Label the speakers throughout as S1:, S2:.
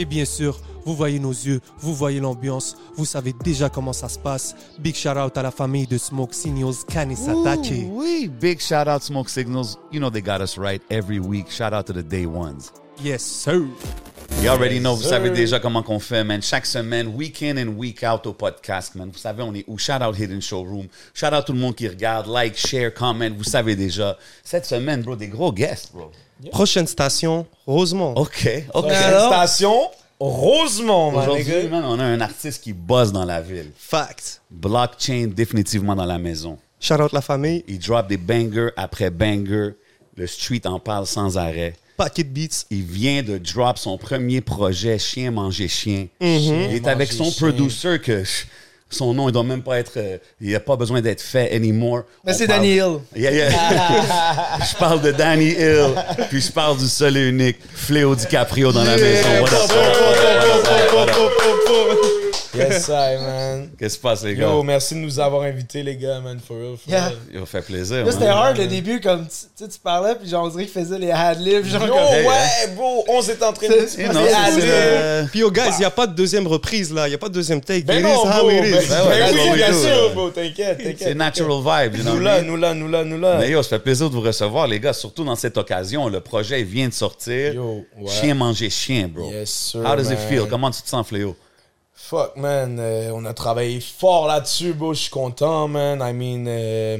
S1: Et bien sûr, vous voyez nos yeux, vous voyez l'ambiance, vous savez déjà comment ça se passe. Big shout out à la famille de Smoke Signals Kanisatake.
S2: Ooh, wee. Big shout out Smoke Signals. You know they got us right every week. Shout out to the day ones.
S1: Yes, sir.
S2: You already know, vous savez déjà comment qu'on fait, man. Chaque semaine, week in and week out au podcast, man. Vous savez, on est où? Shout out Hidden Showroom. Shout out tout le monde qui regarde. Like, share, comment. Vous savez déjà. Cette semaine, bro, des gros guests, bro.
S1: Prochaine station, Rosemont.
S2: OK, OK.
S1: Alors?
S2: Station.
S1: Rosemont,
S2: Aujourd'hui, man, on a un artiste qui bosse dans la ville.
S1: Fact.
S2: Blockchain, définitivement dans la maison.
S1: Shout out la famille.
S2: Il drop des bangers après bangers. Le street en parle sans arrêt.
S1: Paquet de beats.
S2: Il vient de drop son premier projet, Chien manger chien.
S3: Mhm.
S2: il est avec son
S3: chien.
S2: producer que pff, son nom, il doit même pas être. euh, il n'a pas besoin d'être fait anymore.
S3: Mais
S2: On
S3: c'est
S2: parle-
S3: Danny Hill.
S2: Yeah, yeah. je parle de Danny Hill, puis je parle du seul et unique Fléau DiCaprio dans la maison. What up, what up, what up, what up, what up?
S3: Yes, I, man.
S2: Qu'est-ce qui se passe, les gars?
S3: Yo, merci de nous avoir invités, les gars, man, for real. For
S4: Yeah.
S3: real.
S2: Yo, fait plaisir. hein?
S4: Là, c'était
S2: man.
S4: hard le début, comme tu tu sais, tu parlais, puis genre, on dirait qu'il faisait les ad-libs. Genre,
S3: Yo,
S4: comme,
S2: hey,
S3: ouais, bro, on s'est entraîné.
S4: C'est-
S2: Eh
S4: c'est-
S2: non, c'est- c'est le-
S1: Puis yo, guys, il n'y a pas de deuxième reprise là, il n'y a pas de deuxième take.
S3: Ben
S1: It
S3: non,
S1: is
S3: bro.
S1: how it
S3: Ben,
S1: is.
S2: Ben ouais,
S3: ben
S2: that's what
S3: oui,
S2: we
S3: bien
S2: do,
S3: sûr,
S2: man.
S3: bro, t'inquite, t'inquiète.
S2: C'est natural vibe, you know
S3: Nous
S2: what I
S3: là,
S2: mean?
S3: nous là, nous là, nous là.
S2: Mais yo, ça fait plaisir de vous recevoir, les gars, surtout dans cette occasion. Le projet vient de sortir.
S3: Yo, ouais.
S2: Chien manger chien, bro.
S3: Yes, sir,
S2: How does it
S3: man.
S2: feel? Comment tu te sens, Fléau?
S3: Fuck, man, euh, on a travaillé fort là-dessus, bro, je suis content, man. I mean, euh,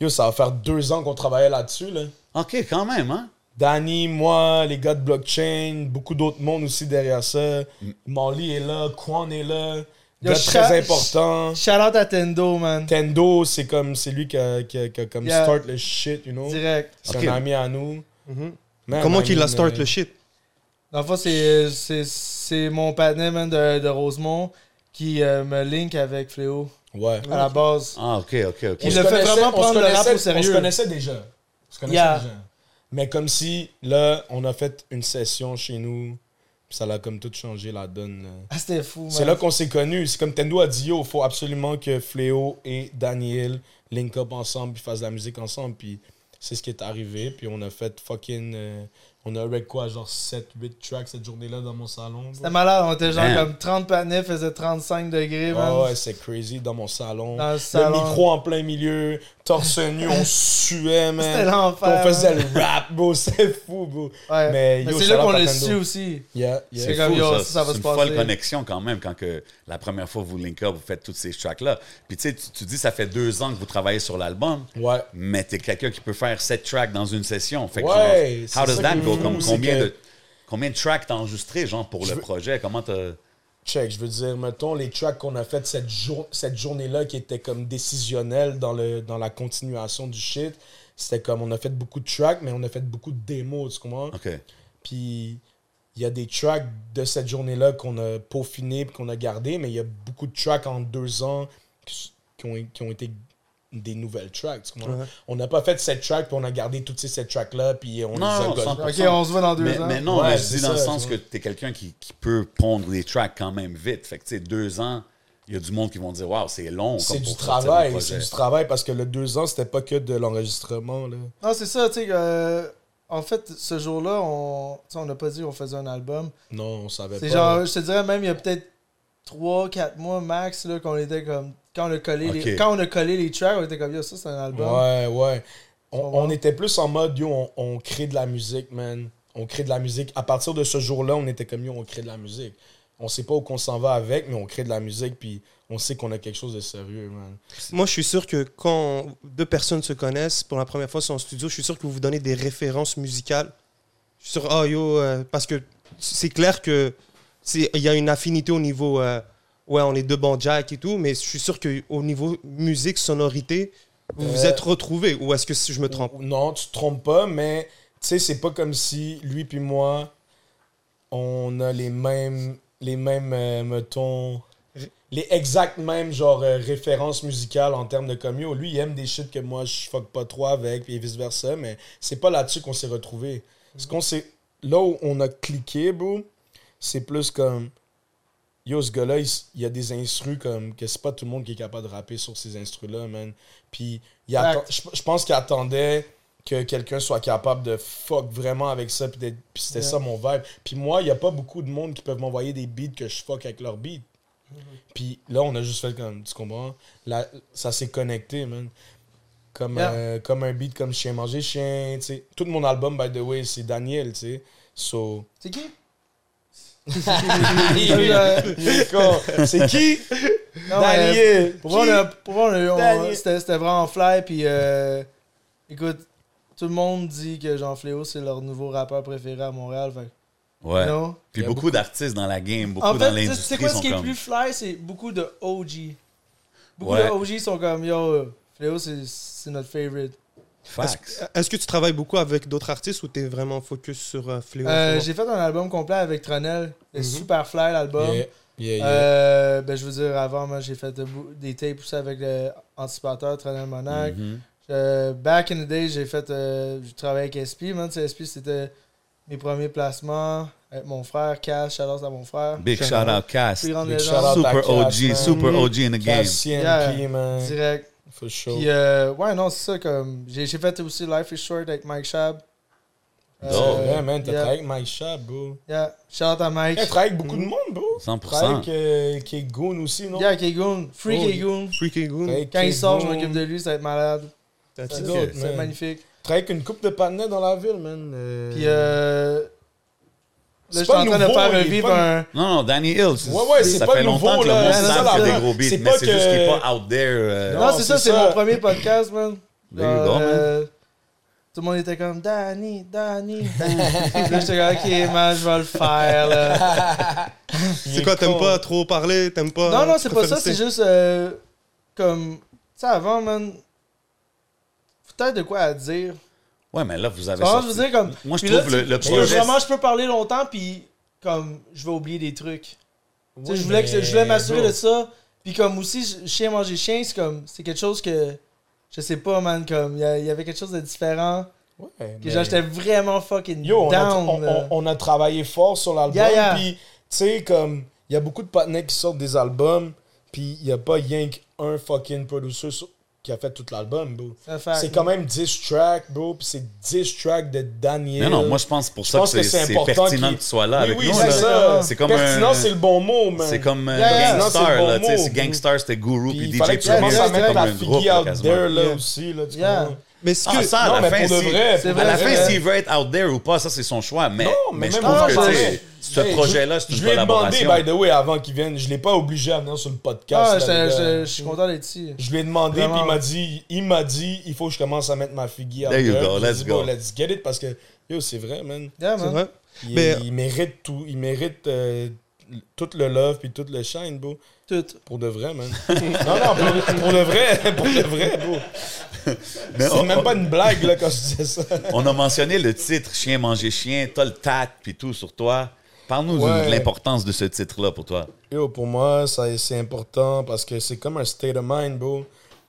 S3: yo, ça va faire deux ans qu'on travaillait là-dessus, là.
S2: OK, quand même, hein?
S3: Danny, moi, les gars de blockchain, beaucoup d'autres mondes aussi derrière ça.
S1: Mm.
S3: Molly est là, Quan est là.
S4: Yo,
S3: gars
S4: je-
S3: très important.
S4: Shout-out à Tendo, man.
S3: Tendo, c'est comme c'est lui qui a, qui a- qui a comme
S4: Yeah.
S3: start le shit, you know.
S4: Oh. Direct. Mm-hmm.
S3: C'est
S2: Ok.
S3: un ami à nous. Man,
S1: Comment
S3: I
S1: qu'il la
S3: mean,
S1: start
S3: euh,
S1: le shit
S4: Dans le fond, c'est- c'est c'est mon partner, man, de, de Rosemont qui euh, me link avec Fléau
S3: Ouais.
S4: à la base.
S2: Ah, OK, OK, OK.
S4: Il
S3: se
S4: le fait
S3: connaissait-
S4: vraiment
S3: on se
S4: prendre le rap au
S3: connaissait- On
S4: sérieux.
S3: se connaissait déjà. On se connaissait
S4: Yeah.
S3: déjà. Mais comme si, là, on a fait une session chez nous, puis ça l'a comme tout changé la donne. là.
S4: Ah, c'était fou, man.
S3: C'est là qu'on s'est connus. C'est comme Tendo a dit, yo, faut absolument que Fléau et Daniel link up ensemble, puis fassent de la musique ensemble. Puis c'est ce qui est arrivé. Puis on a fait fucking. euh, on a rec quoi, genre 7-8 tracks cette journée-là dans mon salon.
S4: C'était
S3: bro.
S4: malade, on était genre
S2: Damn.
S4: comme 30 partenaires, faisait 35 degrés, man.
S3: Ah ouais, c'est crazy dans mon salon.
S4: Dans le
S3: le
S4: salon.
S3: micro en plein milieu, torse nu, on suait, man.
S4: C'était l'enfer,
S3: On faisait le rap, bro, c'est fou, bro. Mais,
S4: Ouais. Mais
S3: yo,
S4: c'est
S3: shout
S4: là
S3: out
S4: qu'on
S3: à
S4: le
S3: Tendo.
S4: su aussi.
S3: Yeah, yeah.
S4: C'est comme,
S2: fou, ça.
S4: yo, ça, ça va
S2: C'est
S4: se
S2: une
S4: passer.
S2: folle connexion quand même quand que la première fois que vous link up, vous faites toutes ces tracks-là. Puis tu sais, tu- tu dis ça fait deux ans que vous travaillez sur l'album.
S3: Ouais.
S2: Mais t'es quelqu'un qui peut faire sept tracks dans une session. Fait que,
S3: Ouais,
S2: genre,
S3: c'est
S2: how does
S3: ça
S2: that
S3: qui est
S2: go?
S3: fou,
S2: Comme
S3: c'est
S2: combien,
S3: que-
S2: de, combien de tracks t'as enregistré, genre, pour le
S3: veux-
S2: projet? Comment t'as...
S3: Check, je veux dire, mettons, les tracks qu'on a fait cette, jour cette journée-là qui étaient comme décisionnelles dans, le, dans la continuation du shit, c'était comme, on a fait beaucoup de tracks, mais on a fait beaucoup de démos, tu comprends?
S2: OK.
S3: Puis il y a des tracks de cette journée-là qu'on a peaufinés puis qu'on a gardés, mais il y a beaucoup de tracks en deux ans qui qui ont, qui ont été des nouvelles tracks. tu comprends? On n'a pas fait sept tracks, puis on a gardé toutes ces sept tracks-là, puis
S2: Non,
S3: on les a
S2: non,
S3: gardés.
S2: cent pour
S4: Ok,
S2: cent.
S4: on se voit dans deux
S2: Mais,
S4: ans.
S2: mais non,
S3: Ouais,
S2: mais je
S3: c'est
S2: dis dans le
S3: ça,
S2: sens
S3: c'est
S2: que
S3: vrai.
S2: t'es quelqu'un qui, qui peut pondre des tracks quand même vite. Fait que, tu sais, deux ans, il y a du monde qui vont dire « Wow, c'est long. »
S3: C'est
S2: comme
S3: du
S2: pour sortir un
S3: travail,
S2: projet.
S3: c'est du travail, parce que le deux ans, c'était pas que de l'enregistrement. là.
S4: Non, c'est ça, tu sais, euh, en fait, ce jour-là, on tu sais, on n'a pas dit qu'on faisait un album.
S3: Non, on savait pas.
S4: C'est genre, je te dirais même, il y a peut-être 3-4 mois max, là, qu'on était comme. Quand on, a collé les,
S2: Ok.
S4: quand on a collé les tracks, on était comme, yo, ça, c'est un album.
S3: Ouais, ouais. On,
S4: Faut voir.
S3: on était plus en mode, yo, on, on crée de la musique, man. On crée de la musique. À partir de ce jour-là, on était comme, yo, on crée de la musique. on sait pas où qu'on s'en va avec, mais on crée de la musique, puis on sait qu'on a quelque chose de sérieux, man.
S1: Moi, je suis sûr que quand deux personnes se connaissent pour la première fois sur un studio, je suis sûr que vous vous donnez des références musicales. Je suis sûr, ah yo, euh, parce que c'est clair que c'est- il y a une affinité au niveau. euh, ouais, on est deux bandes jack et tout, mais je suis sûr qu'au niveau musique, sonorité, vous vous
S3: Euh,
S1: êtes retrouvés. Ou est-ce que si je me trompe
S3: Ou- Non, tu te trompes pas, mais tu sais, c'est pas comme si lui puis moi, on a les mêmes, les mêmes, euh, mettons, les exactes mêmes, genre, euh, références musicales en termes de comio. Lui, il aime des shit que moi, je fuck pas trop avec, et vice-versa, mais c'est pas là-dessus qu'on s'est retrouvés. Ce qu'on s'est... Là où on a cliqué, bro, c'est plus comme... Yo, ce gars-là, il, s- il y a des instrus comme que c'est pas tout le monde qui est capable de rapper sur ces instrus-là, man. Puis, il
S4: Fact.
S3: atten- je je pense qu'il attendait que quelqu'un soit capable de fuck vraiment avec ça. Puis, d'être- puis c'était
S4: Yeah.
S3: ça mon vibe. Puis moi, il y a pas beaucoup de monde qui peuvent m'envoyer des beats que je fuck avec leurs beats. Puis là, on a juste fait comme, tu comprends? Là, ça s'est connecté, man. Comme,
S4: Yeah.
S3: euh, comme un beat comme Chien Manger Chien, tu sais. Tout mon album, by the way, c'est Daniel, tu sais. So...
S4: C'est qui
S3: c'est qui?
S4: Non, mais,
S3: Daniel!
S4: Pour vrai, on a-
S3: Qui?
S4: pour vrai, on a- on-
S3: Daniel.
S4: c'était c'était vraiment fly. Puis euh, écoute, tout le monde dit que Jean Fléau, c'est leur nouveau rappeur préféré à Montréal. Fait, que,
S2: Ouais.
S4: you know?
S2: Puis
S3: Il y a
S2: beaucoup, d'artistes dans la game, beaucoup
S4: En
S2: dans
S4: fait, tu sais- tu sais
S2: l'industrie
S4: quoi ce
S2: sont
S4: qui est
S2: comme.
S4: plus fly C'est beaucoup de OG. Beaucoup
S2: Ouais.
S4: de OG sont comme Yo, Fléau, c'est- c'est notre favorite.
S2: Facts.
S1: Est-ce que tu travailles beaucoup avec d'autres artistes ou tu es vraiment focus sur euh, Fléau en ce
S4: Euh,
S1: moment?
S4: J'ai fait un album complet avec Tronel. C'est
S1: Mhm.
S4: super fly l'album.
S3: Yeah, yeah, yeah.
S4: Euh, ben, je veux dire, avant, moi, j'ai fait de- des tapes aussi avec l'anticipateur Tronel Monac.
S2: Mhm.
S4: Euh, back in the day, j'ai fait. euh, je travaillais avec SP, man. Tu sais, SP, c'était mes premiers placements avec mon frère, Cash. euh, Shout out Mm-hmm. à mon frère.
S2: Big shout out Cast.
S4: Plus grande
S3: Big
S4: légende,
S3: shout-out.
S2: Super
S3: Shout out à
S2: OG,
S3: Cass,
S2: super
S1: man.
S2: OG in the game.
S3: Cassian
S4: Yeah.
S3: P, man.
S4: direct.
S3: For sure.
S4: Puis, euh, ouais, non, c'est ça. comme J'ai j'ai fait aussi Life is Short avec Mike Shab. Euh,
S2: Oh,
S3: ouais, man, t'as
S4: yeah,
S3: travaillé avec Mike Shab, bro.
S4: yeah. Shout out à Mike.
S3: T'as travaillé avec beaucoup
S4: Mm-hmm.
S3: de monde, bro. T'as travaillé
S2: 100%.
S3: avec euh, Kid Goon aussi, non?
S4: Yeah, Kegoon. Free
S3: Oh,
S4: Kegoon.
S1: Freaky Goon,
S3: Avec
S4: Quand il
S3: Kid
S4: sort, je
S3: Goon.
S4: m'occupe de lui, ça va être malade.
S1: that's
S4: Ça,
S1: it.
S3: go.
S4: C'est c'est
S3: man.
S4: magnifique.
S3: Travaille avec une coupe de panneaux dans la ville, man. Euh,
S4: Puis euh, là, je
S3: C'est
S4: suis
S3: pas
S4: en train de
S3: nouveau,
S4: faire
S3: il est
S4: revivre
S3: pas-
S4: un.
S2: Non, non, Danny Hill, c'est-
S3: Ouais, ouais, c'est
S2: ça
S3: pas
S2: fait
S3: nouveau,
S2: longtemps que le
S3: là,
S2: monde
S3: c'est ça,
S2: savent qu'il y a
S3: là.
S2: des gros beats,
S3: C'est
S2: mais
S3: pas
S2: c'est juste qu'il
S3: que-
S2: n'est pas out there. euh,
S4: Non, c'est ça,
S3: c'est
S4: c'est
S3: ça.
S4: mon premier podcast, man.
S2: There you go,
S4: Genre,
S2: man.
S4: euh, Tout le monde était comme Danny, Danny, Danny. Puis là, j'étais comme, ok, man, je vais le faire. là.
S1: C'est quoi, t'aimes pas trop parler, t'aimes pas...
S4: Non, non, c'est
S1: Ah, tu
S4: pas
S1: préfères
S4: ça, c'est
S1: rester-
S4: juste euh, comme. Tu sais, avant, man, faut peut-être de quoi à dire.
S2: Ouais, mais là, vous
S4: Tu
S2: avez
S4: vois, Ah, je
S2: sorti.
S4: veux dire, comme.
S2: Moi, je
S4: Puis là,
S2: trouve le, le
S4: Parce que
S2: projet.
S4: vraiment, je peux parler longtemps, puis comme je vais oublier des trucs. Tu sais,
S3: Oui,
S4: je voulais, que-
S3: mais-
S4: je voulais m'assurer
S3: bro.
S4: de ça. Puis comme aussi, ch- chien manger chien, c'est comme, c'est quelque chose que, je sais pas, man, comme, il y, a- il y avait quelque chose de différent.
S3: Ouais,
S4: Que
S3: mais-
S4: genre, j'étais vraiment fucking
S3: Yo, on a,
S4: down.
S3: on-
S4: là.
S3: on- on a travaillé fort sur l'album.
S4: Yeah, yeah.
S3: Puis, tu sais, comme, il y a beaucoup de partenaires qui sortent des albums, puis il n'y a pas rien qu'un fucking producer sur- qui a fait tout l'album, bro.
S4: C'est un fact,
S3: C'est
S4: là.
S3: quand même 10 tracks, bro, puis c'est 10 tracks de Daniel.
S2: Non, non, moi, je pense pour
S3: Je
S2: ça que
S3: pense que
S2: c'est
S3: c'est
S2: c'est
S3: important
S2: pertinent
S3: qu'il-
S2: que tu sois là
S3: Oui,
S2: avec
S3: oui,
S2: nous.
S3: c'est
S2: là.
S3: ça.
S2: C'est comme
S3: Pertinent,
S2: un-
S3: c'est le bon mot, man.
S2: C'est comme euh,
S4: Yeah, yeah.
S3: Sinon, c'est
S2: Gangstar,
S3: le bon
S2: là. tu sais,
S3: mot.
S2: C'est Gangstar, c'était Guru,
S3: Puis
S2: puis
S3: il
S2: DJ
S3: fallait que tu
S2: Premier,
S3: commences à
S2: c'était
S3: mettre
S2: comme
S3: la
S2: un groupe.
S3: figure
S2: là,
S3: out there,
S2: quasiment.
S3: là,
S1: Yeah.
S3: aussi, là, tu
S4: Yeah.
S3: comprends?
S1: Mais est-ce que...
S2: Ah, ça,
S3: Non,
S2: à la
S3: mais
S2: fin,
S3: pour de
S2: si-
S3: vrai,
S4: c'est
S3: pour
S4: vrai,
S2: à la
S3: de
S2: fin,
S3: vrai.
S2: s'il veut être out there ou pas, ça, c'est son choix. Mais, mais, je
S3: Oh, même
S2: trouve
S3: moi,
S2: que
S3: j'en
S2: tu sais,
S3: ai-
S2: ce
S3: Hey,
S2: projet-là, c'est
S3: Je
S2: une
S3: lui ai demandé,
S2: collaboration.
S3: by the way, avant qu'il vienne. Je l'ai pas obligé à venir sur le podcast.
S4: Ah,
S3: là, les
S4: j'étais-
S3: gars.
S4: je je suis content d'être ici.
S3: Je lui ai demandé, puis
S4: Vraiment.
S3: il m'a dit, il m'a dit, il faut que je commence à mettre ma figure.
S2: There you
S3: out
S2: go,
S3: J'ai
S2: let's
S3: dit,
S2: go.
S3: Bon, let's get it, parce que, yo, c'est vrai, man.
S4: Yeah,
S1: C'est
S4: man.
S1: vrai.
S3: Il,
S1: Mais-
S3: il mérite tout, il mérite euh, tout le love, puis tout le shine, bro.
S4: Tout.
S3: Pour de vrai, man. non, non, pour, pour de vrai, pour de vrai, bro.
S2: Mais
S3: C'est
S2: on-
S3: même pas une blague, là, quand je disais ça.
S2: On a mentionné le titre Chien manger chien, t'as le tat puis tout sur toi. Parle-nous de-
S3: Ouais.
S2: de l'importance de ce titre-là pour toi.
S3: Yo, pour moi, ça, c'est important parce que c'est comme un state of mind, bro.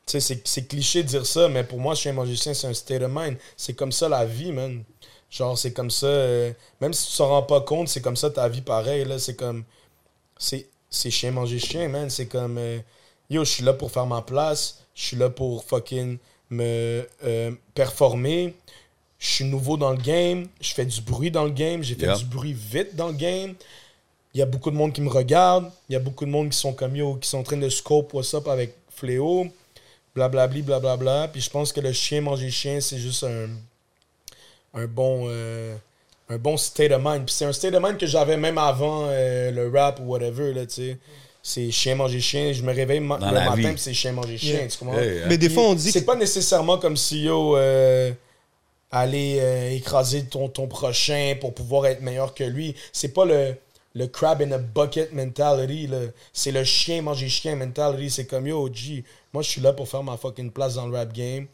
S3: Tu sais, c'est- c'est cliché de dire ça, mais pour moi, je suis un magicien, c'est un state of mind. C'est comme ça la vie, man. Genre, c'est comme ça. euh, même si tu t'en rends pas compte, c'est comme ça ta vie pareil, là. C'est comme. C'est c'est chien manger chien, man. C'est comme. euh, yo, je suis là pour faire ma place. Je suis là pour fucking me euh, performer. Je suis nouveau dans le game. Je fais du bruit dans le game. J'ai fait
S2: Yeah.
S3: du bruit vite dans le game. Il y a beaucoup de monde qui me regarde. Il y a beaucoup de monde qui sont comme yo, qui sont en train de scope what's up avec Fléau. Blablabli, blablabla. Puis je pense que le chien manger chien, c'est juste un, un bon. euh, un bon state of mind. Puis c'est un state of mind que j'avais même avant euh, le rap ou whatever, là, tu sais. C'est chien manger chien. Je me réveille ma-
S2: Dans
S3: le
S2: la
S3: matin,
S2: vie.
S3: puis c'est chien manger chien, tu comprends?
S2: Hey, hein.
S1: Mais des fois, on dit que
S3: C'est pas nécessairement comme si, yo, euh, aller euh, écraser ton, ton prochain pour pouvoir être meilleur que lui. C'est pas le, le crab in a bucket mentality. là. C'est le chien manger chien mentality. C'est comme, yo, G, moi, je suis là pour faire ma fucking place dans le rap game.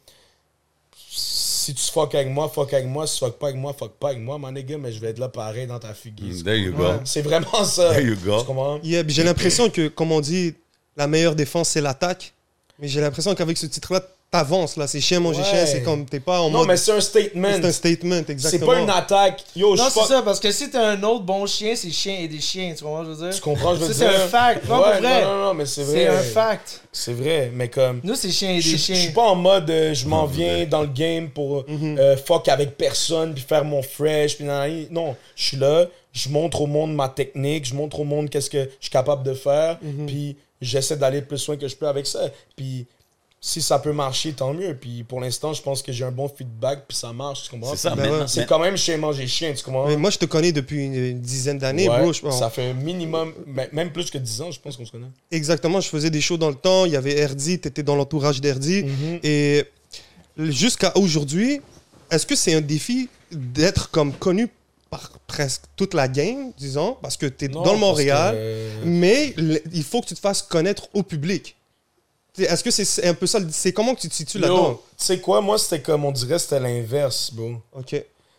S3: Si tu fuck avec moi, fuck avec moi. Si tu fuck pas avec moi, fuck pas avec moi, mon nigga, mais je vais être là pareil dans ta figure.
S2: Mm, There you go.
S3: C'est vraiment ça.
S2: There you go.
S3: Tu comprends?
S1: Yeah, puis j'ai l'impression que, comme on dit, la meilleure défense, c'est l'attaque. Mais j'ai l'impression qu'avec ce titre-là, t'avances, là. C'est chien, manger
S3: Ouais.
S1: chien. C'est comme, t'es pas en
S3: Non,
S1: mode...
S3: mais c'est un statement.
S1: C'est un statement,
S3: C'est
S1: exactement.
S3: pas une attaque. Yo, je
S4: Non, c'est
S3: fuck.
S4: ça, parce que si t'as un autre bon chien, c'est chien et des chiens, tu comprends, je veux dire?
S3: Tu comprends, je veux
S4: Ça,
S3: dire.
S4: c'est un fact. Non,
S3: Ouais,
S4: pour vrai.
S3: Non, non, non, mais c'est vrai.
S4: C'est un fact.
S3: C'est vrai, mais comme.
S4: Nous, c'est chien et
S3: Je je
S4: des
S3: suis
S4: chiens. Mhm.
S3: pas en mode euh, je m'en viens dans le game pour euh, fuck avec personne puis faire mon fresh puis nan, nan, nan. non je suis là je montre au monde ma technique je montre au monde qu'est-ce que je suis capable de faire
S4: Mhm.
S3: puis j'essaie d'aller le plus loin que je peux avec ça puis si ça peut marcher tant mieux puis pour l'instant je pense que j'ai un bon feedback puis ça marche tu comprends
S2: C'est ça,
S1: Ben
S2: maintenant.
S1: ouais.
S3: c'est quand même chez manger chien tu comprends
S1: Mais moi, je te connais depuis une, une dizaine d'années,
S3: Ouais,
S1: bro. Je- on-
S3: ça fait minimum mais- même plus que 10 ans je pense qu'on se connaît
S1: Exactement, je faisais des shows dans le temps. Il y avait Erdi, t'étais dans l'entourage d'Erdi.
S3: Mm-hmm.
S1: Et jusqu'à aujourd'hui, est-ce que c'est un défi d'être comme connu par presque toute la game, disons, parce que t'es
S3: Non,
S1: dans le
S3: parce
S1: Montréal,
S3: que, euh,
S1: mais le- il faut que tu te fasses connaître au public. T'sais, Est-ce que c'est c'est un peu ça le- C'est comment que tu te situes
S3: Yo,
S1: là-dedans
S3: Tu sais quoi, moi, c'était comme on dirait, c'était l'inverse, bro.
S1: Ok.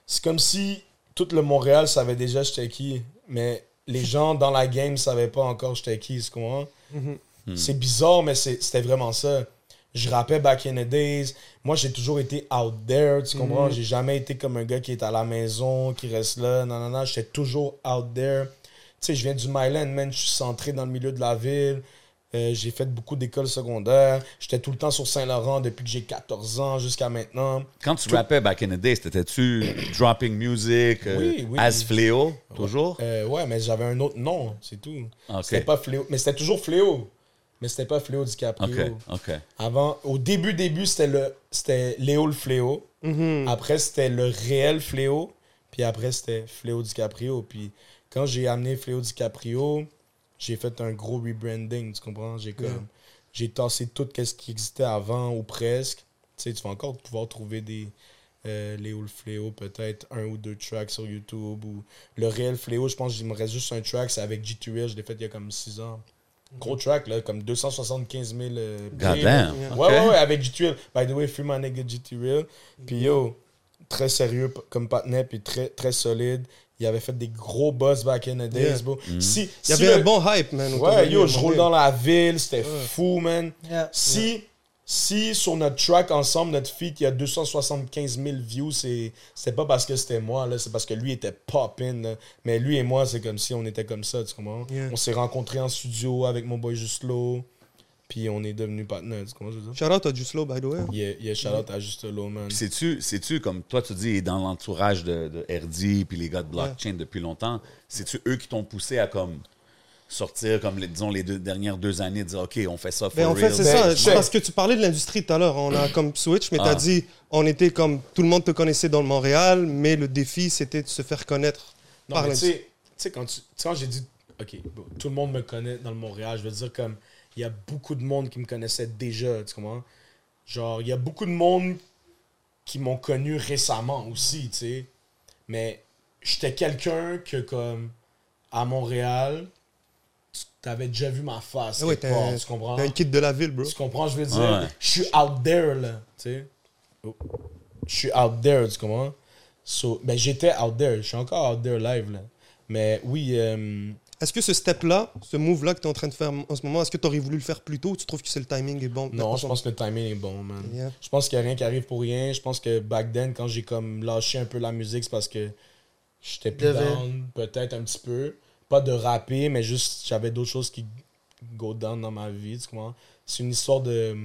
S3: C'est comme si tout le Montréal savait déjà j'étais qui, mais les gens dans la game savaient pas encore j'étais qui, tu comprends? C'est bizarre, mais c'est- c'était vraiment ça. Je rappais back in the days. Moi, j'ai toujours été out there, tu comprends? J'ai jamais été comme un gars qui est à la maison, qui reste là, non, non, non. J'étais toujours out there. Tu sais, je viens du Myland, man. Je suis centré dans le milieu de la ville. Euh, j'ai fait beaucoup d'écoles secondaires. J'étais tout le temps sur Saint-Laurent depuis que j'ai 14 ans jusqu'à maintenant.
S2: Quand tu rappais back in the day, c'était-tu dropping music, euh,
S3: Oui, oui.
S2: as fléau, toujours?
S3: Euh, ouais, mais j'avais un autre nom, c'est tout.
S2: Ok.
S3: C'était pas Fléau. Mais c'était toujours Fléau. Mais c'était pas Fléau DiCaprio.
S2: OK, OK.
S3: Avant, au début, début, c'était le c'était Léo le Fléau. Après, c'était le réel Fléau. Puis après, c'était Fléau DiCaprio. Puis quand j'ai amené Fléau DiCaprio, j'ai fait un gros rebranding, tu comprends? J'ai comme... J'ai tassé tout ce qui existait avant ou presque. Tu sais, tu vas encore pouvoir trouver des... euh, Léo le Fléau, peut-être un ou deux tracks sur YouTube. Ou le réel Fléau, je pense qu'il me reste juste un track, c'est avec G2S, je l'ai fait il y a comme 6 ans. Gros track, là, comme 275 000 euh,
S2: God
S3: plays, là.
S2: damn. OK.
S3: Ouais, ouais, ouais, avec GT Real. By the way, free my nigga GT Real. Puis yo, très sérieux p- comme partenaire, puis très, très solide. Il avait fait des gros boss back in the days,
S1: Yeah.
S3: bro.
S1: Il
S3: Si,
S1: y
S3: si
S1: avait un
S3: le-
S1: bon hype, man. autour de
S3: Ouais,
S1: lui,
S3: yo,
S1: à un
S3: je
S1: moment
S3: roule dans
S1: donné.
S3: la ville, c'était fou, man.
S4: Yeah.
S3: Si, si sur notre track ensemble, notre feat, il y a 275 000 views, c'est c'est pas parce que c'était moi, là, c'est parce que lui était poppin. là. Mais lui et moi, c'est comme si on était comme ça, tu comprends?
S1: Yeah.
S3: On s'est rencontrés en studio avec mon boy Justlo, puis on est devenus partenaires, tu comprends? ce que je veux dire?
S1: Shout out à Juslo, by the way.
S3: Yeah, yeah, shout out à Justlo, man.
S2: Puis Sais-tu, sais-tu, comme toi, tu dis, dans l'entourage de, de RD puis les gars de blockchain depuis longtemps, c'est-tu eux qui t'ont poussé à comme sortir, comme les- disons, les deux dernières deux années, dire, OK, on fait ça for
S1: Ben, en fait,
S2: real.
S1: c'est
S3: Ben,
S1: ça.
S3: je sais.
S1: Parce que tu parlais de l'industrie tout à l'heure. On a comme Switch, mais
S2: Ah.
S1: t'as dit, on était comme tout le monde te connaissait dans le Montréal, mais le défi, c'était de se faire connaître Ben
S3: Non,
S1: par
S3: mais tu
S1: l'industrie.
S3: sais- tu sais, quand, tu- tu sais, quand j'ai dit, OK, bon, tout le monde me connaît dans le Montréal, je veux dire, comme, il y a beaucoup de monde qui me connaissait déjà, tu comprends? Genre, il y a beaucoup de monde qui m'ont connu récemment aussi, tu sais. Mais j'étais quelqu'un que, comme, à Montréal, tu t'avais déjà vu ma face.
S1: Ah ouais,
S3: quelque part,
S1: t'es un-
S3: tu comprends?
S1: t'es un kid de la ville, bro.
S3: Tu comprends, je veux dire,
S2: Ouais.
S3: je suis out there, là, tu sais. Oh. Je suis out there, tu comprends? So, ben, j'étais out there, je suis encore out there live, là. Mais oui, euh,
S1: Est-ce que ce step-là, ce move-là que t'es en train de faire en ce moment, est-ce que t'aurais voulu le faire plus tôt ou tu trouves que c'est le timing est bon
S3: non, je pense que le timing est bon, man.
S1: Yeah.
S3: Je pense qu'il n'y a rien qui arrive pour rien. Je pense que back then, quand j'ai comme lâché un peu la musique, c'est parce que j'étais plus
S4: Devait.
S3: down, peut-être un petit peu. Pas de rapper, mais juste, j'avais d'autres choses qui go down dans ma vie, tu comprends? C'est une histoire de,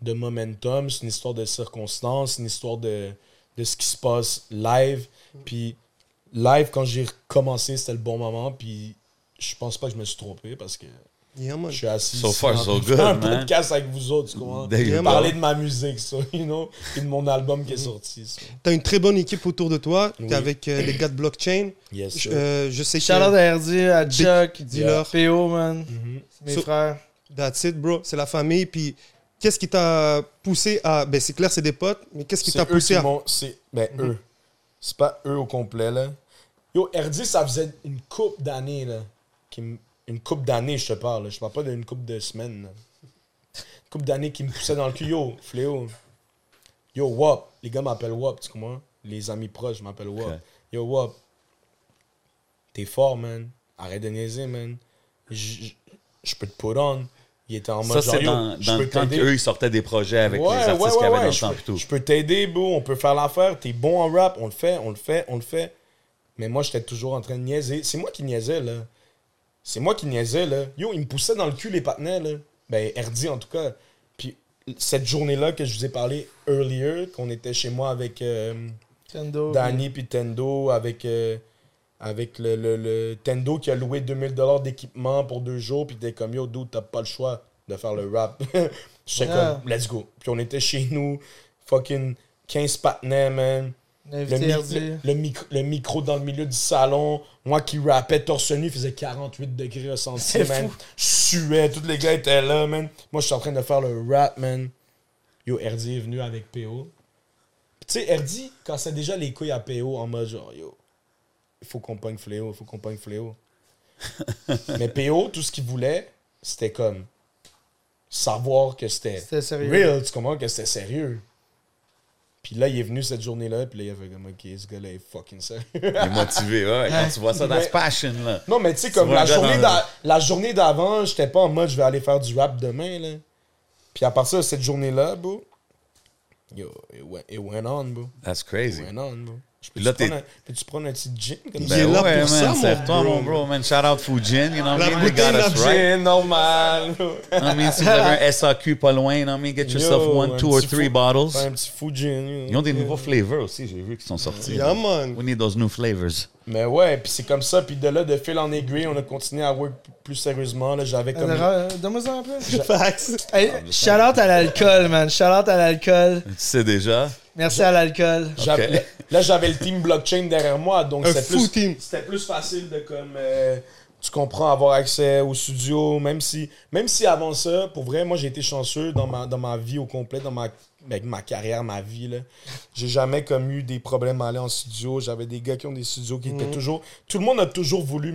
S3: de momentum, c'est une histoire de circonstances, c'est une histoire de, de ce qui se passe live.
S1: Mm.
S3: Puis live, quand j'ai recommencé, c'était le bon moment, puis je pense pas que je me suis trompé parce que
S1: Yeah, man.
S3: Je suis assis.
S2: So far,
S3: ici,
S2: so
S3: puis je fais un
S2: good, man.
S3: podcast avec vous autres, tu comprends?
S2: There you go.
S3: Parler de ma musique, ça, you know? Et de mon album qui est sorti, ça.
S1: T'as une très bonne équipe autour de toi.
S3: Oui.
S1: T'es avec euh, les gars de blockchain.
S3: Yes,
S1: Je,
S3: sir.
S1: euh, je sais
S4: Shout out
S1: que.
S4: à RD, à Chuck,
S1: Dealer.
S4: PO, man.
S3: Mhm.
S4: C'est Mes
S1: So-
S4: frères.
S1: That's it, bro. C'est la famille. Puis, qu'est-ce qui t'a poussé à. Ben, c'est clair, c'est des potes, mais qu'est-ce qui
S3: C'est
S1: t'a
S3: eux
S1: poussé
S3: qui
S1: à. Mhm.
S3: m'ont- C'est ben, eux. C'est pas eux au complet, là. Yo, RD, ça faisait une coupe d'années, là. qui m- Une coupe d'années, je te parle. là. Je parle pas d'une coupe de semaines. là. Une coupe d'années qui me poussait dans le cul. Yo, Fléau. Yo, WAP. Les gars m'appellent WAP, tu comprends? Les amis proches m'appellent WAP.
S2: Ok.
S3: Yo, WAP. T'es fort, man. Arrête de niaiser, man. Je je- je peux te put on. Il était en mode
S2: Ça, c'est
S3: genre, Yo,
S2: dans,
S3: je
S2: dans
S3: peux
S2: le temps
S3: t'aider.
S2: qu'eux, ils sortaient des projets avec
S3: Ouais,
S2: les artistes
S3: ouais,
S2: qu'il y
S3: ouais,
S2: avait
S3: ouais,
S2: dans le
S3: je
S2: temps
S3: peux-
S2: et tout.
S3: Je peux t'aider, bro. On peut faire l'affaire. T'es bon en rap. On le fait, on le fait, on le fait. Mais moi, j'étais toujours en train de niaiser. C'est moi qui niaisais, là. C'est moi qui niaisais, là. Yo, ils me poussaient dans le cul, les partenaires, là. Ben, RD, en tout cas. Puis, cette journée-là que je vous ai parlé earlier, qu'on était chez moi avec euh,
S4: Tendo.
S3: Danny puis Tendo, avec, euh, avec le, le- le Tendo qui a loué 2000$ d'équipement pour deux jours, puis t'es comme, yo, dude, t'as pas le choix de faire le rap. J'étais
S4: Yeah.
S3: comme, let's go. Puis on était chez nous, fucking 15 partenaires, man.
S4: On a
S3: Le,
S4: invité
S3: mi-
S4: RD.
S3: le- le micro, le micro dans le milieu du salon. Moi qui rappais torse nu, faisait 48 degrés au
S4: C'est
S3: centième,
S4: fou.
S3: man. Je suais, tous les gars étaient là, man. Moi, je suis en train de faire le rap, man. Yo, RD est venu avec PO. Puis Tu sais, RD, quand c'est déjà les couilles à PO en mode genre, yo, il faut qu'on pogne fléau, il faut qu'on pogne fléau. Mais PO, tout ce qu'il voulait, c'était comme savoir que c'était
S4: C'était sérieux.
S3: real, tu comprends, que c'était sérieux. Puis là, il est venu cette journée-là, puis là, il avait comme, ok, ce gars-là est fucking sérieux.
S2: Il est motivé, ouais. Quand tu vois ça, that's
S3: Ouais.
S2: passion, là.
S3: Non, mais tu sais, comme
S2: vois un
S3: la
S2: gars
S3: journée,
S2: dans-
S3: d'a- la journée d'avant, j'étais pas en mode je vais aller faire du rap demain, là. Puis à partir de cette journée-là, bro, yo, it went, it went on, bro.
S2: That's crazy.
S3: It went on, bro. Je peux-tu
S2: Là, t'es- Ben
S3: prendre, un- peux-tu prendre un petit gin comme
S1: Il est là pour ça, mon
S2: Serre-toi,
S1: bro.
S2: mon bro, man. Shout out Fujin, you know what I
S1: La
S2: mean? They got
S1: bouteille
S2: us right.
S3: Gin, normal. bro.
S2: I mean, si vous avez un SAQ pas loin, you know what I mean? Get yourself
S3: Yo,
S2: one,
S3: un
S2: two or
S3: petit
S2: three
S3: fou-
S2: bottles.
S3: Un petit fou gin. yo.
S2: Ils ont des nouveaux flavors aussi, j'ai vu, qui sont sortis.
S1: Yeah, man.
S2: We need those new flavors.
S3: Mais ouais, puis c'est comme ça. Puis de là, de fil en aiguille, on a continué à work plus sérieusement. Là, j'avais comme...
S4: Euh, Donne-moi ça après.
S1: Facts.
S4: Hey, shout out à l'alcool, man. Shout out à l'alcool.
S2: Tu sais déjà?
S4: Merci à l'alcool.
S3: J'avais-
S2: Ok.
S3: là- Là, j'avais le team blockchain derrière moi, donc
S1: Un
S3: c'était
S1: fou
S3: plus,
S1: team.
S3: c'était plus facile de comme. euh, tu comprends, avoir accès au studio, même si, même si avant ça, pour vrai, moi j'ai été chanceux dans ma, dans ma vie au complet, dans ma, avec ma carrière, ma vie. Là. J'ai jamais comme eu des problèmes à aller en studio. J'avais des gars qui ont des studios qui
S1: Mhm.
S3: étaient toujours. Tout le monde a toujours voulu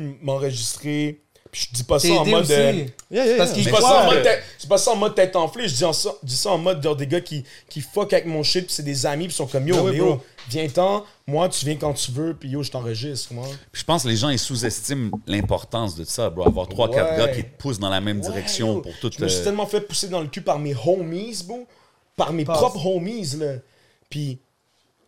S3: m'enregistrer. Puis je dis pas ça
S4: T'es
S3: en
S4: aidé
S3: mode.
S4: aussi.
S3: euh,
S1: Yeah, yeah,
S4: Parce
S1: yeah.
S4: qu'il
S3: c'est
S2: Mais
S3: pas,
S2: ça,
S3: ça en
S2: euh,
S3: mode tête- c'est pas ça en mode tête enflée, je dis, en ça, je dis ça en mode genre des gars qui, qui fuck avec mon shit, puis c'est des amis, puis sont comme yo,
S1: Ah ouais,
S3: Léo,
S1: bro.
S3: viens-t'en, moi tu viens quand tu veux, puis yo, je t'enregistre, moi.
S2: Puis je pense que les gens, ils sous-estiment l'importance de ça, bro. Avoir trois,
S3: Ouais.
S2: quatre gars qui te poussent dans la même
S3: Ouais,
S2: direction
S3: yo,
S2: pour tout.
S3: Je me suis
S2: euh,
S3: tellement fait pousser dans le cul par mes homies, bro. Par mes
S4: Passe.
S3: propres homies, là. Puis,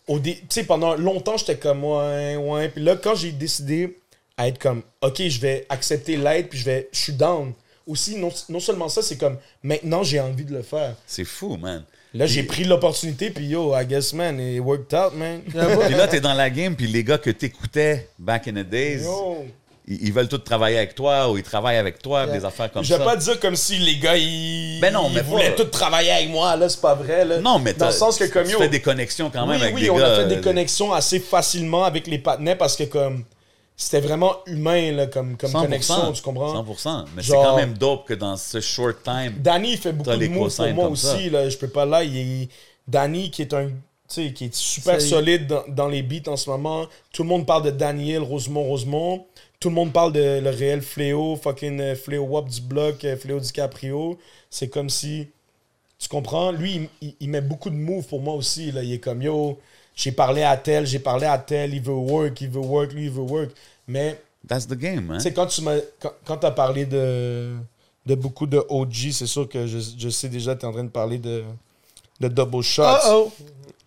S3: au dé- tu sais, pendant longtemps, j'étais comme, ouais, ouais. Puis là, quand j'ai décidé à être comme, OK, je vais accepter l'aide, puis je vais... Je suis down. Aussi, non, non seulement ça, c'est comme, maintenant, j'ai envie de le faire.
S2: C'est fou, man.
S3: Là, j'ai pris l'opportunité, puis yo, I guess, man, it worked out, man.
S2: Puis là, t'es dans la game, puis les gars que t'écoutais back in the days,
S3: Yo.
S2: ils, ils veulent tous travailler avec toi ou ils travaillent avec toi, puis
S4: Yeah.
S2: des affaires comme
S3: Je
S2: ça.
S3: vais pas dire comme si les gars, ils,
S2: Ben non, mais
S3: ils voulaient
S2: pas-
S3: tous travailler avec moi, là, c'est pas vrai, là.
S2: Non, mais
S3: Dans le
S2: t'as-
S3: sens que comme
S2: tu
S3: yo...
S2: fais des connexions quand même
S3: oui,
S2: avec
S3: oui,
S2: des
S3: on
S2: gars.
S3: a fait des
S2: euh,
S3: connexions assez facilement avec les partenaires parce que comme... C'était vraiment humain, là, comme, comme
S2: 100%,
S3: connexion, tu comprends?
S2: 100%. Mais
S3: Genre-
S2: c'est quand même dope que dans ce short time,
S3: Danny, il fait beaucoup
S2: T'as
S3: de
S2: les
S3: moves pour
S2: cosignes
S3: moi
S2: comme ça.
S3: aussi, là. Je peux pas là, il est- Danny, qui est un... Tu sais, qui est super
S4: C'est-
S3: solide dans, dans les beats en ce moment. Tout le monde parle de Daniel, Rosemont, Rosemont. Tout le monde parle de le réel Fléau, fucking euh, Fléau Wap du bloc, euh, Fléau DiCaprio. C'est comme si... Tu comprends? Lui, il, il- il met beaucoup de moves pour moi aussi. Là. Il est comme, yo, j'ai parlé à tel, j'ai parlé à tel, il veut work, il veut work, lui, il veut work. Mais
S2: that's the game, hein?
S3: tu sais, quand tu m'as- quand, quand t'as parlé de, de beaucoup de OG, c'est sûr que je, je sais déjà, tu es en train de parler de, de double shots.
S4: Oh oh.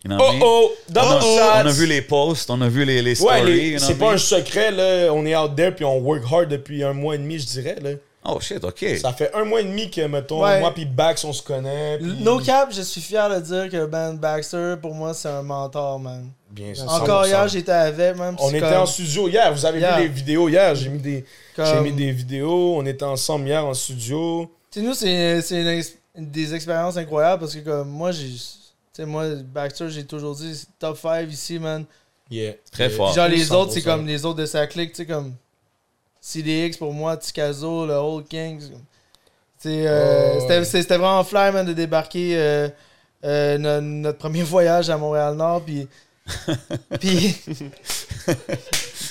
S2: You know
S3: Oh,
S2: what I mean?
S3: oh, double
S2: on, a,
S3: shots.
S2: on a vu les posts, on a vu les, les stories.
S3: Ouais, les-
S2: you know
S3: c'est
S2: what I
S3: pas un
S2: mean?
S3: secret, là. On est out there puis on work hard depuis un mois et demi, je dirais, là.
S2: Oh shit, OK.
S3: Ça fait un mois et demi que, mettons,
S4: Ouais.
S3: moi puis Bax, on se connaît. puis-
S4: No cap, je suis fier de dire que Ben Baxter, pour moi, c'est un mentor, man.
S3: Bien sûr.
S4: Encore
S3: 100%.
S4: hier, j'étais avec, même.
S3: On était en studio hier. Vous avez
S4: Hier.
S3: vu les vidéos hier. J'ai mis des, j'ai
S4: Comme-
S3: mis des vidéos. On était ensemble hier en studio.
S4: Tu sais, nous, c'est c'est une ex- une des expériences incroyables parce que, comme, moi, j'ai. Tu sais, moi, Baxter, j'ai toujours dit, c'est top 5 ici, man.
S3: Yeah.
S2: Très
S3: Yeah.
S2: fort.
S4: Puis genre, les autres, c'est
S3: 100%.
S4: comme les autres de sa clique, tu sais, comme CDX pour moi, Ticazo, le Old King. c'est comme- tu sais, euh,
S3: Oh,
S4: c'était-
S3: ouais.
S4: c'est- C'était vraiment fly, man, de débarquer euh, euh, no- notre premier voyage à Montréal-Nord, puis. puis.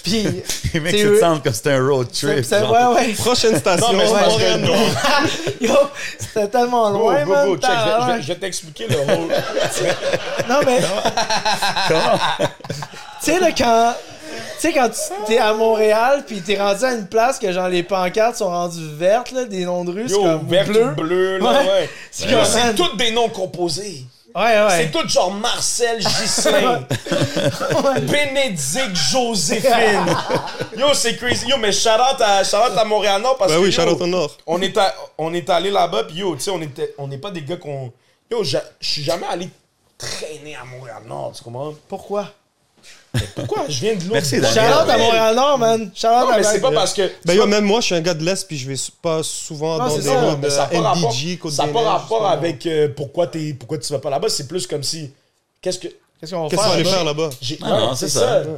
S4: puis.
S2: Les mecs,
S4: C'est
S2: ça te
S4: eux.
S2: semble comme c'était un road trip.
S4: ça-
S2: genre.
S4: ouais, ouais.
S1: Prochaine station,
S3: Non, mais c'est parce que-
S1: Montréal-Nord.
S4: Yo, c'était tellement
S3: Bro,
S4: loin,
S3: bro,
S4: man.
S3: bro, check, je, je-
S4: tabarnak.
S3: je vais t'expliquer le rôle.
S4: Non, mais. tu sais, là, quand. Tu sais, quand tu t'es à Montréal, puis t'es rendu à une place que, genre, les pancartes sont rendues vertes, là, des noms de rues, c'est
S3: Yo,
S4: comme
S3: vert
S4: bleu.
S3: bleu, bleu là,
S4: Ouais.
S3: ouais.
S4: C'est
S3: Yo,
S4: comme,
S3: C'est
S4: man,
S3: tous des noms composés.
S4: Ouais, ouais.
S3: C'est tout genre Marcel Ghislain, Bénédicte Joséphine. Yo, c'est crazy. Yo, mais shout out à, shout out à Montréal Nord parce
S1: Ben
S3: que
S1: oui,
S3: yo,
S1: Charlotte au Nord.
S3: on est, à- on est allé là-bas, puis yo, tu sais, on était, on n'est pas des gars qu'on. Yo, j'a- je suis jamais allé traîner à Montréal Nord, tu comprends?
S4: Pourquoi?
S3: Pourquoi? Je viens de l'autre.
S2: Merci,
S3: bout.
S2: Daniel.
S4: Charlotte à Montréal-Nord, man. Charlotte
S3: Non,
S4: à
S3: mais c'est pas parce que.
S1: Ben yo, même moi, je suis un gars de l'Est, puis je vais sou- pas souvent
S4: Non,
S1: dans
S4: c'est
S1: des
S4: ça,
S1: routes
S3: mais ça n'a
S1: de
S3: pas rapport,
S1: NDG, Côte
S3: ça a
S1: des
S3: pas
S1: Neiges,
S3: rapport
S1: justement.
S3: avec euh, pourquoi, t'es- pourquoi tu vas pas là-bas. C'est plus comme si. Qu'est-ce que.
S4: Qu'est-ce qu'on va
S1: Qu'est-ce qu'on va
S4: faire?
S1: aller
S4: là-bas?
S1: faire là-bas?
S3: J'ai-
S2: Ah non,
S3: ouais,
S2: c'est
S3: c'est
S2: ça.
S3: ça.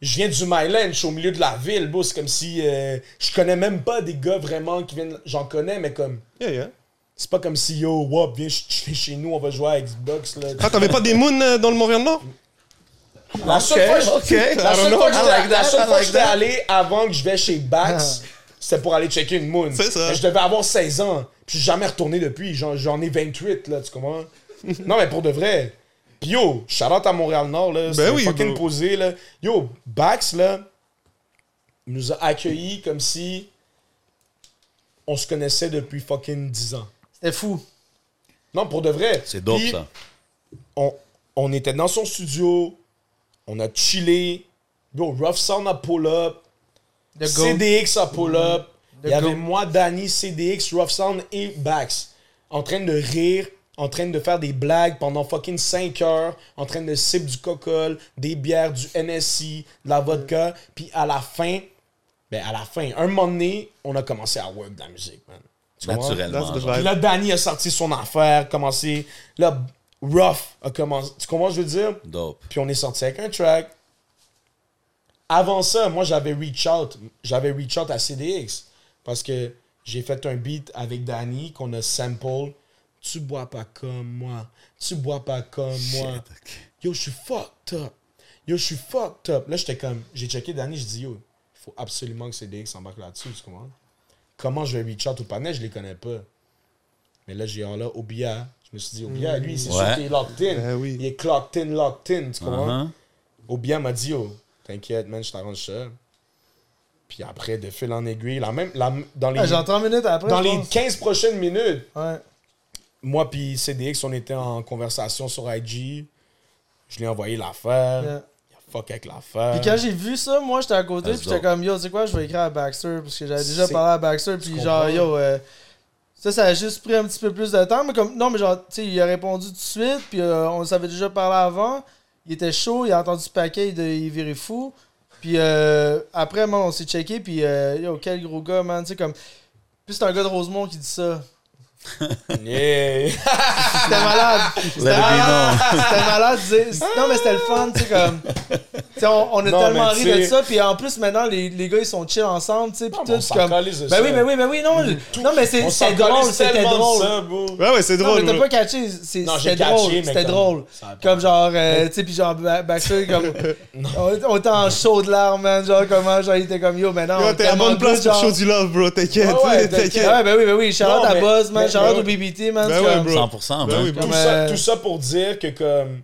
S3: Je viens du Myland, je suis au milieu de la ville, bro. C'est comme si. euh, je connais même pas des gars vraiment qui viennent. J'en connais, mais comme.
S1: Yeah, yeah.
S3: C'est pas comme si yo, wop, viens ch- ch- chez nous, on va jouer à Xbox. Là.
S1: Ah, t'avais pas des moons euh, dans le Ah, Montréal-Nord?
S3: La seule
S2: Ok,
S3: fois, je-
S2: ok.
S3: la
S2: I don't
S3: seule
S2: know.
S3: fois que
S2: I
S3: j'étais
S2: like that,
S3: la seule
S2: I
S3: fois que
S2: like
S3: j'étais
S2: that.
S3: allé Ah. avant que je vais chez Bax, c'était pour aller checker une moon.
S1: C'est ça.
S3: Mais je devais avoir 16 ans. Puis je suis jamais retourné depuis. J'en, j'en ai 28, là, tu comprends? non, mais pour de vrai. Puis yo, Charlotte à Montréal-Nord, là. c'est
S1: Ben oui,
S3: fucking
S1: bro.
S3: posé, là. Yo, Bax, là, nous a accueillis comme si on se connaissait depuis fucking 10 ans.
S4: C'était fou.
S3: Non, pour de vrai.
S2: C'est dope,
S3: Puis,
S2: ça.
S3: on, on était dans son studio, on a chillé. Yo, Rough Sound a pull-up,
S4: The goat.
S3: CDX a pull-up. Il y
S4: The
S3: avait
S4: goat.
S3: moi, Danny, CDX, Rough Sound et Bax. En train de rire, en train de faire des blagues pendant fucking 5 heures, en train de sip du cocol, des bières, du NSI, de la vodka. Puis à la fin, ben à la fin, un moment donné, on a commencé à work de la musique, man. Tu comprends?
S1: That's
S2: Naturellement. genre.
S1: the vibe.
S3: Puis là, Danny a sorti son affaire, commencé. Là, Rough a commencé. Tu comprends ce que je veux dire?
S2: Dope.
S3: Puis on est sorti avec un track. Avant ça, moi, j'avais reach out. J'avais reach out à CDX. Parce que j'ai fait un beat avec Danny qu'on a sample. Tu bois pas comme moi. Tu bois pas comme moi. Yo, je suis fucked up. Yo, je suis fucked up. Là, j'étais comme. J'ai checké Danny, je dis yo, faut absolument que CDX s'embarque là-dessus. Tu comprends? Comment je vais reach out au panel? Je les connais pas. Mais là, j'ai oh là, Obia. Je me suis dit, Obia, lui, c'est
S2: Ouais.
S3: sûr qu'il est locked in.
S1: Ben oui.
S3: Il est clocked in, locked in. Tu comprends?
S2: Uh-huh.
S3: Obia m'a dit, oh, t'inquiète, man, je t'arrange ça. Puis après, de fil en aiguille, la même, la, dans les,
S4: Ah, Genre 30 minutes après.
S3: dans
S4: je
S3: les
S4: pense.
S3: 15 prochaines minutes,
S4: Ouais.
S3: moi puis CDX, on était en conversation sur IG. Je lui ai envoyé l'affaire.
S4: Yeah.
S3: Il a fuck avec
S4: Puis quand
S3: l'affaire.
S4: j'ai vu ça, moi, j'étais à côté,
S2: That's
S4: puis j'étais
S2: dope.
S4: comme, yo, tu sais quoi, je vais écrire à Baxter, parce que j'avais déjà
S3: C'est-
S4: parlé à Baxter, puis genre,
S3: comprends?
S4: yo, euh, ça, ça a juste pris un petit peu plus de temps, mais comme, non, mais genre, tu sais, il a répondu tout de suite, puis euh, on s'avait déjà parlé avant, il était chaud, il a entendu le paquet, il, de- il virait fou, puis euh, après, moi, on s'est checké, puis euh, yo, quel gros gars, man, tu sais, comme, puis c'est un gars de Rosemont qui dit ça.
S3: Yeah.
S4: C'était malade!
S2: Let it be known.
S4: C'était malade. tu sais. Non, mais c'était le fun, tu sais, comme. tu sais, on, on a
S3: Non,
S4: tellement
S3: mais
S4: ri
S3: tu sais-
S4: de ça, puis en plus, maintenant, les, les gars, ils sont chill ensemble, tu sais, puis
S3: Non, mais
S4: tout,
S3: on s'en
S4: comme. Ben
S3: calisse de ça.
S4: oui, ben oui, ben oui, non, je- non mais c'est-
S3: On s'en
S4: c'était drôle,
S3: calisse
S4: c'était
S3: tellement de
S4: drôle.
S3: ça, bro.
S1: Ouais, ouais, c'est
S4: Non, mais
S1: drôle.
S4: t'as
S1: bro.
S4: pas catché, c'est-
S3: Non, j'ai
S4: c'était
S3: catché,
S4: drôle,
S3: mais
S4: c'était
S3: comme-
S4: drôle.
S3: ça a pas-
S4: Comme genre, euh, tu sais, puis genre, Ba- Baxter, comme, on, on était en chaud de larmes, man, genre, comment, genre, il était comme, yo, maintenant,
S1: Yo, T'es à bonne place pour show du love, bro. T'inquiète.
S3: Ouais, ouais,
S1: T'inquiète.
S4: Ah Ouais, ben oui, ben oui, Charlotte
S3: Non,
S4: à
S3: mais-
S4: Buzz, man,
S3: mais-
S4: Charlotte
S3: mais-
S4: au BBT, man,
S1: Ben
S4: c'est
S1: ouais,
S4: comme-
S1: bro.
S2: 100%,
S1: Ben
S2: man.
S1: oui, bro.
S3: Tout,
S4: Comme,
S3: ça,
S4: euh,
S3: tout ça pour dire que comme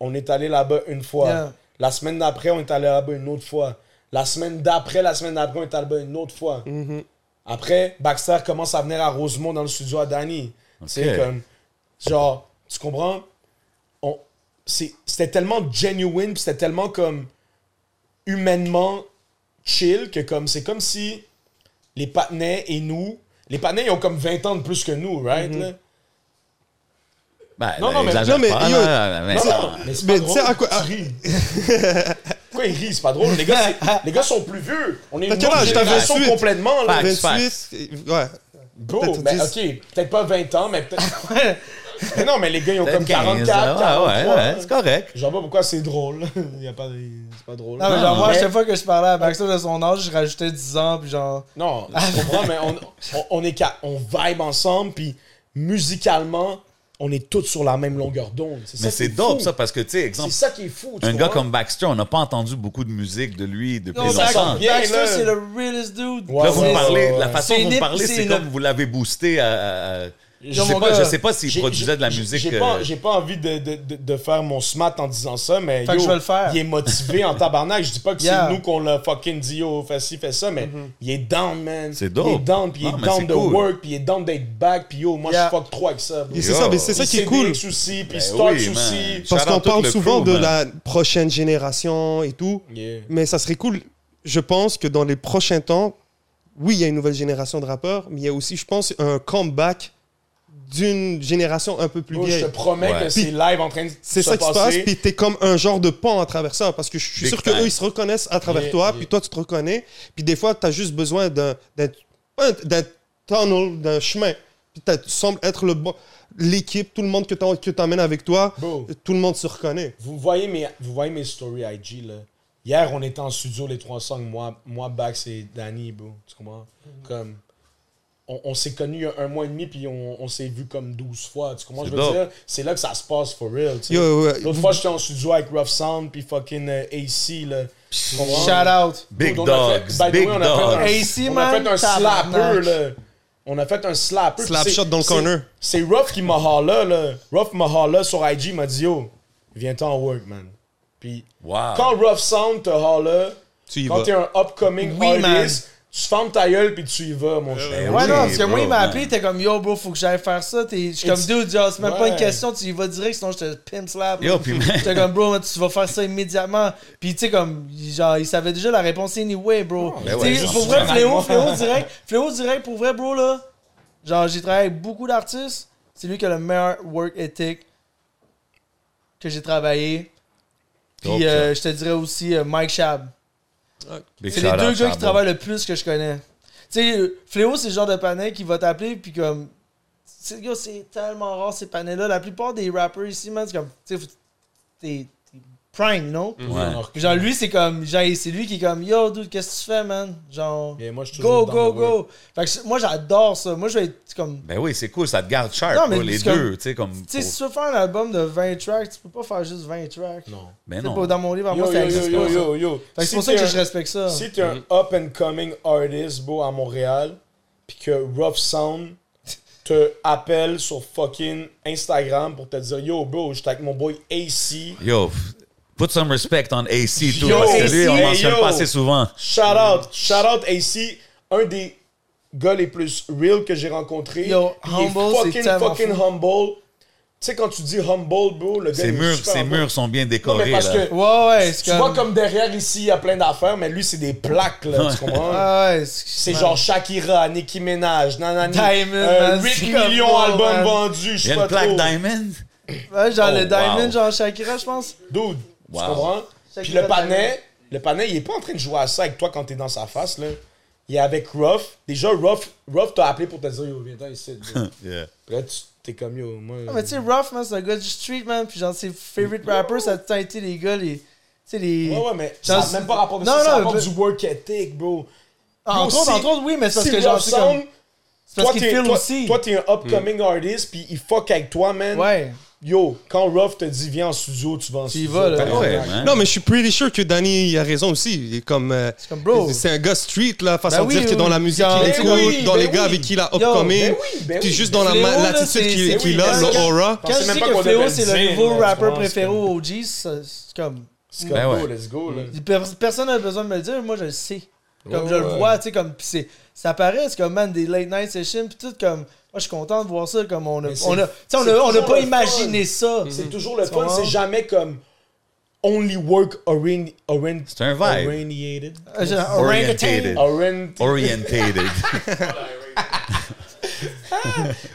S3: on est allé là-bas une fois.
S4: Yeah.
S3: La semaine d'après, on est allé là-bas une autre fois. La semaine d'après, la semaine d'après, on est allé là-bas une autre fois. Après, Baxter commence à venir à Rosemont dans le studio à Danny. C'est comme genre, tu comprends? On- c'est- C'était tellement genuine, puis c'était tellement comme humainement chill que comme c'est comme si les Patnais et nous. Les Patnais, ils ont comme 20 ans de plus que nous, right? là?
S2: Ben,
S3: Non, non, mais-
S2: exagère
S1: non, mais,
S2: pas,
S1: yo,
S2: là, mais
S3: Non,
S2: ça-
S3: non, Ah, mais c'est
S1: Mais
S3: pas
S1: tu
S3: drôle.
S1: sais à quoi-
S3: Tu ris. Pourquoi ils rient? C'est pas drôle. Les gars, c'est- les gars sont plus vieux. On est
S1: T'as
S3: une
S1: quel
S3: autre
S1: âge? T'as
S3: génération
S1: 28?
S3: complètement. Là.
S2: Facts,
S1: 28, ouais.
S3: Bro,
S1: peut-être
S3: ben,
S1: 10.
S3: OK, peut-être pas 20 ans, mais peut-être... mais non, mais les gars, ils ont
S2: Peut-être
S3: comme
S2: 15,
S3: 44,
S2: là. Ouais,
S3: 43.
S2: ouais, ouais, c'est correct.
S3: Je vois pas pourquoi c'est drôle. Il y a pas... de- C'est pas drôle.
S4: Non, mais genre,
S2: non,
S4: moi, à
S3: mais-
S4: chaque fois que je parlais à Maxime de son âge, je rajoutais 10 ans, puis genre.
S3: Non, je comprends, mais on, on, on est qu'à- on vibe ensemble, puis musicalement, on est tous sur la même longueur d'onde. C'est ça
S2: Mais
S3: qui
S2: c'est
S3: est
S2: dope,
S3: fou.
S2: ça, parce que, tu sais,
S3: C'est
S2: exemple,
S3: ça qui est fou. tu
S2: un gars
S3: comprends?
S2: comme Baxter, on n'a pas entendu beaucoup de musique de lui depuis
S4: Non,
S3: ça
S2: longtemps.
S3: sent bien,
S4: Baxter,
S3: là.
S4: c'est le realest dude.
S3: Ouais,
S2: Là, vous
S3: ouais,
S2: me parlez,
S3: ouais,
S2: la
S3: ouais.
S2: façon
S4: C'est
S2: dont vous
S4: une-
S2: parlez,
S4: c'est
S2: c'est
S4: une-
S2: comme vous l'avez boosté à. à- à- Je
S4: Yo,
S2: sais
S4: mon
S2: pas,
S4: gars,
S2: je sais pas s'il
S3: J'ai-
S2: produisait de la
S3: j'ai-
S2: musique.
S3: J'ai pas,
S2: euh,
S3: j'ai pas envie de, de, de, de faire mon smat en disant ça, mais
S4: Fait que
S3: yo,
S4: je vais le faire.
S3: il est motivé en tabarnak. Je dis pas que
S4: Yeah.
S3: c'est nous qu'on l'a fucking dit, yo, fais ci, fais ça, mais
S1: Mhm.
S3: il est down, man.
S2: C'est dope.
S3: Il est down, puis il
S2: Non,
S3: est
S2: mais c'est
S3: down de
S2: cool.
S3: work, puis il est down d'être back, puis yo, moi,
S4: Yeah.
S3: je fuck trop avec ça. bro.
S1: Et
S3: Il
S1: C'est ça, mais c'est ça qui est cool.
S3: CDX aussi, puis
S2: Ben
S3: Starks
S2: oui, man.
S3: aussi.
S1: Parce
S2: Shout out
S1: qu'on
S2: tout
S1: parle
S2: le
S1: souvent
S2: crew,
S1: de
S2: man.
S1: la prochaine génération et tout.
S3: Yeah.
S1: Mais ça serait cool, je pense, que dans les prochains temps, oui, il y a une nouvelle génération de rappeurs, mais il y a aussi, je pense, un comeback d'une génération un peu plus
S3: Yo, Oh, je
S1: vieille.
S3: te promets
S2: Ouais.
S3: que c'est
S1: Puis,
S3: live en train de
S1: C'est
S3: se
S1: ça qui se passe,
S3: passer.
S1: puis t'es comme un genre de pont à travers ça, parce que je suis
S2: Big
S1: sûr
S2: time.
S1: qu'eux, ils se reconnaissent à travers
S3: Yeah,
S1: toi,
S3: yeah.
S1: puis toi, tu te reconnais, puis des fois, t'as juste besoin d'un d'un- pas un- d'un tunnel, d'un chemin, puis t'as- tu sembles être le bon... L'équipe, tout le monde que t'en- que t'emmènes avec toi,
S3: Bro.
S1: tout le monde se reconnaît.
S3: Vous voyez mes, vous voyez mes stories IG, là. Hier, on était en studio, les trois ensemble, moi, moi Bax et Danny, bro. Tu comprends?
S4: Mhm.
S3: Comme, on, on s'est connus il y a un mois et demi, puis on, on s'est vu comme 12 fois. Tu comprends?
S2: C'est
S3: Je veux
S2: dope.
S3: dire, c'est là que ça se passe for real, tu sais.
S1: Yo, ouais,
S3: L'autre fois, j'étais en studio avec Rough Sound, puis fucking euh, AC, là. Tu comprends?
S4: Shout out.
S2: Big
S3: Dude, on a
S2: dogs,
S3: fait- by the
S2: big
S3: way, on a fait un-
S2: dogs.
S4: AC,
S3: On a fait
S4: man,
S3: un slapper,
S4: tabarnak.
S3: là. On a fait un slapper. puis
S1: Slap
S3: c'est-
S1: shot dans le
S3: c'est-
S1: corner.
S3: C'est Ruff qui m'a holla, là. Ruff m'a holla sur IG, m'a dit, yo, viens-t'en en work, man. Puis,
S4: Ah.
S2: Wow.
S3: quand Rough Sound te holla,
S1: Tu y
S3: quand
S1: vas.
S3: t'es un upcoming
S4: Oui, man.
S3: artist, tu fermes ta gueule puis tu y vas, mon
S2: Ben
S3: cher.
S4: Ouais,
S2: oui,
S4: non, parce que
S2: bro,
S4: moi, il m'a
S2: man.
S4: appelé, il était comme Yo, bro, faut que j'aille faire ça. T'es- Je suis comme
S3: It's-
S4: Dude, genre, c'est même pas une
S3: Ouais.
S4: question, tu y vas direct, sinon je te pimp slap.
S2: Yo, puis man-
S4: J'étais comme Bro, tu vas faire ça immédiatement. Puis, tu sais, comme, genre, il savait déjà la réponse anyway,
S2: ben
S4: bro. Tu
S2: ouais,
S4: sais, pour
S2: j'en
S4: vrai,
S3: suis
S4: Fléau,
S3: vraiment-
S4: Fléau direct, Fléau direct, pour vrai, bro, là. Genre, j'ai travaillé avec beaucoup d'artistes. C'est lui qui a le meilleur work ethic que j'ai travaillé.
S2: Dope,
S4: Puis,
S2: Oh, ça.
S4: euh, je te dirais aussi euh, Mike Shab.
S2: Big
S4: C'est les
S2: shout-out,
S4: deux gars
S2: Charbon.
S4: qui travaillent le plus que je connais. Tu sais, Fléau, c'est le genre de panel qui va t'appeler, puis comme. C'est gars, c'est tellement rare ces panels-là. La plupart des rappers ici, man, c'est comme. Tu sais, faut- t'es t'es prime, non?
S2: Ouais.
S4: Genre, lui, c'est comme. Genre, c'est lui qui est comme Yo, dude, qu'est-ce que tu fais, man? Genre.
S3: Yeah, moi, je suis
S4: go,
S3: toujours
S4: go,
S3: down the
S4: go. Fait que je- moi, j'adore ça. Moi, je vais être comme.
S2: Ben oui, c'est cool, ça te garde sharp
S4: Non, mais
S2: pour les
S4: c'est comme-
S2: deux, tu sais, comme...
S4: Tu sais,
S2: pour-
S4: si tu veux faire un album de 20 tracks, tu peux pas faire juste 20 tracks.
S3: Non.
S2: Ben
S4: C'est
S2: non.
S4: pas dans mon livre, à moi,
S3: Yo,
S4: c'est
S3: yo,
S4: existe
S3: yo, yo,
S4: pas, ça.
S3: yo, yo.
S4: Fait que
S3: Si
S4: c'est pour ça
S3: t'es
S4: que
S3: un-
S4: je Mm-hmm. respecte ça.
S3: Si t'es un up-and-coming artist, beau, à Montréal, puis que Rough Sound te appelle sur fucking Instagram pour te dire « Yo, bro, j'étais avec mon boy AC.
S2: Yo, f- put some respect on AC, tout,
S3: Yo,
S2: parce que lui, on
S3: AC,
S2: mentionne
S3: yo.
S2: pas assez souvent. »
S3: Shout
S4: Mm.
S3: out, shout out AC, un des gars les plus real que j'ai rencontré.
S4: Yo,
S3: Puis il est
S4: humble, c'est
S3: fucking,
S4: tellement
S3: fucking
S4: fou.
S3: humble. Tu sais, quand tu dis humble, bro, le gars,
S2: Ces
S4: Ben,
S3: il est
S2: murs,
S3: super
S2: ces
S3: humble.
S2: murs sont bien
S3: Non, mais
S2: décorés,
S3: parce
S2: là.
S3: que
S4: Ouais, ouais, c'est
S3: tu
S4: comme.
S3: vois comme derrière ici, il y a plein d'affaires, mais lui, c'est des plaques, là, tu comprends?
S4: Ouais, ouais,
S3: C'est genre Shakira, Nicki Minaj, nanani.
S4: Diamond,
S3: euh,
S4: man,
S3: 8
S4: c'est comme
S3: millions
S4: ça,
S3: d'albums
S4: man.
S3: vendus, je
S2: Il y
S3: sais
S2: a
S3: pas
S2: une plaque
S3: trop.
S2: Diamond.
S4: Ouais, genre le
S2: Oh,
S4: Diamond,
S2: wow.
S4: genre Shakira, je pense.
S3: Dude,
S2: Wow.
S3: tu comprends? Puis
S4: Shakira
S3: le
S4: Diamond.
S3: panais, le panais, il est pas en train de jouer à ça avec toi quand t'es dans sa face, là. Il est avec Ruff. Déjà, Ruff, Ruff t'a appelé pour te dire, yo, viens-t'en ici. bro.
S2: Yeah.
S3: Puis là, tu t'es comme, yo, moi...
S4: Ah, mais tu sais, Ruff, man, c'est un gars du street, man. Puis genre, ses favorite rappers, ça a tout le temps été les gars, les. Tu sais, les.
S3: Ouais, ouais, mais
S4: Genre,
S3: ça n'a même pas rapport de
S4: non,
S3: ça, ça
S4: non,
S3: a rapport
S4: mais-
S3: du work ethic, bro.
S4: Entre
S3: Yo,
S4: autres,
S3: si-
S4: Ah, entre autres, oui, mais c'est parce
S3: si
S4: que
S3: Ruff
S4: genre, c'est
S3: Sound,
S4: comme. C'est parce
S3: toi,
S4: qu'il
S3: t'es-
S4: feel
S3: toi-
S4: aussi.
S3: Toi,
S2: Mm.
S3: t'es un upcoming artist, puis il fuck avec toi, man.
S4: Ouais.
S3: Yo, quand Ruff te dit viens en studio, tu vas en
S4: Tu y
S3: studio.
S4: vas, là.
S3: T'as
S4: Ouais,
S2: Ouais,
S3: raison.
S2: man.
S1: Non, mais je suis pretty sure que Danny il a raison aussi. Il est comme. euh,
S4: C'est comme, bro.
S1: C'est un gars street, là, façon
S4: Ben
S1: de dire
S4: oui,
S1: qu'il est dans
S4: oui.
S1: la musique
S4: Ben
S1: qu'il écoute,
S3: oui,
S1: dans
S3: ben
S1: les gars
S3: oui.
S1: avec qui il a
S4: Yo,
S1: upcoming.
S3: ben oui, ben
S1: puis
S3: oui.
S1: juste dans la
S4: Fléau,
S1: ma-
S4: là,
S1: l'attitude
S4: c'est-
S1: qu'il
S4: c'est-
S1: qu'il
S3: oui,
S1: a,
S3: ben,
S1: le
S3: c'est-
S1: aura.
S4: Quand
S3: c'est
S4: je
S3: même
S4: dis
S3: pas
S4: que
S3: qu'on
S4: Fléau,
S3: devait
S4: c'est
S3: le
S4: le
S3: dire, là,
S4: nouveau
S3: je
S4: rapper
S3: pense,
S4: préféré
S3: comme-
S4: aux OG, ça- c'est comme.
S3: C'est
S2: Ben
S3: comme, go,
S2: ouais.
S3: let's go, là.
S4: Per- Personne n'a besoin de me le dire, moi je le sais. Comme
S3: Ouais,
S4: je le
S3: ouais.
S4: vois, tu sais, comme. pis c'est ça paraît, c'est comme, man, des late night sessions, pis tout, comme. Moi je suis content de voir ça, comme on a.
S3: Mais c'est-
S4: On a, tu sais, on
S3: c'est
S4: a, on a
S3: toujours
S4: pas
S3: le fun.
S4: imaginé ça.
S3: C'est toujours le
S4: Tu
S3: fun,
S4: comprends?
S3: c'est jamais comme only work orient, orient,
S2: C'est un vibe.
S3: Orientated.
S4: Euh, j'ai-
S2: Orientated.
S3: Orient.
S2: Orientated.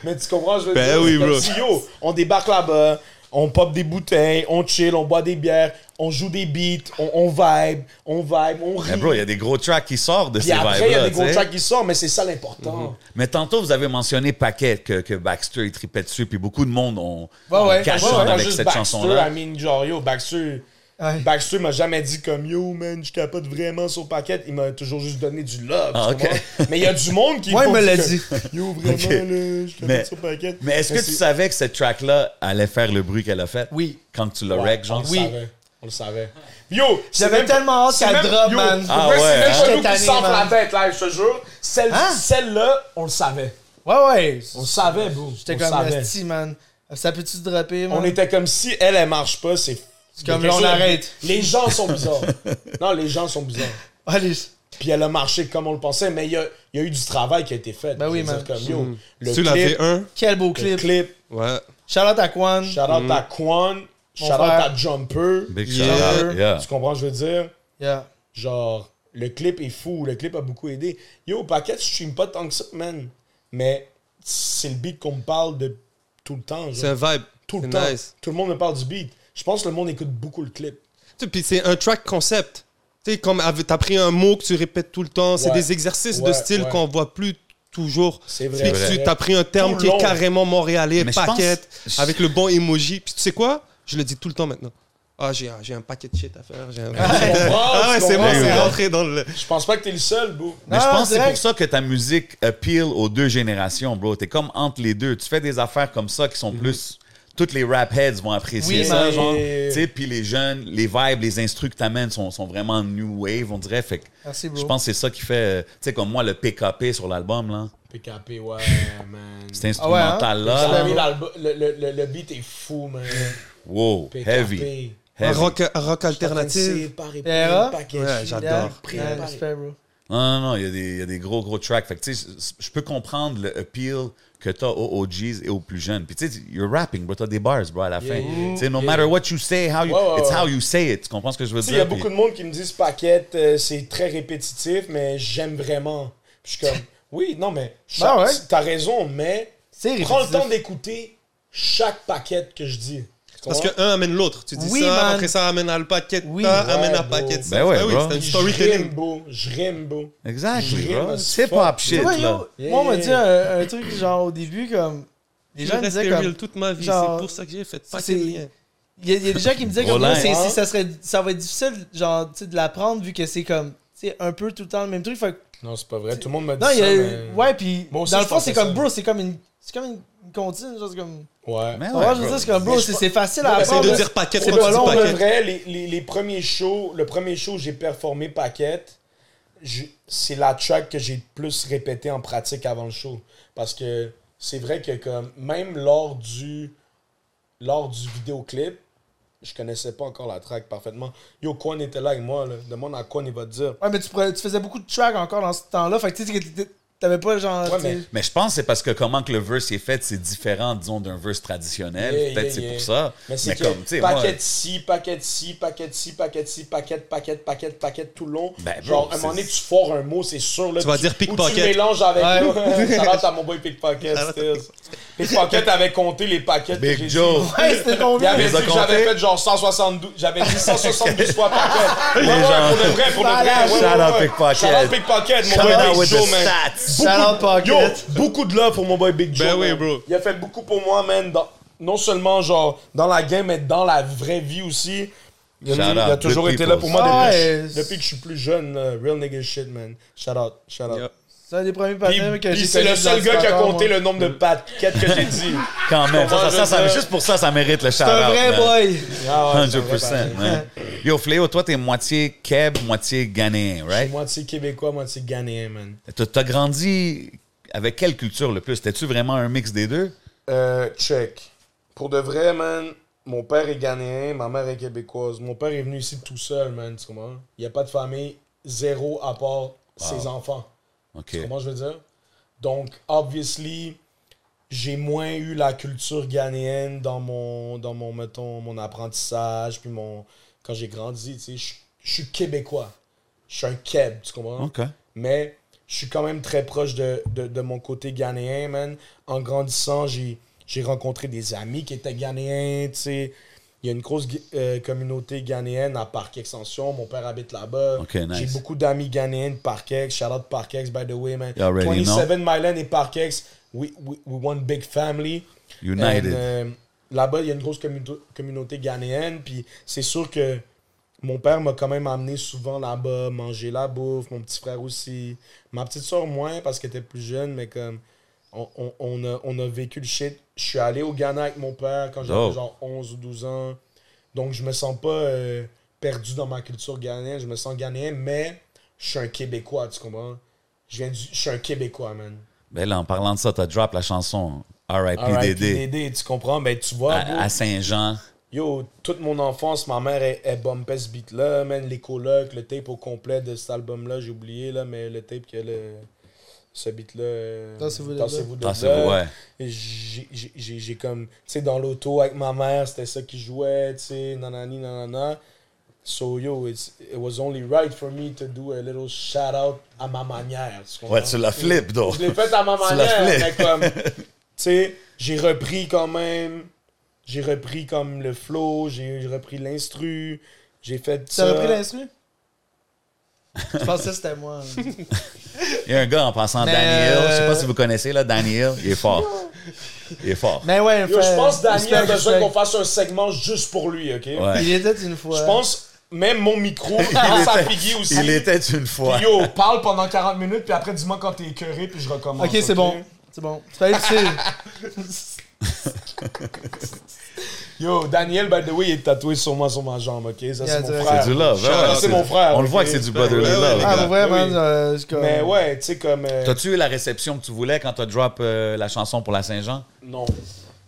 S3: Mais tu comprends, je veux
S1: Ben
S3: dire,
S1: oui,
S3: c'est comme
S1: bro.
S3: si, yo, on débarque là-bas, on pop des bouteilles, on chill, on boit des bières, on joue des beats, on, on vibe, on vibe, on rit.
S2: Mais Ben, bro, il y a des gros tracks qui sortent de ces
S3: Puis après, il y
S2: vibes-là.
S3: a des
S2: tu
S3: gros
S2: sais. Mhm.
S3: tracks qui sortent, mais c'est ça l'important.
S2: Mais tantôt, vous avez mentionné Paquet, que, que Baxter, il tripait dessus, puis beaucoup de monde ont
S4: Ouais, ouais.
S2: caché
S3: Ouais, ouais,
S2: avec
S3: juste
S2: cette
S3: Baxter,
S2: chanson-là.
S3: I mean, genre, yo, Baxter,
S4: Ouais.
S3: Baxter m'a jamais dit comme yo, man, je capote vraiment sur paquet. Il m'a toujours juste donné du love.
S2: Ah,
S3: tu
S2: ok.
S3: comprends? Mais il y a du monde qui.
S4: Moi, il
S3: vont
S4: me l'a
S3: que,
S4: dit.
S3: Yo, vraiment,
S2: Ok.
S3: là, je
S2: Mais-
S3: capote sur paquet.
S2: Mais est-ce que tu savais que cette track-là allait faire le bruit qu'elle a fait?
S4: Oui.
S2: Quand tu l'as
S3: Ouais,
S2: wreck, genre?
S3: On le savait. On le savait. Yo, c'est
S4: J'avais
S3: même-
S4: tellement hâte
S3: c'est
S4: qu'elle
S3: même-
S4: drop,
S3: yo,
S4: man.
S2: Ah
S3: pour vrai,
S2: ouais, hein?
S3: C'est même
S4: J'étais
S3: nous qui
S4: tanné,
S3: s'enfle la
S4: man.
S3: tête, là, je te jure. Celle-
S4: Hein?
S3: Celle-là, on le savait.
S4: Ouais, ouais.
S3: On le savait, bro.
S4: J'étais
S3: on le
S4: comme
S3: savait.
S4: esti, man. Ça peut-tu se dropper, man?
S3: On était comme si elle, elle marche pas, c'est. c'est
S4: comme,
S3: quelque
S4: on
S3: chose-
S4: arrête.
S3: Les gens sont bizarres. non, les gens sont bizarres.
S4: Allez.
S3: Puis elle a marché comme on le pensait, mais il y a, il y a eu du travail qui a été fait.
S4: Ben
S3: Je
S4: oui,
S3: veux
S4: man.
S3: dire, Comme, yo,
S2: Mm.
S3: le
S1: Tu l'avais
S3: clip,
S1: un?
S4: Quel beau
S3: le
S4: clip.
S3: clip,
S1: Ouais.
S4: Shout out à Quan.
S3: shout out à Quan, shout out
S4: frère.
S3: à Jumper.
S2: Big
S3: Yeah.
S2: shout out. Yeah.
S3: Tu comprends, ce que je veux dire?
S4: Yeah.
S3: Genre, le clip est fou, le clip a beaucoup aidé. Yo, Paquette, je stream pas tant que ça, man. Mais c'est le beat qu'on me parle de tout le temps. genre.
S1: C'est un vibe.
S3: Tout le
S1: C'est
S3: temps.
S1: nice.
S3: Tout le monde me parle du beat. Je pense que le monde écoute beaucoup le clip.
S1: Tu sais, Puis c'est un track concept. Tu sais, comme av- t'as pris un mot que tu répètes tout le temps. C'est
S3: Ouais.
S1: des exercices
S3: Ouais,
S1: de style
S3: ouais.
S1: qu'on voit plus toujours.
S3: C'est vrai.
S1: Puis
S3: C'est
S1: tu
S3: vrai.
S1: t'as pris un terme
S3: Tout
S1: qui
S3: long.
S1: est carrément montréalais,
S2: Mais je
S1: paquette,
S2: pense-
S1: avec le bon emoji. Puis tu sais quoi? Je le dis tout le temps maintenant. Ah, j'ai un, j'ai un paquet de shit à faire. j'ai un- ah ouais,
S3: tu
S1: c'est bon,
S3: comprends?
S1: c'est rentré dans le...
S3: Je pense pas que t'es le seul, bro.
S2: Mais je
S4: Ah,
S2: pense que c'est
S4: direct.
S2: pour ça que ta musique appeal aux deux générations, bro. T'es comme entre les deux. Tu fais des affaires comme ça qui sont plus. Toutes les rap heads vont apprécier
S4: Mhm. Oui,
S2: ça,
S4: mais-
S2: genre. Tu sais, puis les jeunes, les vibes, les instrus que t'amènes sont, sont vraiment new wave, on dirait. Fait que
S4: Merci, bro.
S2: je pense que c'est ça qui fait, euh, tu sais, comme moi, le PKP sur l'album, là.
S3: PKP, ouais, man.
S2: Cet
S4: ouais, hein?
S2: instrumental-là,
S3: Ah,
S2: là.
S3: oui, l'album- le, le, le, le beat est fou, man.
S2: Wow,
S3: PKP.
S2: heavy.
S1: Un
S2: heavy.
S1: rock, un rock alternatif.
S3: Séparé,
S4: Era?
S3: packagé.
S1: Ouais, j'adore.
S4: Yeah,
S3: Préparé.
S4: respect, bro.
S2: Non, non, non, il y, a des- il y a des gros, gros tracks. Fait que, tu sais, c- je peux comprendre le appeal que t'as aux OGs et aux plus jeunes. Puis, tu sais, you're rapping, bro. T'as des bars, bro, à la fin. Tu sais, no matter what you say, how you,
S3: Ouais, ouais,
S2: it's
S3: ouais.
S2: how you say it. Tu comprends ce que je veux
S3: Tu sais,
S2: dire?
S3: il y a
S2: Puis-
S3: beaucoup de monde qui me disent paquette, euh, c'est très répétitif, mais j'aime vraiment. Puis je suis comme, oui, non, mais chaque-
S4: Ah ouais.
S3: t'as raison, mais
S4: C'est
S3: prends le
S4: répétitif.
S3: temps d'écouter chaque paquette que je dis. Tu
S1: Parce que
S4: euh,
S3: comprends?
S1: un amène l'autre. Tu dis
S4: Oui,
S1: ça,
S4: man.
S1: après ça amène à le paquet de
S4: Oui.
S1: ça,
S3: Ouais,
S1: amène à
S3: bro.
S1: paquet de ça.
S2: Ben ouais,
S1: Ah oui,
S2: bro.
S1: c'est un
S3: je rime
S1: storytelling.
S3: beau, je rime beau.
S2: Exactly,
S3: J'aime
S2: bro.
S3: ce
S2: C'est pas
S3: fuck.
S2: shit,
S4: Ouais,
S2: là.
S4: yo, Moi, on m'a dit un, un truc, genre, au début, comme. Les gens me
S1: resté
S4: disaient comme.
S1: real toute ma vie.
S4: genre,
S1: C'est pour ça que j'ai fait
S4: c'est-
S1: paquet de liens.
S4: Il y, a- il y a des gens qui me disaient comme
S2: Roland,
S4: là, c'est-
S3: hein?
S4: c'est- ça, serait, ça va être difficile, genre, tu sais, de l'apprendre vu que c'est comme. tu sais, un peu tout le temps le même truc. Fait que-
S3: Non, c'est pas vrai. Tout le monde me dit
S4: non,
S3: ça.
S4: il y a.
S3: mais-
S4: Ouais, puis.
S3: Moi aussi,
S4: dans le
S3: je
S4: fond, c'est
S3: pensais
S4: comme,
S3: ça.
S4: bro, c'est comme une. C'est comme une, une continue, genre, c'est comme.
S3: Ah Ouais.
S2: Mais
S4: Ouais,
S2: ouais,
S4: je veux
S2: bro.
S4: dire, c'est comme, bro,
S3: Mais je
S4: c'est
S3: pense-
S4: c'est facile à
S3: Non, mais
S4: apprendre.
S1: Essaye de
S4: là.
S1: dire paquet
S3: C'est
S1: quand tu
S3: pas
S1: dis
S3: long, le
S1: paquet.
S3: vrai, les, les, les premiers shows, le premier show où j'ai performé Paquette, je- c'est la track que j'ai le plus répété en pratique avant le show. Parce que c'est vrai que comme même lors du lors du vidéoclip, je connaissais pas encore la track parfaitement. Yo, Quan était là avec moi, là. demande à Quan, il va te dire.
S4: Ouais, mais tu, pourrais- tu faisais beaucoup de tracks encore dans ce temps-là. Fait que tu sais, t'étais- t'étais- t'avais pas genre.
S3: Ouais,
S4: tu sais-
S3: mais-
S2: Mais je pense que c'est parce que comment que le verse est fait, c'est différent, disons, d'un verse traditionnel.
S3: Yeah,
S2: Peut-être
S3: yeah,
S2: c'est
S3: yeah.
S2: pour ça.
S3: Mais
S2: Mais,
S3: c'est que
S2: comme, tu sais, moi,
S3: paquet de ci, paquet de ci, paquet de ci, paquet de ci, paquet de paquet de paquet de paquet de tout le long.
S2: Ben, bro,
S3: Genre, à un
S2: c'est-
S3: moment donné, tu foires un mot, c'est sûr. Là,
S1: Tu vas dire
S3: Ou tu
S1: pickpocket.
S3: le mélanges avec
S4: Ouais.
S3: l'autre. Shout-out à mon boy pickpocket, Stills. Pickpocket avait compté les paquets que j'ai
S2: Big
S3: dit.
S2: Joe.
S4: Ouais, c'était
S3: Il
S4: combien?
S3: avait
S2: Les
S3: dit
S2: a
S3: que j'avais
S2: comptés?
S3: fait genre 172, j'avais dit 172 fois paquet. Ouais, ouais,
S2: gens.
S3: Pour de vrai, pour de vrai.
S2: Shout out Pickpocket.
S3: Shout-out pickpocket, mon
S2: Shout out
S3: boy
S2: with
S3: Big Joe, man.
S2: the stats.
S4: Shout out Pocket.
S3: Yo, beaucoup de love pour mon boy Big Joe.
S1: Ben oui,
S3: man.
S1: bro.
S3: Il a fait beaucoup pour moi, man. dans- non seulement genre dans la game, mais dans la vraie vie aussi. Il a,
S2: Shout
S3: il a
S2: out,
S3: toujours
S2: good
S3: été là
S2: peoples.
S3: pour moi depuis,
S4: Ouais.
S3: que je- depuis que je suis plus jeune. là. Real nigga shit, man. Shout out, shout out.
S1: Yep.
S4: C'est un des premiers
S3: Puis-
S4: patins que
S3: puis
S4: j'ai
S3: c'est
S4: fait
S3: le seul
S4: dans
S3: gars qui a
S4: encore,
S3: compté
S4: moi.
S3: le nombre de paquettes que j'ai dit.
S2: Quand même. Ça, ça, ça,
S3: Comment je veux
S2: ça-
S3: dire?
S2: juste pour ça, ça mérite le shout-out.
S4: C'est un vrai
S2: man.
S4: boy.
S3: Ah ouais, c'est un vrai
S2: 100%.
S3: pareil.
S2: man. Yo, Fléau, toi, t'es moitié Keb, moitié Ghanéen,
S3: Je suis
S2: right?
S3: Moitié québécois, moitié ghanéen, man.
S2: T'as- T'as grandi avec quelle culture le plus? T'es-tu vraiment un mix des deux?
S3: Euh, check. Pour de vrai, man, mon père est ghanéen, ma mère est québécoise. Mon père est venu ici tout seul, man, tu comprends? Il n'y a pas de famille, zéro à part ses enfants.
S2: OK.
S3: Tu comprends ce que je veux dire? Donc, obviously, j'ai moins eu la culture ghanéenne dans mon, dans mon, mettons, mon apprentissage, puis mon, quand j'ai grandi, tu sais, je je suis québécois. Je suis un Keb, tu comprends?
S2: OK.
S3: Mais je suis quand même très proche de, de, de mon côté ghanéen, man. En grandissant, j'ai, j'ai rencontré des amis qui étaient ghanéens, tu sais. Il y a une grosse gui- euh, communauté ghanéenne à Parc Extension. Mon père habite là-bas.
S2: Ok, nice.
S3: euh, J'ai beaucoup d'amis ghanéens de Parc Ex. Shout out Parc Ex, by the way, man.
S2: You already know.
S3: 27 Myland et Parc Ex. We, we, we one big family.
S2: United.
S3: And, euh, Là-bas, il y a une grosse communauté- communauté ghanéenne. Puis c'est sûr que mon père m'a quand même amené souvent là-bas, manger la bouffe, mon petit frère aussi. Ma petite soeur, moins, parce qu'elle était plus jeune, mais comme on, on- on a, on a vécu le shit. Je suis allé au Ghana avec mon père quand j'avais
S2: Dope.
S3: genre 11 ou 12 ans. Donc je me sens pas euh, perdu dans ma culture ghanéenne. Je me sens ghanéen, mais je suis un Québécois, tu comprends? Je, viens du- je suis un Québécois, man.
S2: Ben là, en parlant de ça, t'as drop la chanson R.I.P.
S3: Alright,
S2: Dédé
S3: Dédé, tu comprends? Ben tu vois. bro.
S2: à, à Saint-Jean.
S3: Yo, toute mon enfance, ma mère, elle, elle bumpait ce beat-là, man, les colocs, le tape au complet de cet album-là, j'ai oublié, là, mais le tape que le... ce beat-là... euh,
S4: Dansez-vous de
S3: Dansez-vous de
S2: Ah, c'est
S3: là.
S2: ouais.
S3: Et J'ai j'ai- j'ai- j'ai comme... Tu sais, dans l'auto avec ma mère, c'était ça qui jouait, tu sais, nanani, nanana. So, yo, it's, it was only right for me to do a little shout-out à ma manière, tu comprends?
S2: Ouais, tu la flippes, donc.
S3: Je l'ai fait à ma
S2: Tu l'as
S3: manière, mais
S2: fait.
S3: comme, tu sais, j'ai repris quand même, j'ai repris comme le flow, j'ai j'ai repris l'instru, j'ai fait
S4: Tu as
S3: ça.
S4: repris l'instru? Je pensais que c'était moi.
S2: Il y a un gars en passant,
S4: Mais,
S2: Daniel. Je sais
S4: euh,
S2: pas si vous connaissez, là, Daniel. Il est fort. Il est fort.
S4: Mais ouais,
S3: Yo, je pense que Daniel a
S4: respect,
S3: besoin
S4: respect.
S3: qu'on fasse un segment juste pour lui, ok?
S2: Ouais.
S4: Il était une fois.
S3: Je pense, même mon micro, pense à Piggy aussi.
S2: Il était une fois.
S3: Puis Yo, parle pendant 40 minutes, puis après dis-moi quand t'es écœuré, puis je recommence.
S4: Ok, c'est bon. C'est bon. Tu fallait le
S3: Yo, Daniel, by the way, il est tatoué sur moi, sur ma jambe, ok? Ça,
S4: Yeah,
S3: c'est mon
S4: direct.
S3: frère.
S2: C'est du love. ouais,
S3: Ça,
S2: ouais,
S3: c'est mon frère.
S2: On le voit
S3: ok?
S2: que c'est du brotherly
S1: Ouais, ouais,
S2: love, les
S4: Ah,
S2: gars.
S4: pour vrai,
S3: Oui.
S4: man. euh, je suis comme-
S3: Mais ouais, tu sais, comme. euh,
S2: T'as-tu eu la réception que tu voulais quand t'as drop euh, la chanson pour la Saint-Jean?
S3: Non.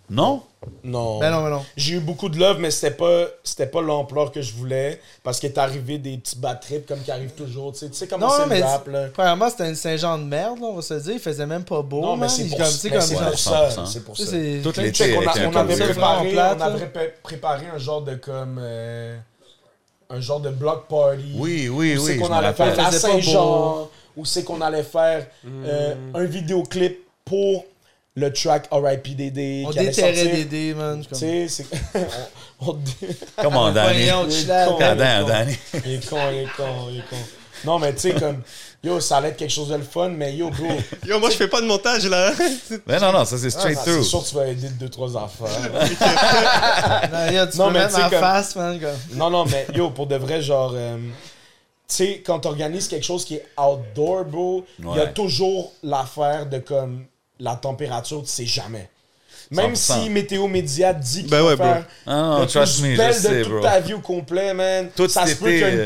S2: Non?
S3: Non.
S4: Ben non, ben non.
S3: J'ai eu beaucoup de love, mais c'était pas, c'était pas l'ampleur que je voulais. Parce qu'il est arrivé des petits bad trips comme qui arrivent toujours. Tu sais, tu sais comment
S4: Non,
S3: c'est
S4: non, mais
S3: le rap, là.
S4: Premièrement, c'était une Saint-Jean de merde, là, on va se le dire. Il faisait même pas beau.
S3: Non, mais
S4: Oh, man.
S3: c'est
S4: Il-
S3: pour,
S4: comme,
S3: mais
S4: tu sais,
S3: c'est
S4: comme
S3: pour
S4: genre-
S3: ça.
S2: 100%.
S3: C'est pour
S4: tu
S3: ça.
S4: sais, c'est-
S2: Toute
S3: Tu sais,
S2: l'été,
S3: qu'on a-
S2: elle était
S3: on avait
S2: comme-
S3: préparé,
S4: plate,
S3: on avait
S4: là.
S3: pré- préparé un genre de comme. euh, un genre de block party.
S2: Oui, oui, oui.
S3: Où c'est
S2: je
S3: qu'on
S2: me
S3: allait
S2: rappelle.
S3: faire à
S4: Faisait pas beau. Mm.
S3: Saint-Jean, où c'est qu'on allait faire euh, un vidéoclip pour le track R.I.P. Dédé.
S4: On
S3: qui allait
S4: déterrait
S3: sortir.
S4: des dés, man. Je suis
S3: Tu
S4: comme-
S3: sais, c'est. on- on dé-
S2: Comment, Danny?
S4: Voyons, tu l'as.
S3: Con.
S2: Ah, Dan, Danny.
S3: Il est con, il est con, il est con. Non, mais tu sais, comme, yo, ça allait être quelque chose de le fun, mais yo, bro,
S1: Yo, moi, je fais pas de montage, là.
S2: Mais non, non, ça c'est straight
S3: Ah, c'est
S2: through.
S3: sûr que tu vas aider deux, trois affaires.
S4: Non, regarde, tu
S3: Non,
S4: peux
S3: mais
S4: mettre
S3: tu sais,
S4: en
S3: comme-
S4: face, man. comme-
S3: non, non, mais yo, pour de vrai, genre, euh, tu sais, quand t'organises quelque chose qui est outdoor, bro, il y a
S2: Ouais.
S3: toujours l'affaire de comme la température, tu sais jamais. Même
S2: 100%.
S3: si Météo Média dit qu'il
S1: Ben
S3: va
S1: ouais, bro.
S3: faire
S2: Ah non,
S3: le
S2: trust
S3: plus
S2: me, je
S3: belle
S2: sais,
S3: de toute
S2: bro.
S3: ta vie au complet, man,
S2: Tout
S3: ça se
S2: cet
S3: peut qu'il y ait
S2: été,
S3: une
S2: euh,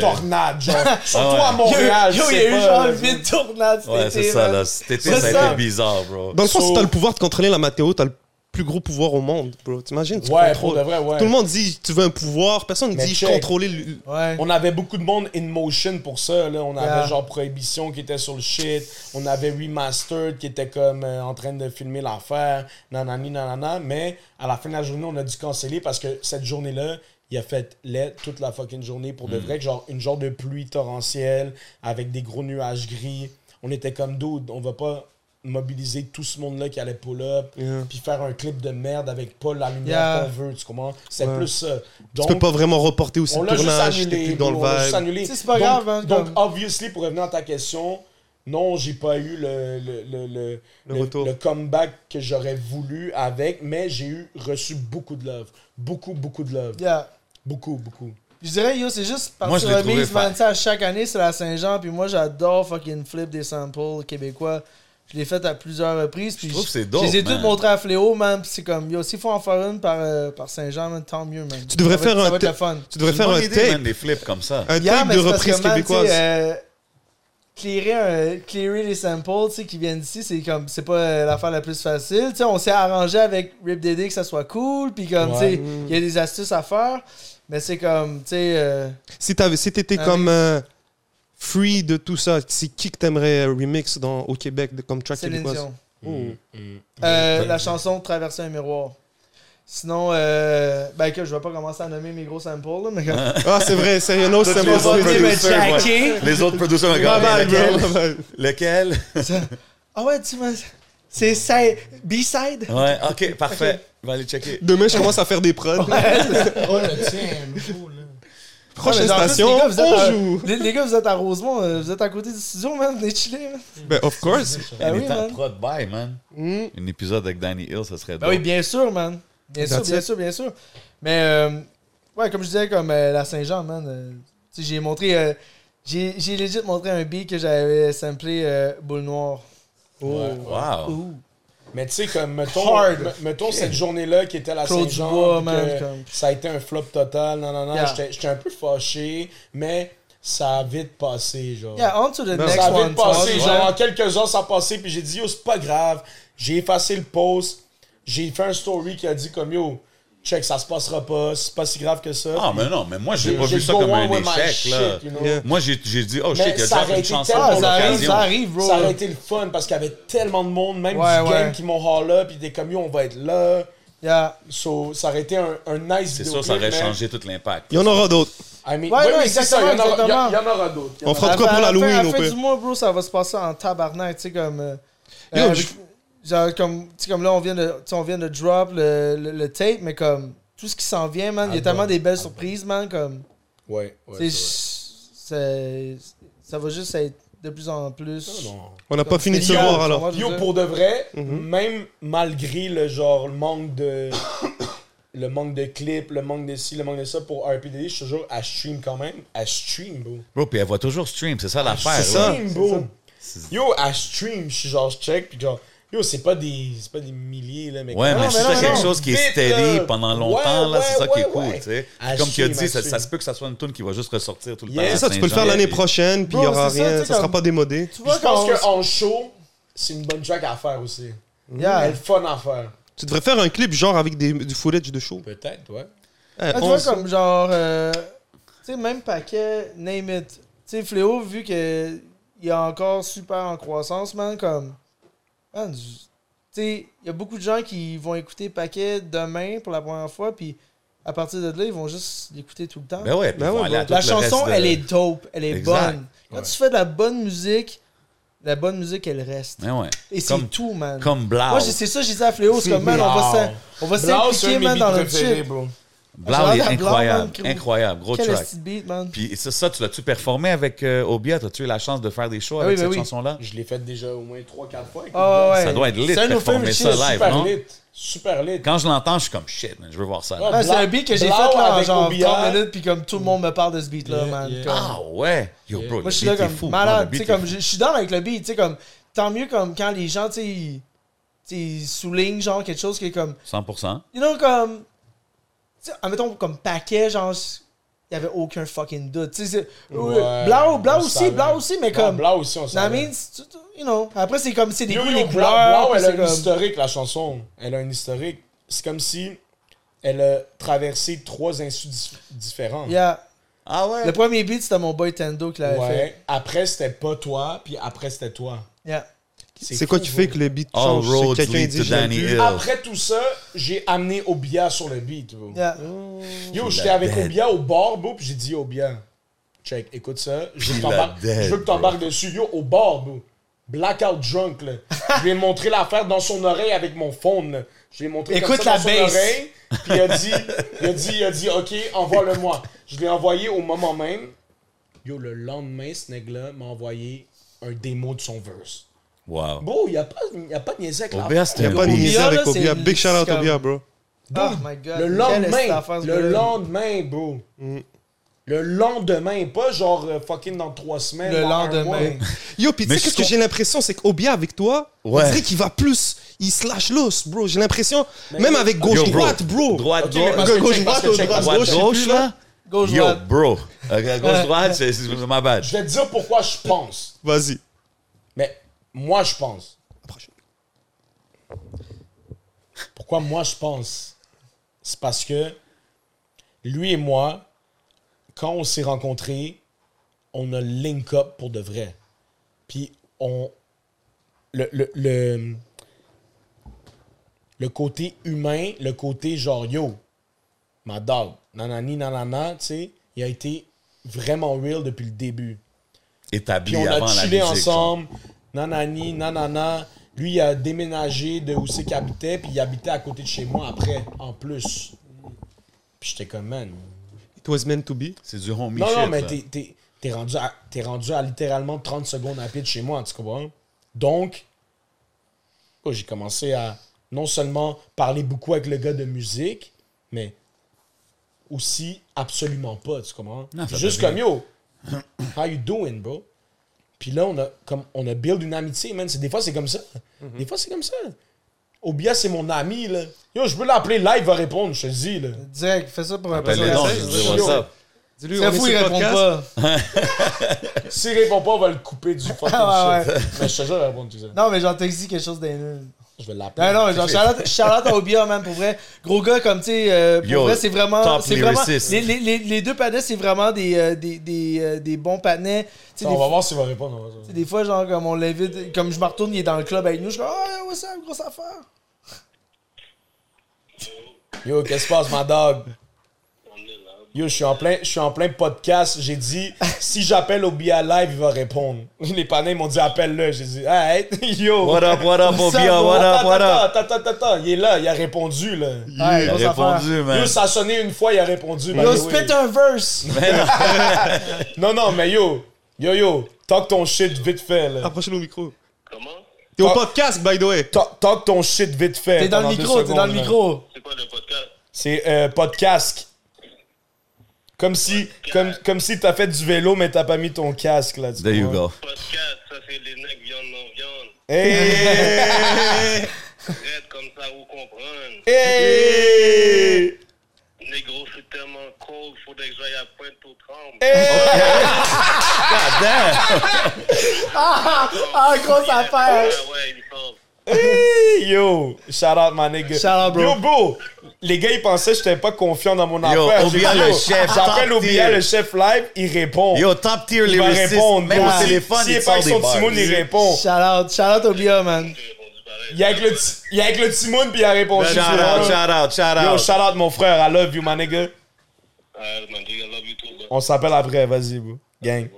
S3: tornade, genre, surtout
S2: ouais.
S3: à Montréal.
S4: Yo, yo, il y
S3: c'est
S4: a eu
S3: pas,
S4: genre
S3: là,
S4: 8 tournades cet
S2: Ouais,
S4: été,
S2: c'est ça,
S4: man.
S2: là. Cet été,
S4: C'est
S2: ça
S4: ça.
S2: a été bizarre, bro.
S1: Dans le fond,
S3: So-
S1: si t'as le pouvoir de contrôler la météo, t'as le plus gros pouvoir au monde, bro. T'imagines? Tu
S3: Ouais, pour
S1: contrôles.
S3: de vrai, ouais.
S1: Tout le monde dit, tu veux un pouvoir. Personne ne
S3: Mais
S1: dit,
S3: check.
S1: contrôler le...
S4: Ouais.
S3: On avait beaucoup de monde in motion pour ça. Là. On avait
S4: Yeah.
S3: genre Prohibition qui était sur le shit. On avait Remastered qui était comme euh, en train de filmer l'affaire. Nanani, nanana. Mais à la fin de la journée, on a dû canceller parce que cette journée-là, il a fait lait toute la fucking journée pour
S1: Hmm.
S3: de vrai. Genre une genre de pluie torrentielle avec des gros nuages gris. On était comme dude, on va pas mobiliser tout ce monde-là qui allait pull-up
S1: Yeah.
S3: puis faire un clip de merde avec pas la lumière
S4: Hmm. Yeah.
S3: qu'on veut, tu comprends? C'est
S1: Ouais.
S3: plus ça.
S1: Tu peux
S3: Donc,
S1: pas vraiment reporter aussi
S3: on
S1: le
S3: l'a juste
S1: tournage, t'es
S3: annulé.
S1: plus dans le
S3: bro, on l'a juste
S1: vibe.
S3: annulé.
S4: Tu sais, c'est pas
S3: donc,
S4: grave, hein,
S3: donc,
S4: comme-
S3: obviously, pour revenir à ta question, non, j'ai pas eu le, le, le, le,
S1: Le retour.
S3: le comeback que j'aurais voulu avec, mais j'ai eu reçu beaucoup de love. Beaucoup, beaucoup de love.
S4: Yeah.
S3: Beaucoup, beaucoup.
S4: Je dirais, yo, c'est juste
S2: Moi,
S4: parce
S2: je
S4: que
S2: l'ai trouvé
S4: remise, man,
S2: fa-
S4: tu sais, à chaque année, c'est la Saint-Jean, puis moi, j'adore fucking flip des samples québécois. Je l'ai fait à plusieurs reprises, puis
S2: Je trouve que c'est
S4: je
S2: dope,
S4: les ai
S2: man.
S4: toutes montrées à Fléau, man, puis c'est comme, yo, s'il faut en faire une par, euh, par Saint-Jean, man, tant mieux, man.
S1: Tu devrais
S4: Ça va être-
S1: faire un
S4: Ça va être
S1: te-
S4: le fun.
S1: Tu devrais
S2: C'est une
S1: faire
S2: bonne
S1: un
S2: idée, man,
S1: tape,
S2: des flips comme ça.
S1: un
S4: Yeah,
S1: tape
S4: mais
S1: de
S4: c'est parce
S1: reprise
S4: que, man,
S1: québécoise.
S4: tu sais, euh, clearer, un- clearer les samples tu sais, qui viennent d'ici, c'est comme c'est pas euh, l'affaire la plus facile. Tu sais, on s'est arrangé avec Rip Dédé que ça soit cool, puis comme tu
S3: Ouais.
S4: sais, il y a des astuces à faire, mais c'est comme tu sais, euh,
S1: Si t'avais, si t'étais
S4: Ah,
S1: comme euh, free de tout ça, c'est qui que t'aimerais euh, remix dans, au Québec de, comme track
S4: Céline
S3: Mm.
S1: québécoise
S4: Dion. Euh, la chanson Traverser un miroir. Sinon, euh, ben que je vais pas commencer à nommer mes gros samples, là, mais comme-
S1: Ah, c'est vrai, sérieux, non, c'est
S2: Hein? les,
S1: bon.
S2: autres
S1: c'est-
S2: producers, ouais. les autres producers,
S1: Pas
S2: regarde,
S1: mal,
S2: lequel?
S1: pas mal.
S2: Lequel?
S4: Ah ouais, tu m'as. C'est c'est- B-side?
S2: Ouais, ok, parfait. On va aller checker.
S1: Demain, je commence à faire des prods.
S3: Oh, le tien, bro, là.
S1: Prochaine
S4: Ah, mais en plus,
S1: station,
S4: les gars, vous êtes
S1: on
S4: à-
S1: joue.
S4: Les, les gars, vous êtes à Rosemont, euh, vous êtes à côté du studio, man, venez chiller, man.
S1: Ben, of course.
S4: Ben
S2: On
S4: oui,
S2: est en
S4: man.
S2: prod bye, man. Un épisode avec Danny Hill, ça serait
S4: Ben oui,
S2: drôle.
S4: bien sûr, man. Bien sûr,
S1: That's
S4: bien
S1: it.
S4: sûr, bien sûr. Mais, euh, ouais, comme je disais, comme euh, la Saint-Jean, man, euh, tu sais, j'ai montré. euh, j'ai j'ai legit montré un beat que j'avais samplé euh, Boule Noire.
S2: Wow.
S4: Ouh.
S3: Mais tu sais, comme, mettons,
S4: Hard.
S3: me- mettons cette journée-là qui était à la
S4: Claude
S3: Saint-Jean,
S4: Dubois,
S3: puis
S4: man,
S3: que
S4: comme-
S3: ça a été un flop total, non, non, non,
S4: Yeah.
S3: j'étais- j'étais un peu fâché, mais ça a vite passé, genre.
S4: Yeah, on to the next
S3: ça a
S4: one.
S3: Ah, vite
S4: tu
S3: passé,
S4: vois,
S3: genre,
S4: ouais.
S3: en quelques heures, ça a passé, puis j'ai dit, yo, c'est pas grave, j'ai effacé le post, j'ai fait un story qui a dit comme, yo, check, ça se passera pas, c'est pas si grave que ça.
S2: Ah, mais non, mais moi, j'ai
S3: J'ai-
S2: pas
S3: j'ai
S2: vu ça
S3: go
S2: comme
S3: on
S2: un
S3: with my
S2: échec,
S3: shit,
S2: là.
S3: you know.
S1: Yeah.
S2: Moi, j'ai j'ai dit, oh shit,
S3: Mais
S2: il a
S3: ça
S2: drop
S3: aurait
S2: une
S3: été
S2: chanson
S3: tellement-
S4: Ah,
S2: pour
S4: ça arrive,
S2: l'occasion.
S4: ça arrive, bro.
S3: Ça aurait été le fun parce qu'il y avait tellement de monde, même
S4: Ouais,
S3: du
S4: ouais.
S3: game qui m'ont haul up, puis des comme, yo, on va être là.
S4: Yeah.
S3: So, ça aurait été un, un nice
S2: C'est
S3: vidéo
S2: sûr, ça aurait
S3: clip, mais-
S2: changé tout l'impact.
S1: Il y en aura d'autres.
S3: I mean,
S4: Ouais,
S3: oui,
S4: non,
S3: oui, c'est ça, il y en aura- il y
S4: exactement,
S3: en- il y en aura d'autres. Il y en
S1: On
S3: aura-
S1: fera de quoi
S4: À
S1: pour
S4: la fin-
S1: l'Halloween,
S4: à la
S1: au
S4: fin
S1: pire.
S4: du mois, bro, ça va se passer en tabarnak, tu sais, comme... euh,
S1: Yo,
S4: euh, avec-
S1: je-
S4: Genre, comme, tu sais, comme là, on vient de, tu sais, on vient de drop le, le, le tape, mais comme, tout ce qui s'en vient, man, il y a
S3: Album,
S4: tellement des belles surprises, man, comme...
S3: Ouais, ouais,
S4: tu sais,
S3: c'est
S4: c'est- ça va juste être de plus en plus...
S3: vrai. Non.
S1: On n'a pas fini de se
S3: Yo,
S1: voir, alors.
S4: Tu
S3: Yo,
S4: vois, je veux
S3: pour de vrai,
S1: Mhm.
S3: même malgré le genre, le manque de. le manque de clips, le manque de ci, le manque de ça, pour RPD, je suis toujours à stream quand même. À stream, bro.
S2: Bro, puis elle va toujours stream,
S3: Ah,
S2: c'est ça l'affaire.
S1: C'est
S2: là.
S1: ça.
S3: Stream, bro. Yo, à stream, je suis genre, je check, puis genre. Yo, c'est pas des. C'est pas des milliers, là, mais.
S2: Ouais,
S3: quand
S2: mais
S3: même,
S2: c'est
S4: mais
S2: ça
S4: non,
S2: quelque
S4: non.
S2: chose qui est
S3: Vite,
S2: steady
S3: là.
S2: pendant longtemps,
S3: Ouais,
S2: là, c'est ça qui est
S3: ouais,
S2: cool,
S3: ouais.
S2: tu sais. Puis
S3: À
S2: Comme tu as
S3: stream,
S2: dit,
S3: à
S2: ça, ça
S3: stream.
S2: se peut que ça soit une tune qui va juste ressortir tout le
S3: Yeah.
S2: temps.
S3: C'est
S1: C'est ça, tu peux le
S2: Saint-Jean.
S1: faire l'année prochaine, puis il n'y
S4: Bro,
S1: aura
S4: c'est ça,
S1: rien.
S4: tu sais,
S1: Ça sera
S4: comme-
S1: pas démodé.
S4: Tu
S3: Je
S4: vois,
S3: pense
S4: quand...
S3: qu'en show, c'est une bonne track à faire aussi.
S4: Yeah.
S3: Elle est fun à faire.
S1: Tu devrais faire un clip genre avec des, du footage de show.
S3: Peut-être, ouais.
S1: Eh,
S4: Ah, tu vois,
S1: onze.
S4: comme genre, euh, tu sais, même paquet, name it. Tu sais, Fléau, vu que il est encore super en croissance, man, comme. man, j- tu sais, il y a beaucoup de gens qui vont écouter paquet demain pour la première fois, puis à partir de là, ils vont juste l'écouter tout le temps.
S2: Ben ouais, puis
S1: Ben
S2: on va
S1: ouais,
S2: aller à tout
S4: la
S2: le reste
S4: chanson,
S2: de-
S4: elle est dope, elle est
S2: Exact.
S4: bonne. Quand
S3: Ouais.
S4: tu fais de la bonne musique, la bonne musique, elle reste.
S2: Ben ouais.
S4: Et c'est
S2: Comme-
S4: tout, man.
S2: Comme Blau.
S4: Moi, j'ai- c'est ça, je disais à Fléau, c'est comme, man, on va s'in- on
S3: Blau,
S4: va
S3: c'est
S4: s'impliquer,
S3: un de
S4: man,
S3: mes
S4: dans
S3: beats
S4: notre
S3: préférés,
S4: shit.
S3: bro.
S2: Blau est
S4: Blau,
S2: incroyable.
S4: man,
S2: Incroyable. Gros
S4: Quel
S2: track.
S4: est beat, man?
S2: Puis ça, ça, tu l'as-tu performé avec euh, Obia? T'as-tu eu la chance de faire des shows
S4: Ah
S2: avec
S4: oui, ben
S2: cette
S4: oui.
S2: chanson-là?
S3: Je l'ai fait déjà au moins 3-4 fois.
S4: Ah ouais.
S2: Ça doit être lit
S4: C'est un de nos
S2: performer
S4: favorite shit,
S2: ça live,
S3: super
S2: non?
S3: lit. Super lit.
S2: Quand je l'entends, je suis comme shit, man, je veux voir ça.
S3: Ah,
S2: live.
S4: Ah, c'est un beat que j'ai fait
S3: Blau
S4: là, en
S3: avec
S4: genre
S3: OBI.
S4: 30 minutes, puis comme tout le monde me parle de ce beat-là,
S3: Yeah,
S4: man.
S3: yeah.
S4: Comme-
S2: Ah ouais! Yo, bro,
S4: Moi, je suis
S2: le
S4: là
S2: beat est
S4: comme
S2: fou. Non, le
S4: malade, tu
S2: beat
S4: sais,
S2: est
S4: comme
S2: fou.
S4: je je suis dans avec le beat, tu sais, comme, tant mieux comme quand les gens, tu sais, ils- tu sais, ils soulignent genre quelque chose qui est comme,
S2: 100%.
S4: you know, comme, tu sais, admettons, comme paquet, genre, il y avait aucun fucking doute, tu sais, c'est- euh,
S3: Ouais,
S4: Blau, Blau
S3: on
S4: aussi,
S3: savait.
S4: Blau aussi, mais
S3: Blau-
S4: comme,
S3: Blau aussi, on
S4: non, I
S3: savait.
S4: mean, c'est- tu- tu- you know, après, c'est comme, c'est des
S3: Yo,
S4: goûts,
S3: yo,
S4: les
S3: Blau-
S4: couleurs,
S3: Blau,
S4: puis
S3: elle a
S4: c'est
S3: un
S4: comme,
S3: historique, la chanson. Elle a un historique. C'est comme si elle a traversé trois insus dif- différents.
S4: yeah.
S2: Ah ouais?
S4: Le premier beat, c'était mon boy Tendo qui l'avait fait.
S3: Ouais. Après, c'était pas toi, puis après, c'était toi.
S4: Yeah.
S1: C'est quoi
S3: fou,
S1: qui
S3: bro.
S1: fait que le beat
S2: All
S1: change? C'est
S2: roads
S1: que quelqu'un
S2: lead
S1: dit
S2: to
S1: je l'aime
S2: Danny
S1: plus.
S2: Hill.
S3: Après tout ça, j'ai amené Obia sur le beat, bro.
S4: Yeah.
S3: Yo,
S2: Puis
S3: j'étais
S2: la
S3: avec
S2: dead.
S3: Obia au bar, bro, puis j'ai dit, Obia, check, écoute ça. Je veux
S2: Puis
S3: que
S2: la
S3: t'embarques-
S2: dead,
S3: je veux que
S2: bro.
S3: t'embarques dessus. Yo, au bar, bro. Blackout drunk, là. Je lui ai montré l'affaire dans son oreille avec mon phone, là. Je lui ai montré comme
S4: Écoute
S3: ça
S4: la
S3: dans son
S4: bass.
S3: oreille, puis il a dit, il a dit, il a dit, OK, envoie-le-moi. Je l'ai envoyé au moment même. Yo, le lendemain, ce nègre-là m'a envoyé un démo de son verse.
S2: Wow.
S3: Bro, il n'y a, pas- y a pas de niaiser avec la-
S2: Obia, c'était
S1: Il
S2: un
S1: a pas de
S2: gros-
S1: niaiser
S4: Obia, là,
S1: avec
S4: c'est-
S1: Obia. Big shout out
S4: c'est comme-
S1: Obia, bro.
S4: Oh my god.
S3: Le
S4: Quelle est cette affaire,
S3: lendemain,
S4: ce
S3: le
S4: gars-là? Mm.
S3: lendemain, bro. Le lendemain, pas genre euh, fucking dans trois semaines.
S4: Le
S3: dans un mois.
S4: lendemain.
S1: Yo, puis tu
S2: Mais
S1: sais, qu'est-ce
S2: je
S1: que
S2: com-
S1: j'ai l'impression, c'est qu'Obia avec toi,
S2: Ouais.
S1: on dirait qu'il va plus, il se lâche l'os, bro. J'ai l'impression,
S3: Mais-
S1: même avec
S2: Yo, bro.
S1: gauche-droite, bro.
S2: Droite,
S3: Ok, mais parce
S2: gauche.
S3: que
S1: Gauche,
S3: check,
S1: droite,
S3: parce que check,
S1: droite,
S3: parce que
S1: gauche.
S3: check.
S2: Gauche, là?
S4: Gauche
S2: Yo,
S4: droite.
S2: bro. Euh, Gauche-droite, c'est c'est ma bad.
S3: Je vais te dire pourquoi je pense.
S1: Vas-y.
S3: Mais moi, je pense. Pourquoi moi, je pense C'est parce que lui et moi, quand on s'est rencontrés, on a link up pour de vrai. Puis on. Le. le, le- le côté humain, le côté genre yo, ma dog, nanani, nanana, tu sais, il a été vraiment real depuis le début.
S2: Établi
S3: Puis on
S2: avant
S3: a
S2: la musique.
S3: chillé
S2: genre.
S3: ensemble, nanani, nanana. Lui, il a déménagé de où c'est qu'il habitait, puis il habitait à côté de chez moi après, en plus. Puis j'étais comme, man.
S1: It was meant to be.
S2: C'est du homie
S3: Non,
S2: shit.
S3: non, mais
S2: ça.
S3: t'es- t'es- t'es rendu, à- t'es rendu à littéralement 30 secondes à pied de chez moi, tu comprends? Donc, oh, j'ai commencé à non seulement parler beaucoup avec le gars de musique, mais aussi absolument pas, tu comprends?
S2: Non, ça
S3: Juste
S2: devient-
S3: comme yo, how you doing, bro? Puis là, on a, comme, on a build une amitié, man. C'est- Des fois, c'est comme ça. Des fois, c'est comme ça. Obia, c'est mon ami, là. Yo, je peux l'appeler live, il va répondre, je te dis, là.
S4: Direct, fais ça pour un
S2: Ben, les dons,
S4: personnage.
S2: je dis what's up.
S1: Dis-lui,
S4: C'est fou, il répond pas.
S3: S'il répond pas, on va le couper du fucking
S4: Ah,
S3: shit. Mais je te jure, elle va répondre tout ça.
S4: Non, mais genre, t'as dit quelque chose d'innul.
S3: Je vais l'appeler.
S4: Non, non, genre, Charlotte, Charlotte Obia, man, pour vrai. Gros gars, comme, tu sais, euh, pour
S2: Yo,
S4: vrai, c'est vraiment.
S2: top
S4: C'est vraiment
S2: lyriciste.
S4: les, les, les, les deux panets, c'est vraiment des, euh, des, des, euh, des bons panets. Tu sais,
S3: on
S4: des
S3: va voir s'il va répondre. on va voir.
S4: Tu sais, Des fois, genre, comme on l'invite, comme je me retourne, il est dans le club avec nous, je suis comme, oh, what's up, grosse affaire.
S3: Yo, qu'est-ce qui se passe, ma dog? Yo, je suis en plein, je suis en plein podcast. J'ai dit, si j'appelle au BIA live, il va répondre. Les panneaux ils m'ont dit, appelle-le. J'ai dit, hey, yo.
S2: What up, what up,
S3: Attends,
S2: Obia, what up,
S3: attends,
S2: what up?
S3: Attends, attends, attends, attends. Il est là, il a répondu, là.
S4: Ouais,
S2: Il a
S4: grosse affaire.
S2: répondu, man.
S3: Yo, ça a sonné une fois, il a répondu. by
S4: Yo,
S3: the way.
S4: spit un verse.
S3: Non, non, mais yo, yo, yo, talk ton shit vite fait,
S4: Ah.
S3: là.
S1: Approche-le au micro. Comment T'es au podcast, by the way.
S3: Talk, talk ton shit vite fait.
S4: T'es dans
S3: pendant
S4: le
S3: deux
S4: micro, t'es dans le
S3: secondes, là.
S4: micro.
S3: C'est euh, podcast. Comme si, comme, comme si t'as fait du vélo, mais t'as pas mis ton casque là. tu
S2: There you
S3: vois.
S2: go.
S5: podcast, ça c'est les nègres viande non viande.
S3: Hey,
S5: Traite comme ça, vous comprenez.
S3: hey,
S5: Négro, c'est tellement cold, faut que j'aille à pointe aux trembles.
S4: Ah, grosse affaire.
S5: Ah ouais, il sort.
S3: hey, yo, shout out my nigga.
S4: Shout out, bro.
S3: Yo bro, les gars ils pensaient que j'étais pas confiant dans mon
S2: Yo,
S3: affaire. J'ai
S2: Obia,
S3: dit,
S2: le
S3: yo,
S2: chef,
S3: J'appelle
S2: top
S3: Obia
S2: tier.
S3: le chef live, il répond.
S2: Yo, top tier
S3: il va
S2: lyriciste.
S3: répondre.
S2: Même
S3: bro.
S2: au
S3: Si-
S2: téléphone,
S3: s'il
S2: il
S3: est pas
S2: sort
S3: avec
S2: des
S3: son
S2: bars.
S3: timoun, il répond.
S4: Shout out, shout out au bio, man.
S5: J'ai répondu pareil.
S3: Il est avec le, ti- il est avec le timoun puis il a répondu.
S2: Shout
S3: tu vois.
S2: out, shout out, shout
S3: Yo,
S2: out.
S3: shout out mon frère, I love you my nigga.
S5: Ah, man, I love you too, bro.
S3: On s'appelle après, vas-y, bro. Gang.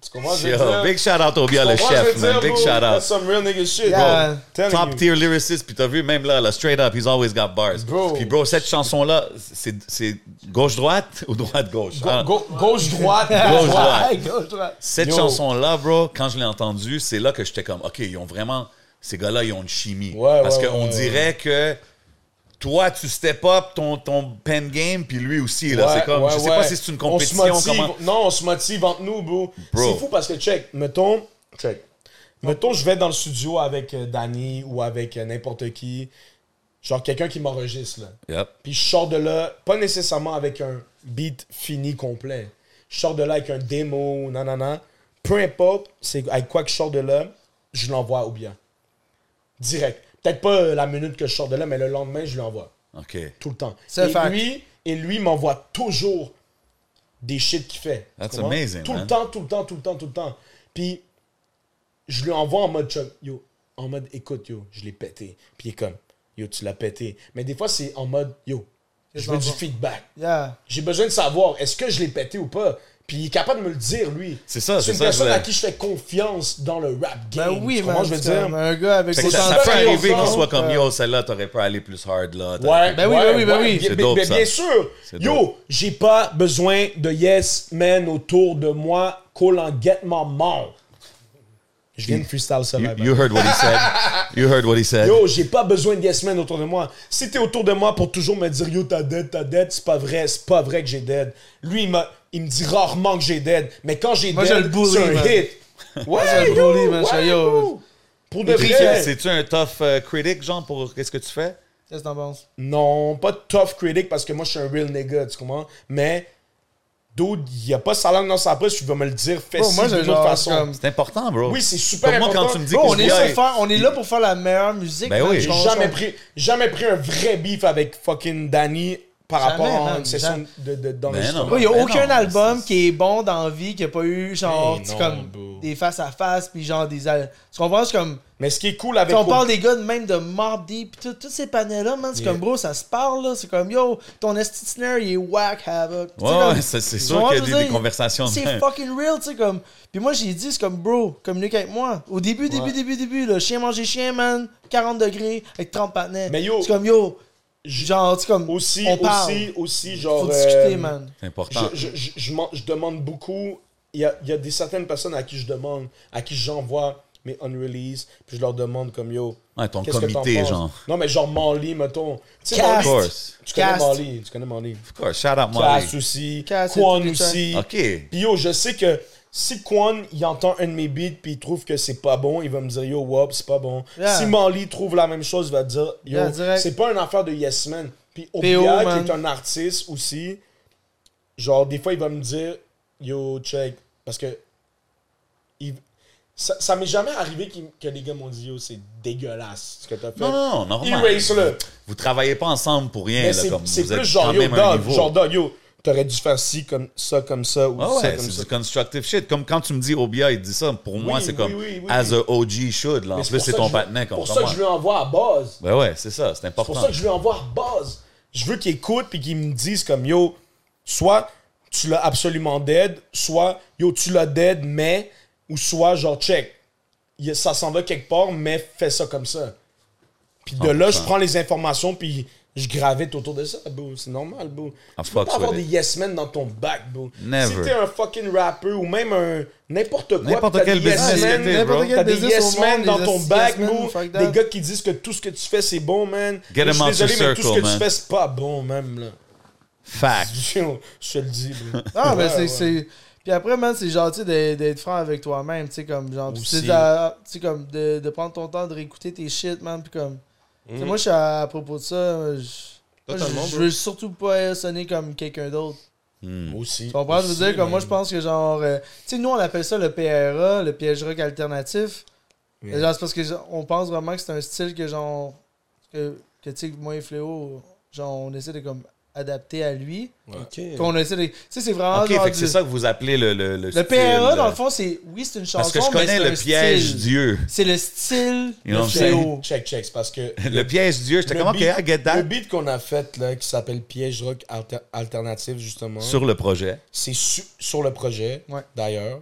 S3: Tu comprends ce que je veux
S2: Yo,
S3: dire?
S2: big shout out au bien le
S3: Tu comprends ce que je
S2: chef,
S3: veux
S2: man.
S3: dire,
S2: Big
S3: bro?
S2: shout
S3: That's
S2: out.
S3: some real nigga shit,
S4: Yeah.
S3: bro. Telling
S2: Top
S3: you.
S2: tier lyriciste, puis t'as vu, même là, là, straight up, he's always got bars.
S3: Bro.
S2: Puis bro, cette chanson-là, c'est c'est gauche-droite ou droite-gauche?
S3: Go-
S2: Ah,
S3: go- gauche, droite, gauche,
S2: Gauche,
S3: droite.
S2: droite.
S4: Hey, go, toi.
S2: Cette
S3: Yo.
S2: chanson-là, bro, quand je l'ai entendue, c'est là que j'étais comme, OK, ils ont vraiment. Ces gars-là, ils ont une chimie.
S3: Ouais,
S2: Parce
S3: ouais,
S2: qu'on
S3: ouais,
S2: dirait que toi, tu step up ton, ton pen game, puis lui aussi. Là,
S3: Ouais,
S2: c'est comme,
S3: ouais,
S2: je sais
S3: ouais.
S2: pas si c'est une
S3: On se
S2: compétition.
S3: motive.
S2: comment...
S3: Non, on se motive entre nous, bro.
S2: Bro.
S3: C'est fou parce que, check, mettons, check. Mettons, je vais dans le studio avec euh, Danny ou avec euh, n'importe qui. Genre quelqu'un qui m'enregistre, là.
S2: Yep.
S3: Puis je sors de là, pas nécessairement avec un beat fini complet. Je sors de là avec un démo, nanana. Peu importe, c'est avec quoi que je sors de là, je l'envoie au bien. Direct. Peut-être pas euh, la minute que je sors de là, mais le lendemain, je l'envoie.
S2: OK.
S3: Tout le temps.
S4: C'est un
S3: Et
S4: fact.
S3: lui, et lui m'envoie toujours des shit qu'il fait. Tu
S2: That's
S3: comprends?
S2: amazing,
S3: Tout
S2: man.
S3: le temps, tout le temps, tout le temps, tout le temps. Puis je lui envoie en mode choc, yo, en mode écoute, yo, je l'ai pété. Puis il est comme, yo, tu l'as pété. Mais des fois, c'est en mode, yo, je veux
S4: que
S3: du
S4: t'en penses?
S3: feedback.
S4: Yeah.
S3: J'ai besoin de savoir, est-ce que je l'ai pété ou pas? Puis il est capable de me le dire, lui.
S2: C'est ça,
S3: C'est
S2: c'est
S3: une
S2: ça, je
S3: personne
S2: voulais-
S3: à qui je fais confiance dans le rap game.
S4: Ben oui,
S3: Tu comprends
S4: man.
S3: ce que je
S4: c'est
S3: veux
S4: comme
S3: dire.
S4: Un gars avec
S2: Fait que
S4: ses
S2: ça, ça
S3: sens-
S2: peut
S3: Ouais,
S2: arriver
S3: on
S2: qu'il
S3: sent,
S2: soit comme
S4: euh,
S2: yo, celle-là, t'aurais pas allé plus hard là. T'aurais-
S3: Ouais,
S4: Ben oui,
S3: ouais,
S4: ben oui, ben
S3: ouais.
S4: oui.
S3: Bien,
S2: C'est dope,
S3: bien-
S2: ça.
S3: bien sûr.
S2: C'est dope.
S3: Yo, j'ai pas besoin de yes men autour de moi qu'au get my mom. Je viens de freestyle ça, là,
S2: You,
S3: ben.
S2: you heard what he said. You heard what he said.
S3: Yo, j'ai pas besoin de yes men autour de moi. Si t'es autour de moi pour toujours me dire yo, t'as dead, t'as dead, c'est pas vrai, c'est pas vrai que j'ai dead. Lui, il, m'a- il me dit rarement que j'ai dead, mais quand j'ai
S4: Moi, je le
S3: dead,
S4: bully,
S3: c'est un
S4: man.
S3: hit. Ouais,
S4: je le
S3: yo,
S4: bully, man, je
S3: ouais,
S4: suis, yo.
S3: bro. Pour de
S2: T'es-
S3: vrai.
S2: C'est-tu un tough euh, critic, genre, pour qu'est-ce que tu fais?
S4: Qu'est-ce que t'en penses?
S3: Non, pas tough critic parce que moi je suis un real nigga, tu comprends? Mais, dude, il a pas sa langue dans sa poche, tu vas me le dire, fais
S4: Bro,
S3: ci
S4: moi,
S3: d'une
S4: j'ai
S3: autre
S4: genre,
S3: façon.
S4: comme-
S2: C'est important, bro.
S3: Oui, c'est super
S2: Pour moi,
S3: important.
S2: quand tu me dis que
S4: Bro, on est,
S2: je-
S4: là pour faire, on est là pour faire la meilleure musique.
S2: Ben
S4: man.
S2: oui.
S4: Je
S3: J'ai
S4: comprends-
S3: jamais pris, jamais pris un vrai beef avec fucking Danny par
S4: Jamais,
S3: rapport
S4: man,
S3: à une session
S4: jamais.
S3: de, de,
S2: Ben
S3: d'enregistrement.
S2: non.
S4: Il n'y a
S2: Ben
S4: aucun
S2: non,
S4: album
S2: c'est-
S4: qui est bon dans la vie, qui n'a pas eu genre
S3: Ben
S4: tu sais,
S3: non,
S4: comme
S3: bro.
S4: des face à face, puis genre des. al- Tu comprends? C'est comme.
S3: Mais ce qui est cool avec
S4: Si on
S3: Cold-
S4: parle des gars de même de Mob Deep, pis tout- tous ces panels-là, man, c'est
S3: Yeah.
S4: comme bro, ça se parle, là. C'est comme yo, ton esti de snare, il est whack, havoc. Tu sais,
S2: Ouais,
S4: comme-
S2: ouais, ça, c'est
S4: tu
S2: sûr
S4: vois,
S2: qu'il y a
S4: je
S2: des,
S4: veux
S2: des
S4: dire,
S2: conversations. de
S4: C'est
S2: même.
S4: fucking real, tu sais, comme. Puis moi, j'ai dit, c'est comme bro, communique avec moi. Au début, début, début, début, là, chien manger chien, man, 40 degrés, avec 30 panels.
S3: Mais yo-
S4: C'est comme yo, genre, tu sais, comme.
S3: aussi,
S4: on parle.
S3: aussi, aussi, genre.
S4: Faut discuter,
S3: euh,
S4: man.
S2: C'est important.
S3: je, je, je, je m'en- je demande beaucoup. Il y a, il y a des certaines personnes à qui je demande, à qui j'envoie mes unrelease, puis je leur demande comme yo.
S2: Ouais, ton
S3: qu'est-ce que t'en
S2: comité,
S3: penses?
S2: genre.
S3: Non, mais genre Manly, mettons. Tu sais,
S4: Cast.
S2: Of
S3: Manly,
S2: course.
S3: tu connais
S4: Cast.
S3: Manly, tu connais Manly.
S2: Of course. Shout out, Molly.
S3: Cass aussi,
S4: Cass et
S3: Quan
S4: tout ça.
S3: aussi.
S2: OK.
S3: Puis yo, je sais que si Quan, il entend un de mes beats, puis il trouve que c'est pas bon, il va me dire yo, wop, c'est pas bon.
S4: Yeah.
S3: Si Manly trouve la même chose, il va dire yo,
S4: Yeah, direct.
S3: c'est pas une affaire de yes man. Puis
S4: PO,
S3: Obia,
S4: man.
S3: qui est un artiste aussi, genre des fois il va me dire yo, check. Parce que il- ça, ça m'est jamais arrivé qu'il- que les gars m'ont dit yo, c'est dégueulasse ce que t'as fait.
S2: Non, non, non, normal.
S3: Erase-le.
S2: Vous travaillez pas ensemble pour rien,
S3: Mais
S2: là,
S3: c'est
S2: comme
S3: c'est
S2: vous êtes
S3: plus genre
S2: quand
S3: yo,
S2: même à un
S3: dog,
S2: niveau.
S3: genre dog, yo, t'aurais dû faire ci, comme ça, comme ça, ou
S2: Ah
S3: ça,
S2: ouais,
S3: comme
S2: c'est
S3: ça.
S2: du constructive shit. Comme quand tu me dis Obia, il dit ça, pour moi,
S3: Oui,
S2: c'est
S3: oui,
S2: comme
S3: oui, oui.
S2: as a OG should. Là. En
S3: Mais
S2: plus,
S3: pour
S2: c'est
S3: ça
S2: ton
S3: que je-
S2: partenaire comme
S3: pour ça que je lui envoie à base.
S2: Ben ouais, c'est ça, c'est
S3: C'est pour
S2: important.
S3: ça que je lui envoie à base. Je veux qu'il écoute puis qu'il me dise comme yo, soit tu l'as absolument dead, soit yo tu l'as dead mais ou soit genre check. Y a- Ça s'en va quelque part mais fais ça comme ça. Puis de là je
S2: 100%.
S3: prends les informations puis je gravite autour de ça, bro. C'est normal, bro.
S2: Ah,
S3: Tu peux
S2: fuck
S3: pas avoir
S2: with
S3: des
S2: it.
S3: yes men dans ton back, bro.
S2: Never.
S3: Si t'es un fucking rapper ou même un n'importe quoi,
S2: N'importe
S3: puis t'as
S2: quel
S3: des yes
S2: business
S3: men,
S2: que t'es, bro.
S4: N'importe quel
S3: T'as des
S4: business
S3: yes
S4: au
S3: men
S4: monde,
S3: dans
S4: des
S3: ton
S4: yes
S3: back,
S4: men,
S3: bro.
S4: fuck that.
S3: Des gars qui disent que tout ce que tu fais, c'est bon, man.
S2: Get
S3: Yo,
S2: him
S3: je suis
S2: out your
S3: désolé, mais tout ce
S2: circle,
S3: que tu
S2: man.
S3: fais, c'est pas bon, même, là.
S2: Fact.
S3: Yo, Je te le dis, bro.
S4: Ah, mais
S3: Ouais,
S4: c'est.
S3: ouais.
S4: c'est- Puis après, man, c'est gentil d'être d'être franc avec toi-même, tu sais, comme, genre, puis
S3: Aussi.
S4: c'est d'a- tu sais, comme, de, de prendre ton temps de réécouter tes shit, man, puis comme, tu sais, moi, je suis à, à propos de ça, euh, je moi,
S3: Mm. Totalement,
S4: je- je
S3: bro.
S4: veux surtout pas sonner comme quelqu'un d'autre.
S2: Hmm.
S3: Aussi.
S4: Tu comprends? Je veux
S3: Aussi,
S4: dire, comme moi,
S3: man.
S4: je pense que, genre, euh, tu sais, nous, on appelle ça le PRA, le piège rock alternatif.
S3: Yeah.
S4: Et genre, c'est parce que genre, on pense vraiment que c'est un style que, genre, que, que tu sais, moi et Fléau, genre, on essaie de, comme, adapter à lui. Qu'on essaie de. Tu sais, c'est
S3: Ah,
S4: vraiment.
S2: OK,
S4: genre
S2: fait que
S4: du-
S2: c'est ça que vous appelez le le Le,
S4: le
S2: style,
S3: E,
S4: PRA,
S2: là.
S4: dans le fond, c'est. Oui, c'est une chanson.
S2: Parce que je
S4: mais
S2: connais
S4: c'est
S2: le
S4: un
S2: piège
S4: style.
S2: Dieu.
S4: C'est le style
S2: You know what I'm
S4: du PO.
S2: saying?
S3: Check, check, c'est parce que.
S2: Le piège Dieu, j'étais
S3: le
S2: comme, OK,
S3: beat-
S2: I get that.
S3: Le beat qu'on a fait, là, qui s'appelle Piège Rock Alter- Alternatif, justement.
S2: Sur le projet.
S3: c'est su- sur le projet,
S4: Ouais.
S3: d'ailleurs.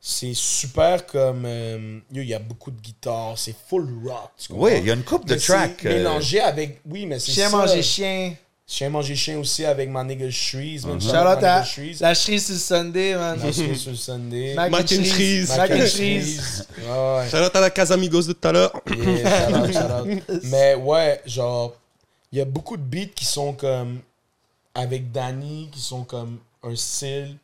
S3: C'est super comme. euh, yo, il y a beaucoup de guitares, c'est full rock. tu comprends?
S2: Oui, il y a une coupe de
S3: Mais c'est
S2: tracks. euh,
S3: Mélangé avec. Oui, mais c'est.
S4: Chien
S3: ça. Ah,
S4: manger chien.
S3: Chien manger chien aussi avec ma nigga Shreeze.
S2: Uh-huh.
S3: man.
S4: Shout
S3: Shout out
S4: out
S3: ma
S4: à
S3: nigga Shreeze.
S4: la cherise sur le Sunday, man.
S3: Ma Shreeze sur le Sunday.
S4: Mac
S1: Mac and cheese.
S4: Mac and cheese.
S3: Shreeze. Ouais, ouais.
S1: Shout out à la Casamigos de tout à l'heure.
S3: Yeah, shout out, shout out. Mais ouais, genre, il y a beaucoup de beats qui sont comme. Avec Danny, qui sont comme un style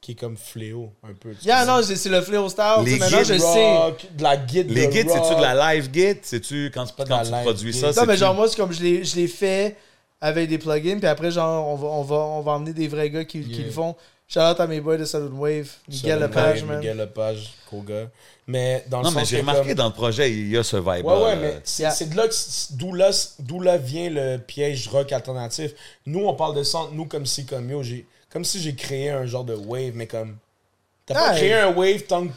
S3: qui est comme fléau, un peu. tu
S4: Yeah,
S3: comprends?
S4: non, c'est c'est le fléau star. tu
S2: Les
S4: sais, Maintenant, je
S2: guides
S4: sais.
S3: Rock, de la guide.
S2: Les
S3: de
S2: guides,
S3: rock.
S2: c'est-tu de la live guide? C'est-tu quand, tu-
S3: pas de
S2: quand
S3: la
S2: tu
S3: live
S2: produis
S3: guide.
S2: ça?
S4: Non, mais
S2: c'est-tu-
S4: genre, moi, c'est comme je l'ai je l'ai fait avec des plugins, puis après, genre, on va, on va, on va emmener des vrais gars qui, qui
S3: Yeah.
S4: le font. Shout out à mes boys de Southern Wave, Miguel
S3: Sur
S4: Lepage,
S3: Miguel-
S4: man.
S3: Miguel Lepage, gros gars. Mais dans le
S2: Non, mais
S3: sens
S2: j'ai
S3: que
S2: remarqué
S3: comme-
S2: dans le projet, il y a ce euh, vibe
S3: Ouais, ouais, mais c'est
S4: euh, Yeah.
S3: c'est de là que c'est- d'où là, d'où là vient le piège rock alternatif. Nous, on parle de ça, entre nous, comme si, comme yo, j'ai- comme si j'ai créé un genre de wave, mais comme. T'as pas
S4: Ouais.
S3: créé un wave tant que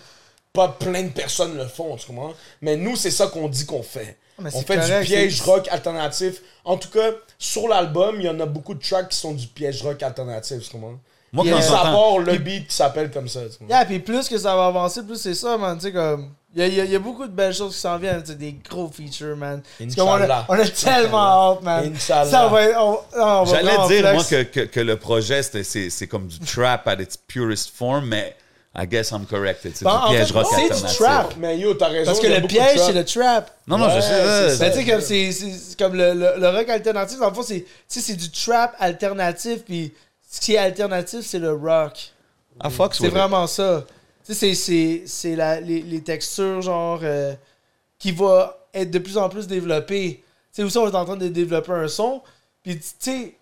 S3: pas plein de personnes le font, tu comprends? Mais nous, c'est ça qu'on dit qu'on fait.
S4: Ah, mais
S3: on
S4: c'est
S3: fait
S4: correct,
S3: du piège
S4: c'est-
S3: rock alternatif. En tout cas, sur l'album, il y en a beaucoup de tracks qui sont du piège rock alternatif, tu comprends?
S2: Moi,
S4: Yeah.
S2: quand
S3: Mis à
S2: j'entends-
S3: part le beat qui s'appelle comme ça. tu comprends?
S4: Yeah, puis plus que ça va avancer, plus c'est ça, man. Tu sais, comme. Il y a, y a- y a beaucoup de belles choses qui s'en viennent, tu sais, des gros features, man. Parce qu'on a-
S3: Inch'Allah.
S4: on a tellement hâte, man.
S3: Inch'Allah.
S4: Ça va être. on- on va vraiment
S2: J'allais dire,
S4: flex.
S2: moi, que, que, que le projet, c'était- c'est c'est comme du trap at its purest form, mais I guess I'm corrected. C'est
S4: Ben, en
S2: du piège
S4: fait,
S2: rock
S4: c'est du
S2: alternatif.
S4: trap.
S3: Mais yo, t'as raison.
S4: Parce que
S3: il y a
S4: le
S3: beaucoup de
S4: piège,
S3: trap.
S4: c'est le trap.
S2: Non, non,
S3: Ouais,
S2: je sais.
S3: c'est
S2: ça.
S4: Mais tu sais, comme c'est- c'est c'est comme le, le- le rock alternatif, dans le fond, c'est tu sais, c'est du trap alternatif, puis ce qui est alternatif, c'est le rock.
S2: Ah, fuck,
S4: C'est vraiment ça. Tu sais, c'est- c'est- c'est la- les, les textures, genre, euh, qui va être de plus en plus développées. Tu sais, aussi, on est en train de développer un son. Puis, tu sais,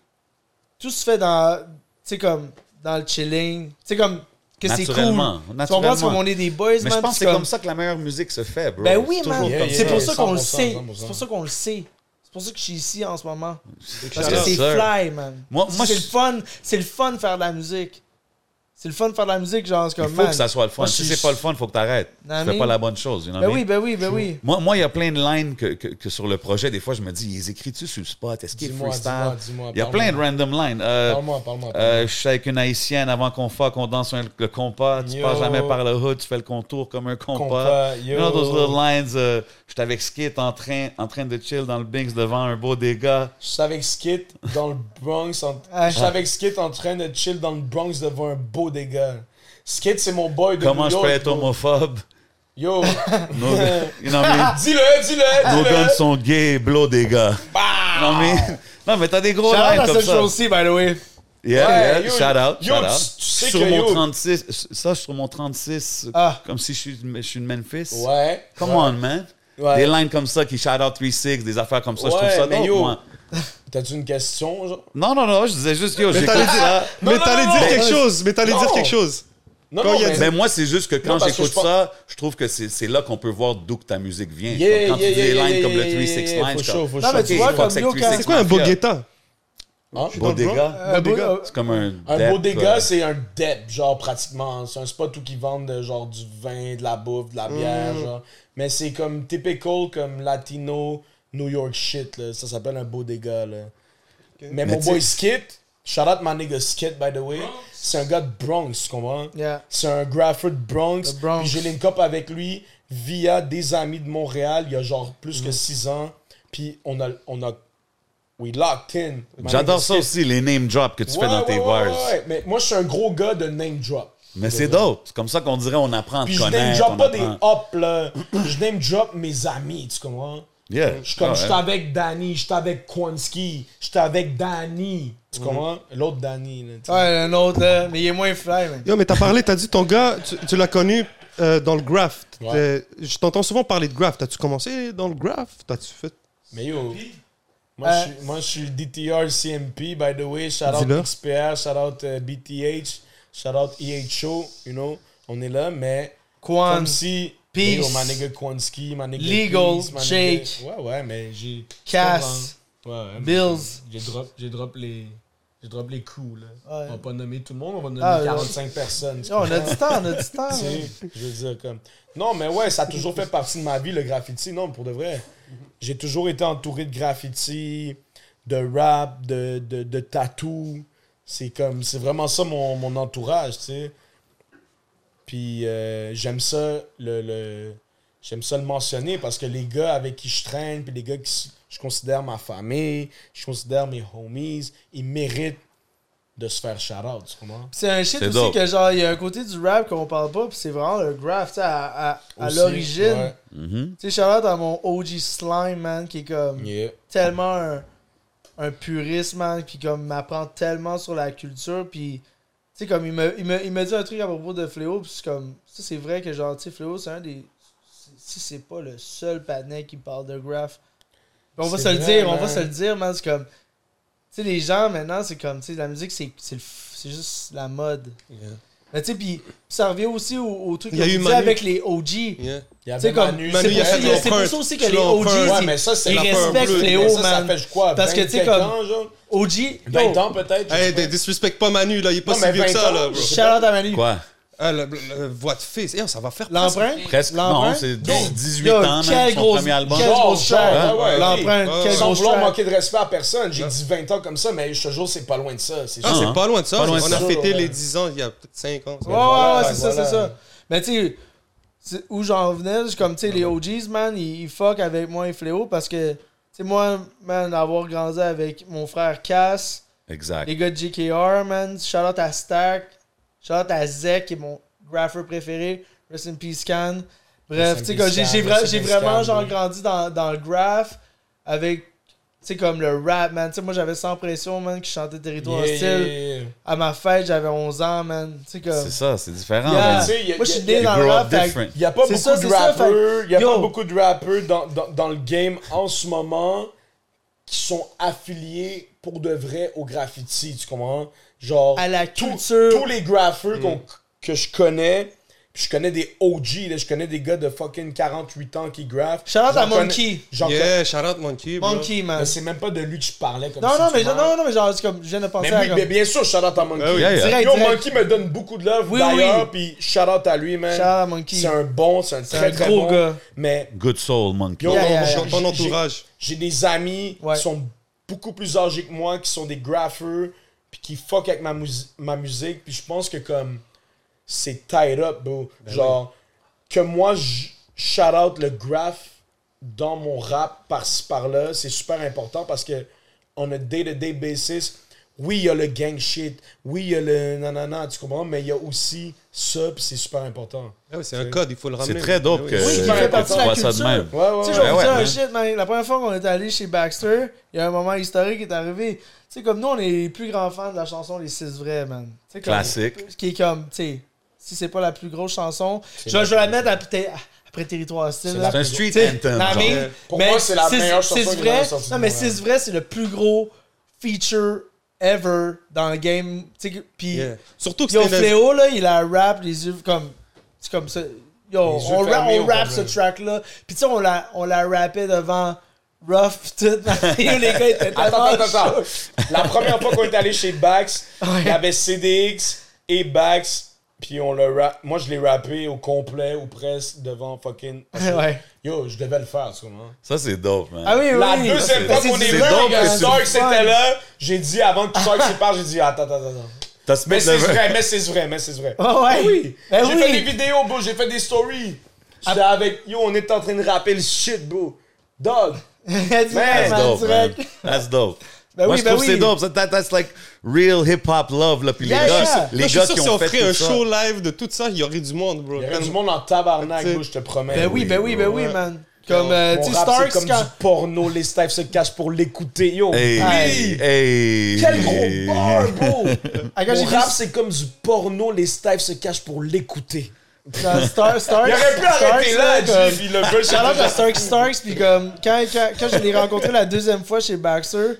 S4: tout se fait dans, tu sais, comme, dans le chilling. Tu sais, comme, que c'est cool.
S2: Naturellement,
S4: Tu comprends, c'est
S2: naturellement.
S4: comme on est des boys,
S2: Mais
S4: man.
S2: je pense
S4: puis
S2: que c'est comme ça que la meilleure musique se fait, bro.
S4: Ben oui,
S2: C'est toujours
S4: man.
S2: comme
S3: Yeah,
S4: C'est
S2: ça.
S4: pour ça qu'on le
S3: 100%,
S4: sait.
S3: 100%.
S4: C'est pour ça qu'on le sait. C'est pour ça que je suis ici en ce moment. Parce
S2: Shout
S4: que
S2: out,
S4: c'est
S2: sir.
S4: fly, man.
S2: Moi- moi,
S4: c'est
S2: je-
S4: le fun. C'est le fun de faire de la musique. C'est le fun de faire de la musique, genre, c'est comme,
S2: Il faut
S4: man.
S2: que ça soit le fun.
S4: moi,
S2: Si
S4: je-
S2: c'est pas le fun, faut que t'arrêtes.
S4: Non,
S2: Tu fais
S4: mais-
S2: pas la bonne chose. you know
S4: Ben
S2: what I
S4: oui,
S2: mean?
S4: ben oui, ben oui.
S2: Moi, moi, il y a plein de lines que, que- que sur le projet, des fois, je me dis, ils écris-tu sur le spot? Est-ce qu'il est
S3: Dis-moi,
S2: freestyle?
S3: dis-moi, dis-moi,
S2: Il y a
S3: parle-moi.
S2: plein de random lines. Euh,
S3: Parle-moi, parle-moi, parle-moi.
S2: euh, je suis avec une haïtienne avant qu'on fasse, qu'on danse un- le compas. Tu
S3: Yo.
S2: passes jamais par le hood, tu fais le contour comme un compas.
S3: Compas,
S2: you
S3: yo.
S2: know those little lines. euh, J'étais avec Skit en train, en train de chill dans le Binks devant un beau dégât.
S3: Je suis avec Skit dans le Bronx. En...
S4: Ouais.
S3: Je suis avec Skit en train de chill dans le Bronx devant un beau dégât. Skit, c'est mon boy de
S2: Comment
S3: New
S2: je
S3: York.
S2: peux être
S3: bro.
S2: homophobe?
S3: Yo,
S2: Nos, you know what I mean?
S3: dis-le, dis-le,
S2: Nos guns
S3: dis-le.
S2: sont gays, blow des gars. Non mais,
S3: Bah!
S2: non mais t'as des gros
S4: Shout out
S2: lines
S4: à
S2: comme
S4: cette
S2: ça.
S4: chose-ci, by the way.
S2: Yeah,
S3: Ouais,
S2: yeah,
S3: yo,
S2: shout out,
S3: yo,
S2: shout
S3: tu-
S2: out.
S3: tu sais
S2: sur
S3: que
S2: mon
S3: yo-
S2: 36, ça je suis sur mon 36,
S4: Ah.
S2: comme si je suis, je suis de Memphis.
S3: Ouais.
S2: Come
S3: ouais.
S2: on man.
S3: Ouais.
S2: Des lines comme ça qui shout out 36, des affaires comme ça, je trouve
S3: Ouais,
S2: ça
S3: mais
S2: dope,
S3: yo.
S2: moi.
S3: T'as-tu une question, genre?
S2: Non non non, je disais juste yo, j'écoute
S1: t'allais dire-
S2: ça.
S1: Mais t'allais dire quelque
S3: non.
S1: chose. Mais t'allais dire
S3: Non.
S1: quelque chose.
S3: Non,
S1: Quand
S3: non,
S1: il y a
S3: mais...
S1: du-
S2: Mais moi, c'est juste que quand
S3: Non, parce que
S2: j'écoute
S3: je pense-
S2: ça, je trouve que c'est c'est là qu'on peut voir d'où que ta musique vient. Comme
S3: Yeah,
S2: quand
S3: yeah,
S2: tu dis
S3: yeah,
S2: des
S3: yeah,
S2: lines
S3: yeah,
S2: comme le
S3: yeah,
S2: 36
S3: yeah, yeah,
S2: lines,
S3: for
S2: je suis
S3: sure, for
S2: comme,
S4: sure. Non, mais tu vois,
S2: fuck,
S4: comme
S2: c'est
S4: yo,
S2: que 36
S1: C'est quoi un
S2: mafia.
S1: boguetta?
S3: Hein?
S2: Beau dégât.
S4: Euh,
S1: Bodega.
S4: euh,
S2: C'est comme un.
S3: Un
S2: dep,
S3: beau dégât,
S2: euh,
S3: c'est un dep, genre pratiquement. C'est un spot où ils vendent euh, genre du vin, de la bouffe, de la
S4: Mm.
S3: bière, genre. Mais c'est comme typical, comme latino, New York shit, là. Ça s'appelle un beau dégât, là. Mais, mon
S2: t'sais-
S3: boy Skit, shout out my nigga Skit, by the way. C'est un gars de Bronx, tu comprends?
S4: Yeah.
S3: C'est un Grafford Bronx.
S4: The Bronx.
S3: Puis j'ai link up avec lui via des amis de Montréal, il y a genre plus
S4: Mm.
S3: que 6 ans. Puis on a, on a. We locked in. my
S2: J'adore
S3: nigga
S2: ça
S3: Skit.
S2: aussi, les name drops que tu
S3: Ouais,
S2: fais dans
S3: ouais,
S2: tes
S3: ouais,
S2: bars.
S3: ouais, ouais. Mais moi, je suis un gros gars de name drop.
S2: Mais c'est dope. C'est comme ça qu'on dirait on apprend à te
S3: Puis je name
S2: connaître.
S3: drop
S2: on
S3: pas des
S2: apprend-
S3: up, là. je name drop mes amis, tu comprends?
S2: Yeah.
S3: Je suis comme,
S2: Ah,
S3: j'étais
S2: ouais.
S3: avec Danny, j'étais avec Kwanski, j'étais avec Danny. Tu
S2: Mhm.
S3: comprends? L'autre Danny, là. tu sais.
S4: Ouais, un autre, là. Mais il est moins fly, man.
S1: Yo, mais t'as parlé, t'as dit ton gars, tu, tu l'as connu euh, dans le graft.
S3: Ouais.
S1: Euh, Je t'entends souvent parler de graft. T'as-tu commencé dans le graft? T'as-tu fait.
S3: Mais yo. Moi,
S4: Euh,
S3: je suis- moi, je suis le DTR CMP, by the way. Shout out
S1: Dis-le.
S3: XPR, shout out euh, BTH, shout out EHO, you know. On est là, mais.
S4: Quan,
S3: Comme si.
S4: Peace.
S3: Yo, ma nigga Kwanski, ma nigga.
S4: Legal,
S3: Peace, ma nigga-
S4: Jake.
S3: Ouais, ouais, mais j'ai.
S4: Cass,
S3: Ouais, ouais, mais-
S4: Bills.
S3: J'ai drop, j'ai drop les. J'ai drop les coups, là.
S4: Ouais.
S3: On va pas nommer tout le monde, on va nommer
S4: Ah, ouais.
S3: 45 personnes. tu
S4: Yo, Oh, on a du temps, on a du temps.
S3: comprends?
S4: man.
S3: Je veux dire, comme. Non, mais ouais, ça a toujours fait partie de ma vie, le graffiti. Non, pour de vrai. J'ai toujours été entouré de graffiti, de rap, de, de, de tatou. C'est comme. C'est vraiment ça mon, mon entourage, tu sais. Puis euh, j'aime ça le, le- j'aime ça le mentionner parce que les gars avec qui je traîne, puis les gars qui s- je considère ma famille, je considère mes homies, ils méritent de se faire shout out, tu comprends?
S4: C'est un shit
S2: C'est
S4: aussi
S2: dope.
S4: que genre, il y a un côté du rap qu'on parle pas, puis c'est vraiment le graph, tu sais, à, à, à
S3: Aussi,
S4: l'origine.
S3: ouais.
S2: Mhm.
S4: Tu sais, Charlotte à mon OG Slime, man, qui est comme
S3: Yeah.
S4: tellement un, un puriste, man, qui comme m'apprend tellement sur la culture, puis tu sais, comme il me, il, me, il me dit un truc à propos de Fléau, puis c'est comme, ça c'est vrai que genre, tu sais, Fléau, c'est un des, c'est- si c'est pas le seul panel qui parle de graph, on va
S3: C'est
S4: se le
S3: vrai,
S4: dire, on
S3: man.
S4: va se le dire, man, c'est comme, tu sais, les gens maintenant, c'est comme, tu sais, la musique, c'est c'est le f- c'est juste la mode.
S3: Yeah.
S4: Mais tu sais, puis ça revient aussi au, au truc
S1: Il y
S4: que
S1: a eu
S4: tu disais
S1: Manu.
S4: avec les OG.
S3: Il y avait
S4: C'est comme,
S3: Manu,
S4: c'est
S1: il a
S3: ouais,
S4: pour, ça-
S1: fait de
S4: c'est pour
S1: l'empreinte.
S4: ça aussi
S1: Tu
S4: que les
S1: l'as
S4: OG,
S1: empreinte.
S3: Ouais,
S4: c'est-
S3: mais ça, c'est
S4: ils
S3: la peur
S4: respectent
S3: bleue.
S4: Fléau,
S3: Mais ça,
S4: man.
S3: Ça fait je crois
S4: Parce que, tu sais,
S3: 27
S4: comme-
S3: ans, genre.
S4: OG,
S3: 20
S4: yo,
S3: ans peut-être. je sais
S1: Eh, Hey,
S3: pas.
S1: dis- disrespecte pas Manu, là. Il est pas
S3: Non,
S1: si
S3: mais
S1: vieux que
S3: 20
S1: ça,
S3: ans,
S1: là, bro.
S4: shout out à Manu.
S2: Quoi?
S1: Ah, la, la- la voix de fils. Yo, ça va faire presque-
S4: L'empreinte?
S2: Presque.
S4: L'empreinte?
S2: Non, c'est
S4: Yo,
S2: 18
S4: yo,
S2: ans, même,
S4: quelle
S2: son
S4: grosse-
S2: premier album.
S4: quelle
S3: Genre,
S4: grosse
S3: genre,
S4: track.
S3: ouais, ouais,
S4: L'empreinte,
S1: ouais.
S4: quelle
S3: Oh, Sans
S4: grosse
S3: vouloir
S4: track.
S3: manquer de respect à personne, j'ai dit 20 ans comme ça, mais je te jure, c'est pas loin de ça. C'est
S1: Ah,
S3: sûr.
S1: c'est pas loin de ça.
S2: Pas loin de
S1: On a
S2: ça.
S1: fêté
S3: Ouais.
S1: les 10 ans il y a peut-être 5 ans.
S4: Ouais, ouais, ouais,
S3: Voilà,
S4: c'est ça,
S3: voilà.
S4: c'est ça. Mais tu sais, c'est où j'en venais, c'est comme, tu sais, les OGs, man, ils, ils fuck avec moi et Fléau parce que, tu sais, moi, man, avoir grandi avec mon frère Cass,
S2: Exact.
S4: Les gars de JKR, man. Shout-out à Stack. Shout-out à Zek, qui est mon grapher préféré. Rest in peace, Can.
S3: Rest
S4: Bref,
S3: in
S4: tu sais, comme
S3: peace,
S4: j'ai
S3: Can.
S4: j'ai
S3: Rest in
S4: vra- j'ai
S3: peace,
S4: vraiment
S3: Can,
S4: genre
S3: oui.
S4: grandi dans, dans le graph avec, tu sais, comme le rap, man. Tu sais, moi, j'avais sans pression, man, qui chantait Territoire
S3: Yeah,
S4: Hostile.
S3: yeah, yeah.
S4: À ma fête, j'avais 11 ans, man. Tu sais, comme.
S2: C'est ça, c'est différent.
S4: Yeah.
S2: man.
S3: Tu sais, il y a-
S4: Moi, je suis
S3: il y a-
S4: né dans
S2: you
S4: le
S2: grow
S4: rap.
S2: up
S4: fait que-
S2: different.
S3: Il n'y a pas
S4: C'est
S3: beaucoup
S4: ça,
S3: de
S4: c'est ça, fait-
S3: rappeurs, y a pas
S4: Yo.
S3: beaucoup de rappeurs dans, dans, dans le game en ce moment qui sont affiliés pour de vrai au graffiti, tu comprends? Genre
S4: À la
S3: tous-
S4: culture.
S1: Mm.
S3: tous les graffeurs qu'on- que je connais Puis je connais des OG, là, je connais des gars de fucking 48 ans qui graffent.
S4: Shout-out
S3: J'en
S4: à
S3: connais-
S4: Monkey.
S3: j'en connais-
S1: Yeah, shout out Monkey, bro.
S4: Monkey, man.
S3: Mais Euh, C'est même pas de lui que je parlais comme
S4: Non,
S3: si
S4: non,
S3: tu
S4: mais,
S3: vois.
S4: non, non, mais genre, c'est comme, je viens de penser
S3: Mais
S4: à.
S3: oui,
S4: comme-
S3: mais bien sûr, shout out à Monkey.
S1: Ah oui.
S2: Yeah, yeah.
S4: Direct,
S3: Yo,
S4: direct.
S3: Monkey me donne beaucoup de love
S4: Oui,
S3: d'ailleurs, puis shout out à lui, man.
S4: Shout-out à Monkey.
S3: C'est un bon, c'est un
S4: C'est
S3: très
S4: un
S3: très
S4: gros
S3: bon.
S4: gars.
S3: Mais
S2: Good soul, monkey.
S3: yo,
S4: Yeah,
S3: mon-
S4: yeah,
S3: j'ai-
S4: yeah.
S1: Ton- Ton
S3: j'ai-
S1: entourage.
S3: J'ai des amis
S4: Ouais.
S3: qui sont beaucoup plus âgés que moi, qui sont des graffeurs, puis qui fuck avec ma, mus- ma musique. Puis je pense que comme c'est tied up,
S4: Ben
S3: bro. Genre, que moi, je shout out le graph dans mon rap par-ci par-là, c'est super important parce que on a day-to-day basis. Oui, il y a le gang shit. Oui, il y a le nanana, tu comprends? Mais il y a aussi ça, puis c'est super important.
S1: Ah oui, c'est un code, il faut le ramener.
S2: C'est très dope
S1: Ah oui.
S2: que,
S4: Oui,
S2: que
S4: qui fait partie
S2: tu
S4: de la
S2: vois ça de
S4: culture.
S2: même.
S3: Ouais, ouais,
S4: Tu sais, je
S3: ouais.
S4: vais vous
S2: Ben ouais, hein.
S4: dire un
S2: man.
S4: shit, man. La première fois qu'on est allé chez Baxter, il y a un moment historique qui est arrivé. Tu sais, comme nous, on est les plus grands fans de la chanson Les Six Vrais, man. Tu sais, comme-
S2: Classique.
S4: Ce qui est comme, tu sais, si c'est pas la plus grosse chanson, je vais je vais la mettre après, ah, après Territoire Style. là.
S2: C'est un street
S4: Tu sais,
S2: anthem.
S4: non,
S2: genre.
S4: mais-
S1: Euh,
S3: pour moi, c'est la meilleure chanson
S4: c'est
S3: qui est
S4: vrai.
S3: jamais sortie
S4: Non,
S3: de
S4: mais
S3: Montréal.
S4: c'est vrai, c'est le plus gros feature ever dans le game. Tu sais, que- puis
S1: Yeah. Surtout que
S4: Yo,
S1: c'était une-
S4: Fléau, là, il a rap les yeux comme. C'est comme ça. Yo,
S3: Les yeux
S4: on, ra-
S3: fermés,
S4: on
S3: on
S4: rap ce
S3: comprend.
S4: track-là. Puis tu sais, on la, on la rappait devant Ruff, pis tout. Yo, les gars étaient
S3: Attends,
S4: tellement
S3: attends, attends.
S4: chauds.
S3: La première fois qu'on est allé chez Bax, il y avait CDX et Bax, puis on le rap. Moi, je l'ai rappé au complet ou presque devant fucking.
S4: Ouais.
S3: Yo, je devais le faire, tu comprends?
S2: Ça, c'est dope, man.
S4: Ah oui, oui.
S3: La
S4: oui.
S3: deuxième fois
S4: C'est
S3: qu'on
S4: du
S3: est
S4: vrai,
S2: dope
S3: venu,
S4: regarde,
S3: que
S2: c'est
S3: Stark
S4: du fun.
S3: était là, j'ai dit avant que Stark se parte, j'ai dit attends, attends, attends. attends.
S2: T'as Smith
S3: Mais c'est
S2: Lever-
S3: vrai, mais c'est vrai, mais c'est vrai.
S4: Ah ouais.
S3: oui.
S4: Ben
S3: j'ai
S4: oui. Ah.
S3: fait des vidéos, bro, j'ai fait des stories. J'étais avec. Yo, on était en train de rapper le shit, bro. Dog.
S4: Direct,
S3: That's
S4: man,
S2: That's dope, man.
S4: direct.
S2: That's dope.
S4: Ben
S2: Moi,
S4: oui,
S2: je
S4: ben
S2: trouve que c'est
S4: oui.
S2: dope. Ça, that- that's like real hip-hop love, là. Puis
S4: Yeah,
S2: les gars,
S4: yeah.
S2: les
S1: Là, je
S2: gars qui
S1: suis sûr que si
S2: ont
S1: on
S2: fait
S1: ferait un
S2: tout ça.
S1: show live de tout ça, il y aurait du monde, bro.
S3: Il y a
S1: Comme-
S3: du monde en tabarnak,
S1: T'sais.
S3: bro, je te promets.
S4: Ben oui, ben oui, ben oui,
S1: Ouais.
S4: man. Comme, euh,
S3: Mon
S4: tu sais,
S3: rap,
S4: Starks,
S3: c'est comme
S4: quand.
S3: du porno, les staffs se cachent pour l'écouter. Yo,
S2: Hey,
S3: oui!
S2: hey.
S3: Quel gros bar, bro!
S4: Ah, quand j'ai
S3: Mon
S4: vu-
S3: rap, c'est comme du porno, les staffs se cachent pour l'écouter.
S4: dans Star, Starks.
S3: Il aurait pu arrêter
S4: Starks,
S3: là,
S4: comme-
S3: Jay, puis le gars,
S4: Shout out à
S3: j'étais
S4: Stark Starks, puis comme, quand, quand, quand je l'ai rencontré la deuxième fois chez Baxter,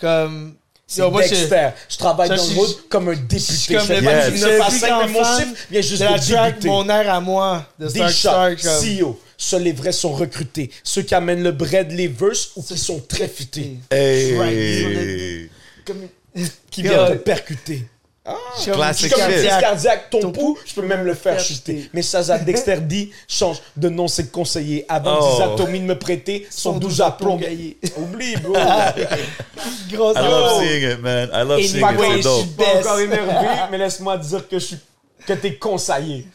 S4: comme. yo, moi,
S3: genre,
S4: j'ai-
S3: Dexter, je travaille
S4: je-
S3: dans le
S4: je-
S3: road comme un
S4: je
S3: député.
S4: suis comme
S3: Je fais
S4: le
S3: pas
S2: Yes.
S3: du
S4: plus-
S3: 9 à
S4: le plus
S3: 5,
S4: grand
S3: mais mon
S4: fan
S3: chiffre vient juste
S4: de la
S3: de
S4: track
S3: débuter.
S4: Mon air à moi de
S3: Des
S4: Stark
S3: shots,
S4: Stark. comme-
S3: CEO, seuls les vrais sont recrutés. Ceux qui amènent le bread, les verses, ou qui sont très futés.
S2: Hey.
S3: Comme- Qui
S4: Yo.
S3: viennent te percuter.
S4: Comme
S2: Classic
S3: Je suis comme
S2: shit.
S3: crise
S4: cardiaque.
S3: cardiaque, ton,
S4: Ton
S3: pouls,
S4: pouls,
S3: je peux même le faire chuter. Mais Saza Dexter dit change de nom, c'est conseillé. Avant
S2: Oh.
S3: 10 atomies de me prêter, son 12 à plomb. Oublie, bro.
S2: Ah,
S4: Grosse
S2: I love
S4: affaire.
S2: seeing it, man. I love
S4: Et
S2: seeing
S4: une
S2: it. C'est
S4: fois,
S2: dope.
S4: je-
S3: Pas encore énervé, mais laisse-moi dire que je suis que t'es conseillé.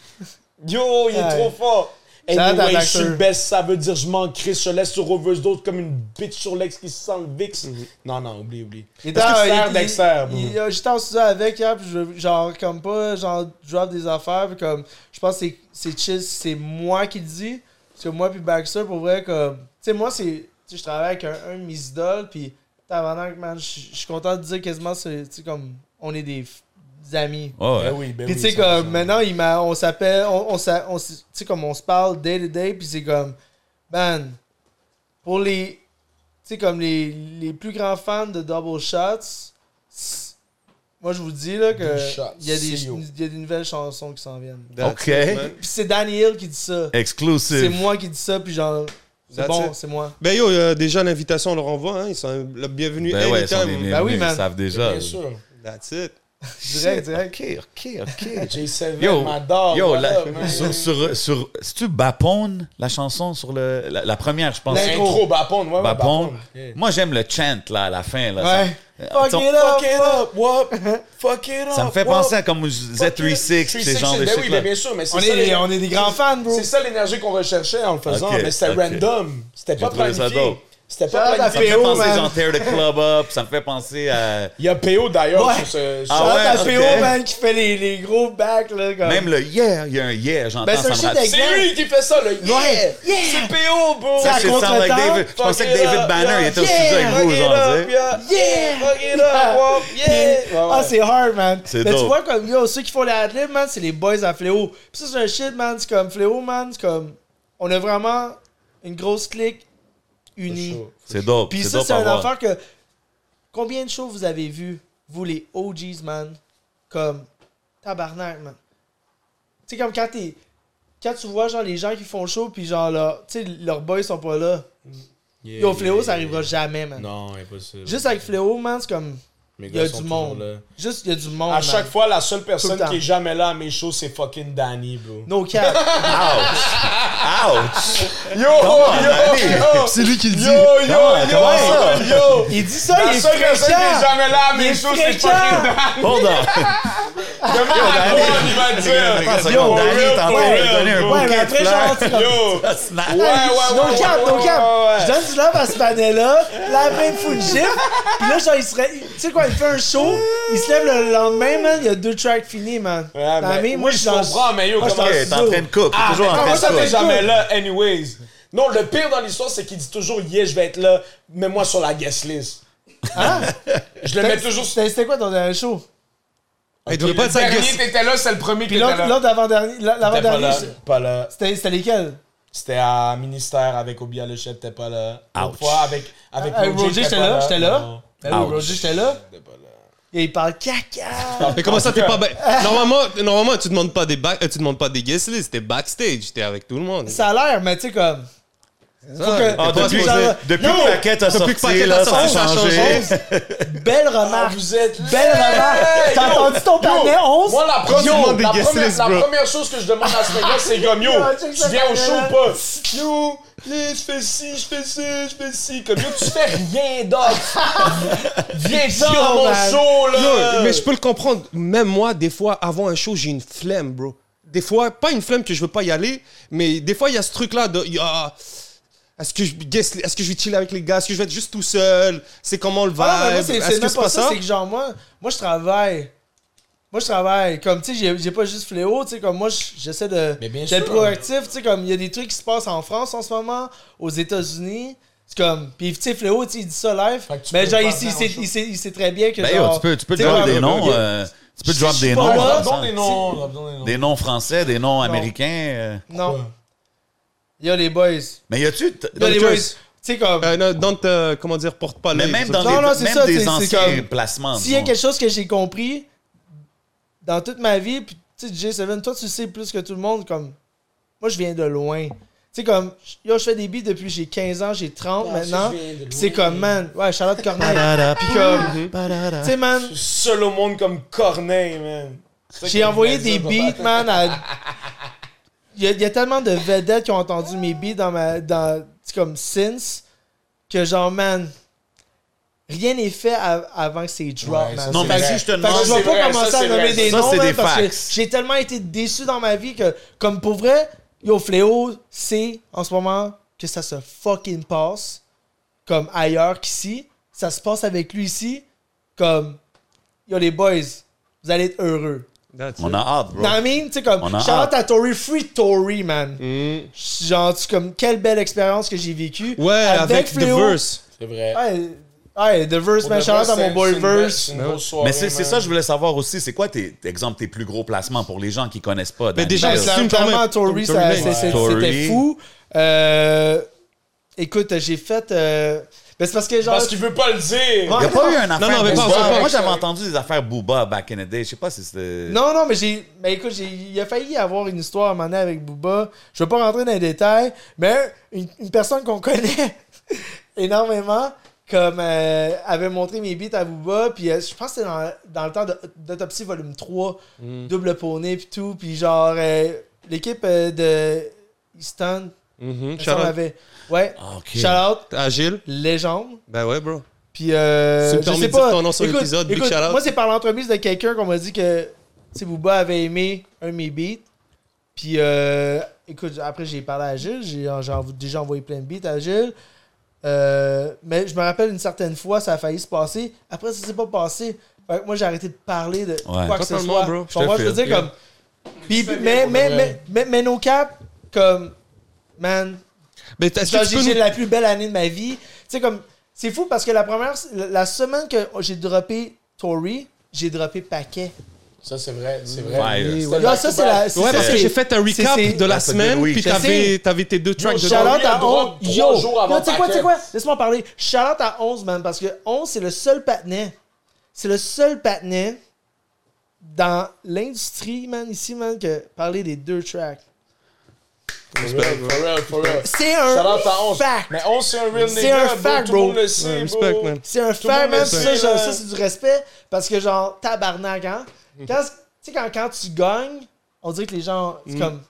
S3: Yo, il est
S4: Ouais.
S3: trop fort.
S4: Ça, t'as
S3: Anyway, je suis
S4: Dexter.
S3: baisse, ça veut dire je m'en crisse, je laisse sur overdose d'autres comme une bitch sur l'ex qui sent le vix. Non, non, oublie, oublie.
S4: Il était
S3: Parce que
S4: en-
S3: tu sers
S4: il-
S3: Dexter, bro.
S4: il- il- J'étais en studio avec hier, puis je- genre, comme pas, genre, drop des affaires, puis comme, je pense que c'est- c'est chill, si c'est moi qui le dis, parce que moi, puis Baxter, pour vrai, comme, tu sais, moi, c'est, tu sais, je travaille avec un, un de mes idoles, puis, tabarnak, man, je je suis content de dire quasiment, c'est- tu sais, comme, on est des, f- des amis.
S2: Oh, ouais.
S3: Ben oui, ben
S4: Puis
S3: oui,
S4: tu sais,
S3: ça,
S4: comme
S3: ça.
S4: maintenant, il m'a, on s'appelle, on, on, s'a- on s- tu sais, comme on se parle day to day, puis c'est comme, man, pour les, tu sais, comme les, les plus grands fans de Double Shots, c'est- moi je vous dis là que
S3: Double Shots,
S4: il y, a des-
S3: CEO.
S4: il y a des nouvelles chansons qui s'en viennent.
S1: That's
S2: Ok.
S1: it, man.
S4: Puis c'est Daniel qui dit ça. C'est
S2: Exclusive.
S4: moi qui dis ça, puis genre, c'est
S1: That's
S4: bon,
S1: it.
S4: c'est moi.
S1: Ben yo, euh, déjà l'invitation, on leur envoie. Hein. Ils sont le bienvenu
S2: Ben ouais, ils sont des
S1: anytime.
S4: Ben oui,
S2: bienvenus,
S4: man.
S2: Ils savent déjà.
S3: Bien sûr.
S1: That's it.
S4: Direct, direct.
S2: OK, OK, OK.
S3: J7
S2: Yo,
S3: m'adore.
S2: yo
S3: voilà,
S2: la-
S3: man.
S2: sur, sur, sur- c'est-tu Bapone, la chanson sur le, la, la première, je pense.
S3: Intro, Bapon, Bah, ouais, ouais,
S2: Bapone.
S3: Bapon. Yeah.
S2: Moi, j'aime le chant, là, à la fin. Là,
S4: Ouais.
S2: Ça-
S4: Fuck
S2: ça-
S4: it up,
S3: Fuck it up, what? Fuck it up.
S2: Ça me fait
S3: what?
S2: penser à comme Z36,
S3: Fuck it.
S2: ces genres de
S3: Ben oui,
S2: shit-là.
S3: ben bien sûr, mais c'est
S4: On
S3: ça.
S4: est, des-
S3: les-
S4: on est des grands fans, bro.
S3: C'est ça l'énergie qu'on recherchait en le faisant,
S2: Ok,
S3: mais c'était
S2: ok.
S3: random. C'était pas
S2: trouvé ça
S3: planifié.
S2: dope.
S3: C'était pas
S4: Shout out à
S2: Ça me
S3: planifié.
S2: fait
S4: PO,
S2: penser
S4: man.
S2: genre Tear the Club Up, ça me fait penser à...
S3: Il y a PO d'ailleurs
S4: Ouais.
S3: sur ce.
S2: Ah
S4: Shout out à
S2: ouais,
S4: PO,
S2: ok.
S4: man, qui fait les, les gros backs, là. Comme.
S2: Même le yeah, il y a un yeah, j'entends
S4: Ben,
S2: ça
S4: c'est un
S2: me
S4: shit
S2: rappelle-
S4: avec-
S3: C'est lui qui fait ça, le yeah!
S4: Ouais. Yeah.
S3: C'est PO, bro!
S4: Ça,
S2: That shit sound like
S4: contre-temps,
S2: David- Je
S3: Fuck
S2: pensais que
S3: it
S2: David
S3: up,
S2: Banner
S3: yeah.
S2: était au studio avec
S4: Yeah,
S2: vous,
S3: Fuck it
S2: genre. tu
S3: up,
S2: sais.
S3: yeah!
S4: Yeah.
S3: Fuck it up, wop, yeah!
S4: Ah, c'est hard, man.
S2: C'est
S4: Mais
S2: dope.
S4: tu vois, comme, yo, ceux qui font les adlibs, man, c'est les boys à Fléau. Puis ça, c'est un shit, man. C'est comme Fléau, man. C'est comme. On a vraiment une grosse clique unie.
S2: C'est dope.
S4: Puis ça,
S2: dope
S4: c'est
S2: à
S4: une
S2: voir.
S4: affaire que. Combien de shows vous avez vu, vous, les OGs, man, comme tabarnak, man? Tu sais, comme quand t'es. quand tu vois genre les gens qui font le show puis genre là, tu sais leurs boys sont pas là. Yo Fléau ça arrivera jamais man.
S3: Non, impossible.
S4: Juste avec Fléau man, c'est comme
S3: Mes
S4: il y
S3: gars
S4: a
S3: sont
S4: du
S3: toujours
S4: monde.
S3: là.
S4: Juste il y a du monde.
S3: À
S4: Oh, man.
S3: chaque fois, la seule
S4: Tout
S3: personne
S4: le temps.
S3: qui est jamais là à mes shows, c'est fucking Danny, bro.
S4: No cap.
S2: Ouch!
S3: Yo,
S2: on,
S3: yo,
S2: Danny.
S3: yo,
S6: C'est lui qui le dit.
S3: yo, yo,
S2: comment ça?
S3: yo, yo.
S4: il dit ça,
S3: La
S4: il est
S3: seule personne qui est
S4: fréquent.
S3: jamais là à
S4: Il est
S3: mes shows, c'est
S4: fréquent.
S3: fucking Danny.
S2: Hold on!
S3: Demande à
S2: Danny.
S3: Paul, il va te dire.
S2: Attends,
S3: Yo,
S2: seconde, Danny,
S3: yo,
S2: t'es en train
S3: yo,
S2: de lui donner un
S3: yo.
S4: Ouais, mais
S2: bouquet de
S4: après genre
S2: fleurs.
S4: tu comme-
S3: Yo.
S2: Snap.
S3: Ouais, ouais,
S4: no
S3: ouais,
S4: cap,
S3: ouais,
S4: no
S3: ouais,
S4: cap.
S3: ouais, ouais.
S4: Je donne du love à ce panel-là, la même fout le gif. Puis là, genre, il serait. Tu sais quoi, il fait un show, il se lève le lendemain, man, il y a deux tracks finis, man.
S3: Ouais,
S4: T'as
S3: mais-
S4: aimé?
S3: oui, je comprends, mais yo,
S4: moi, je
S3: comment-
S4: t'en-
S2: Ok, T'es en train de cook. T'es
S3: Ah, mais
S2: toujours en train
S3: comment ça t'es
S2: de cook.
S3: jamais là, anyways? Non, le pire dans l'histoire, c'est qu'il dit toujours, yeah, je vais être là, mets-moi sur la guest list.
S4: Hein?
S3: Je le mets toujours sur.
S4: C'était c'était quoi ton dernier show?
S6: Il devrait pas
S3: Le
S6: être sa
S3: dernier,
S6: guest.
S3: t'étais là, c'est le premier qui
S4: Puis
S3: était
S4: l'autre,
S3: là.
S4: l'autre avant-dernier,
S3: T'étais
S4: la-
S3: pas
S4: l'avant-dernier,
S3: là,
S4: c'est-
S3: pas là.
S4: c'était c'était lesquels?
S3: C'était à ministère avec Obi Alechet, t'étais pas là. L'autre
S2: Ouch.
S3: fois avec avec
S4: Avec Roger,
S3: t'étais
S4: j'étais
S3: pas
S4: là, j'étais là.
S3: Non.
S4: Hello,
S2: Ouch.
S4: Roger, j'étais là.
S3: T'étais pas là.
S4: Et il parle caca.
S6: Mais comment ça, t'es pas.
S1: ben,
S6: ba- Normalement, normalement, tu demandes pas des back, euh, tu demandes pas des guest list, t'es backstage, t'es avec tout le monde.
S4: Ça a l'air, mais tu sais, comme.
S6: t'es
S4: Faut que.
S6: pas
S2: Ah,
S4: faut que
S2: depuis,
S4: ça-
S2: depuis
S4: Non,
S2: que Paquette a
S6: Depuis que
S2: sorti,
S6: Paquette a
S2: là, ça a
S6: sorti, ça a
S2: changé.
S4: Belle
S3: Ah,
S4: remarque.
S3: Vous êtes
S4: Belle remarque. T'as entendu ton panel 11?
S3: Moi, la première,
S6: Yo,
S3: la
S6: des
S3: première-
S6: guest lists,
S3: la
S6: bro.
S3: première chose que je demande à ce mec-là, c'est comme yo,
S4: Yo, check
S3: tu
S4: ça,
S3: viens au show
S4: Mariana.
S3: ou pas? Yo, eh, je fais ci, je fais ça, je fais ci. Comme yo, tu fais rien d'autre. viens
S4: Yo,
S3: dans mon
S4: man.
S3: show, là.
S6: Yo, mais je peux le comprendre. Même moi, des fois, avant un show, j'ai une flemme, bro. Des fois, pas une flemme que je veux pas y aller, mais des fois, il y a ce truc-là de. il y a- Est-ce que, je, guest- est-ce que je vais chiller avec les gars Est-ce que je vais être juste tout seul C'est comment le vibe
S4: Ah, mais moi, c'est-
S6: Est-ce
S4: c'est
S6: que
S4: même
S6: c'est
S4: pas
S6: pas
S4: ça,
S6: ça
S4: c'est que genre, moi, moi, je travaille. Moi, je travaille. Comme, tu sais, j'ai- j'ai pas juste fléau, tu sais, comme moi, je- j'essaie de-
S3: Mais bien
S4: d'être
S3: sûr.
S4: proactif, tu sais, comme il y a des trucs qui se passent en France en ce moment, aux États-Unis. C'est comme, pis tu sais, fléau, tu sais, il dit ça live.
S3: Fait que tu
S4: Mais
S3: peux
S4: genre,
S3: pas
S4: il, sait- il
S3: faire
S4: sait-
S3: un show.
S4: il sait- il sait très bien que.
S2: Ben, yo,
S4: genre,
S2: tu peux, tu peux
S4: tu sais,
S2: drop
S4: comme-
S2: des noms.
S4: Ok.
S2: euh, tu peux drop des
S4: pas
S2: noms.
S4: là,
S2: comme
S3: Ah, Donne
S2: ça.
S3: des noms, donne des noms.
S2: Des noms français, des noms américains. euh.
S4: Non. Yo, les boys.
S2: Mais y a-tu.
S3: Ben,
S4: Yo,
S6: le
S4: les boys. Tu
S6: choice.
S4: sais, comme.
S6: Euh, non, don't, euh, comment dire, porte pas
S2: Mais
S6: l'œil.
S2: même dans
S4: Non, non,
S2: des,
S4: c'est
S2: même
S4: ça, c'est-
S2: des
S4: c'est
S2: anciens
S4: comme-
S2: placements.
S4: S'il y a
S2: disons.
S4: quelque chose que j'ai compris dans toute ma vie, puis tu sais, J7, toi, tu sais plus que tout le monde, comme moi, je viens de loin. Tu sais, comme, yo, je fais des beats depuis j'ai 15 ans, j'ai 30 maintenant.
S3: je viens de
S4: puis c'est comme, man, ouais, Charlotte Corneille. puis comme, tu sais, man,
S3: Seul au monde comme Corneille, man. C'est ça
S4: j'ai
S3: que
S4: envoyé
S3: je me
S4: des
S3: dis, papa.
S4: beats, man, à. Il y, a, il y a tellement de vedettes qui ont entendu mes beats dans ma. Dans, tu sais, comme, since, que genre, man. Rien n'est fait av- avant que c'est drop,
S3: Ouais, ça,
S4: man.
S2: Non,
S3: c'est
S2: mais
S3: vrai.
S2: si je te
S4: Fait que
S2: demande.
S4: je vais
S3: c'est
S4: pas
S3: vrai,
S4: commencer
S3: ça,
S4: à
S3: c'est
S4: nommer
S3: vrai.
S4: des
S2: Ça,
S4: noms,
S2: c'est
S4: man,
S2: des
S4: parce que
S2: facts.
S4: j'ai tellement été déçu dans ma vie que, comme pour vrai, yo, Fléau, c'est en ce moment que ça se fucking passe, comme ailleurs qu'ici. Ça se passe avec lui ici, comme, yo, les boys, vous allez être heureux.
S2: On a hâte, bro.
S4: T'as I mean? Tu sais, comme,
S2: On a
S4: shout
S2: hâte.
S4: à Tory, free Tory, man.
S6: Mm.
S4: Genre, tu comme, quelle belle expérience que j'ai vécue.
S6: Ouais, avec, The
S4: Fléau.
S6: Verse.
S3: C'est vrai.
S4: Ouais, ouais, The Verse, man,
S3: Pour de
S4: shout
S3: vrai, c'est-
S4: à mon boy
S3: c'est une belle-
S4: Verse.
S3: c'est une grosse soirée,
S2: Mais c'est c'est
S3: man.
S2: ça, je voulais savoir aussi. C'est quoi, tes, exemple, tes plus gros placements pour les gens qui connaissent pas? Danny
S6: déjà,
S2: Mills?
S6: c'est-
S4: Clairement,
S6: Costume quand
S4: Ben, clairement,
S6: même. Tory
S4: Tory, ça-
S6: Lane.
S4: c'est- c'est-
S2: Tory.
S4: c'était fou. Euh, écoute, j'ai fait. euh, ben, c'est parce que genre.
S3: Parce qu'il veut pas le dire.
S2: Il n'y a pas eu un affaire.
S6: Non, non, mais pas-
S2: Booba.
S6: pas- pas-
S2: Moi, j'avais entendu des affaires Booba back in the day. Je sais pas si c'était.
S4: Non, non, mais j'ai. Ben écoute, j'ai- il a failli y avoir une histoire à un moment donné avec Booba. Je vais pas rentrer dans les détails, mais une, une personne qu'on connaît énormément comme euh, avait montré mes beats à Booba. Puis euh, je pense que c'était dans, dans le temps de- d'Autopsie Volume 3, double poney puis tout. Puis genre, euh, l'équipe euh, de Easton,
S6: Mhm,
S4: ça, on
S6: shout-out.
S4: avait. Ouais.
S2: Ah, ok.
S4: Shout out.
S6: Agile.
S4: légende.
S6: Ben ouais, bro.
S4: Puis, euh,
S6: Tu me
S4: je
S6: permets
S4: sais
S6: de dire
S4: pas.
S6: ton nom sur
S4: Écoute,
S6: l'épisode, big
S4: écoute,
S6: shout-out.
S4: Moi, c'est par l'entremise de quelqu'un qu'on m'a dit que tu sais, Booba avait aimé un de mes beats. Puis, euh, écoute, après, j'ai parlé à Gilles. J'ai j'ai env- déjà envoyé plein de beats à Gilles. Euh, mais je me rappelle une certaine fois, ça a failli se passer. Après, ça s'est pas passé. Fait que moi, j'ai arrêté de parler de quoi que ce
S6: Totalement,
S4: soit.
S6: bro.
S4: Tu comprends?
S2: Je
S4: Je
S2: te
S4: veux dire,
S2: file.
S4: comme. Puis, mais, mais, mais, mais, mais nos caps, comme. Man,
S6: Mais est-ce
S4: Genre,
S6: que tu
S4: j'ai
S6: peux
S4: j'ai
S6: nous-
S4: la plus belle année de ma vie. Tu sais, comme, c'est fou parce que la première, la- la semaine que j'ai droppé Tory, j'ai droppé Paquet.
S3: Ça, c'est vrai. C'est vrai.
S2: Fire.
S3: C'était
S4: Là,
S3: back
S4: ça,
S3: to
S4: c'est
S3: back.
S4: la. c'est
S6: Ouais,
S4: ça,
S6: parce que
S4: c'est-
S6: j'ai fait un
S4: c'est-
S6: recap
S4: c'est-
S6: de la
S2: That's a good
S6: semaine,
S2: week.
S6: puis
S4: Je sais.
S6: t'avais t'avais tes deux tracks dedans.
S3: Yo,
S4: Shout
S3: Tory,
S4: out
S3: elle
S4: à
S3: drop
S4: 11.
S3: trois jours
S4: Yo,
S3: avant
S4: Yo, tu sais quoi, tu sais
S3: Paquet.
S4: quoi? Laisse-moi en parler. Shout out à 11, man, parce que 11, c'est le seul patinet. C'est le seul patinet dans l'industrie, man, ici, man, que parler des deux tracks.
S3: For real, for real, for real.
S4: C'est un
S3: Shout out à 11.
S4: fact.
S3: Mais 11, c'est un real
S4: C'est
S3: nigga.
S4: un
S3: bro.
S4: fact,
S3: Tout le monde
S4: bro.
S3: le sait,
S6: Ouais,
S3: bro.
S6: respect, man.
S4: C'est
S3: Tout
S4: un
S3: le
S4: fait,
S3: monde
S4: même
S3: le
S4: si ça,
S3: sait,
S4: genre,
S3: là.
S4: ça c'est du respect. Parce que, genre, tabarnak, hein.
S3: Mm-hmm.
S4: Quand, tu sais, quand, quand tu gagnes, on dirait que les gens.
S3: Mm-hmm.
S4: C'est comme.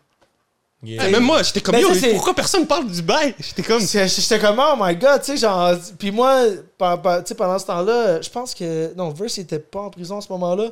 S6: Hey, même moi, j'étais comme,
S4: Mais
S6: yo,
S4: Ben, ça, c'est-
S6: pourquoi personne parle du bail? J'étais comme,
S4: C'est- J'étais comme, oh my god, tu sais, genre. Puis moi, pa- pa- tu sais, pendant ce temps-là, je pense que. Non, Verse il était pas en prison à ce moment-là.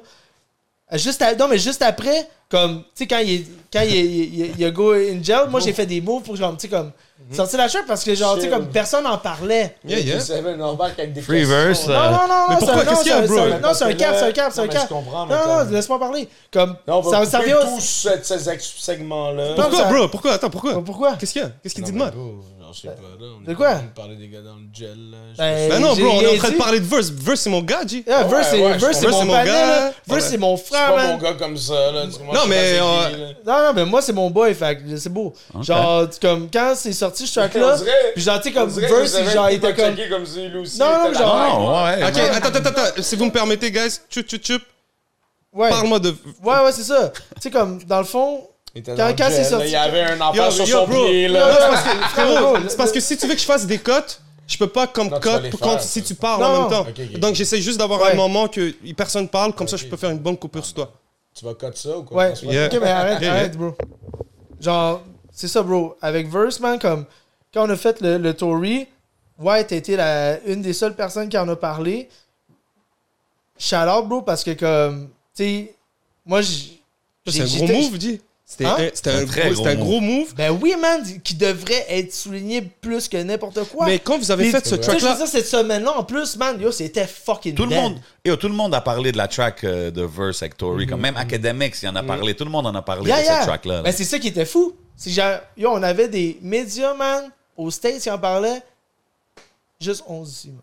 S4: Euh, Juste à- non, mais juste après, comme, tu sais, quand il, est- quand il, est- il, il- il a go in jail, moi, j'ai fait des moves pour, genre, tu sais, comme,
S3: Mm-hmm.
S4: sortir la chose parce que, genre, tu sais,
S3: Chill.
S4: comme, personne n'en parlait.
S6: yeah, yeah.
S3: C'est un normal avec des
S2: Free verse,
S3: questions.
S2: euh,
S4: Non, non, non,
S6: mais
S4: non,
S6: pourquoi?
S4: c'est un-
S6: Qu'est-ce qu'il y a,
S4: non,
S6: bro?
S4: c'est un- Non, c'est un
S3: Parce que
S4: cap,
S3: là-
S4: c'est un cap, c'est un
S3: Non, mais je
S4: cap. Non,
S3: comprends, mais quand
S4: non,
S3: même.
S4: laisse-moi parler. Comme,
S3: Là, on va
S4: ça, ça
S3: couper
S4: revient au-
S3: tous ce- ces ex- segments-là.
S4: Non,
S6: Pourquoi,
S4: ça- Ben,
S6: bro? Pourquoi? Attends, pourquoi?
S4: Pourquoi?
S6: Qu'est-ce qu'il y a? Qu'est-ce qu'il dit de
S3: Non,
S6: moi?
S3: mais bro, genre, je sais pas, là, on
S4: De
S3: est
S4: quoi?
S3: en train de parler des gars dans le gel. là, je sais
S4: Ben,
S6: Ben non,
S4: j'ai-
S6: bro, on est en train
S4: j'ai-
S6: de parler de Verse. Verse, c'est mon gars, G.
S4: Ah, Verse, c'est
S3: Ouais, ouais, je
S4: Verse, c'est
S6: comprends.
S4: mon,
S6: Verse, c'est mon
S4: palais,
S6: gars.
S4: là. Verse,
S6: Ouais.
S4: c'est mon
S3: pas.
S4: frère,
S3: C'est pas mon
S4: man.
S3: gars comme ça. Là, tu
S6: Non,
S3: vois, je sais
S6: mais,
S3: pas c'est
S6: euh,
S3: qui, là.
S4: Non, non, mais moi, c'est mon boy, fait que c'est beau. Genre, tu- comme, quand c'est sorti ce
S3: On
S4: track-là,
S3: dirait-
S4: puis genre, tu sais,
S3: on
S4: comme,
S3: dirait que vous
S4: Verse,
S3: avez
S4: genre, il
S3: été
S4: était comme...
S3: checké comme si lui aussi
S4: Non, non,
S3: était
S4: genre-
S3: là-bas.
S2: Non, ouais.
S6: Ok, attends, attends, attends. Si vous me permettez, guys, chup, chup, chup.
S4: Ouais,
S6: Parle-moi de.
S4: ouais, ouais, c'est ça. Tu sais, comme, dans le fond...
S3: Il était
S4: Quand-
S3: dans le
S4: quand
S3: gel,
S4: c'est
S3: là,
S4: sorti-
S3: Il y avait un
S6: Yo,
S3: emploi sur
S6: yo,
S3: son
S6: bro.
S3: pied,
S6: Non,
S3: là.
S6: c'est parce que, frérot,
S4: le-
S6: Ah, c'est parce que si tu veux que je fasse des cotes, je peux pas comme
S3: Non, tu vas
S6: cote
S3: les
S6: pour
S3: faire,
S6: quand-
S3: ça.
S6: si tu parles
S4: Non,
S6: en
S4: non.
S6: même temps.
S3: Ok, ok.
S6: Donc j'essaie juste d'avoir
S4: Ouais.
S6: un moment que personne parle, comme ça je peux faire une bonne coupure sur toi.
S3: Tu vas cut ça ou quoi?
S4: Ouais,
S3: Parce que-
S6: Yeah.
S4: ok, mais arrête,
S6: Yeah,
S4: arrête, bro. Genre, c'est ça, bro. Avec Verse, man, comme, quand on a fait le, le Tory, White a été la, une des seules personnes qui en a parlé. Shout out, bro, parce que, comme, tu sais, moi, j'-
S6: C'est
S4: j'ai.
S6: un gros
S4: j'étais-
S6: move, dis. C'était
S4: Hein?
S6: un- c'était
S2: Un
S6: un,
S2: très
S6: gros-
S2: gros
S6: c'était un gros move.
S4: Ben oui, man, qui devrait être souligné plus que n'importe quoi.
S6: Mais quand vous avez
S4: Puis-
S6: fait ce
S4: Tu sais, je veux
S6: track-là,
S4: dire, cette semaine-là, en plus, man, yo, c'était fucking
S2: Tout le,
S4: dead.
S2: monde, yo, tout le monde a parlé de la track euh, de Verse avec Tory. comme même Academics, il en a parlé. Tout le monde en a parlé
S4: Yeah,
S2: de
S4: yeah.
S2: cette track-là. là.
S4: Ben, c'est ça qui était fou. C'est genre, yo, on avait des médias, man, aux States qui en parlaient. Juste 11 ici, man.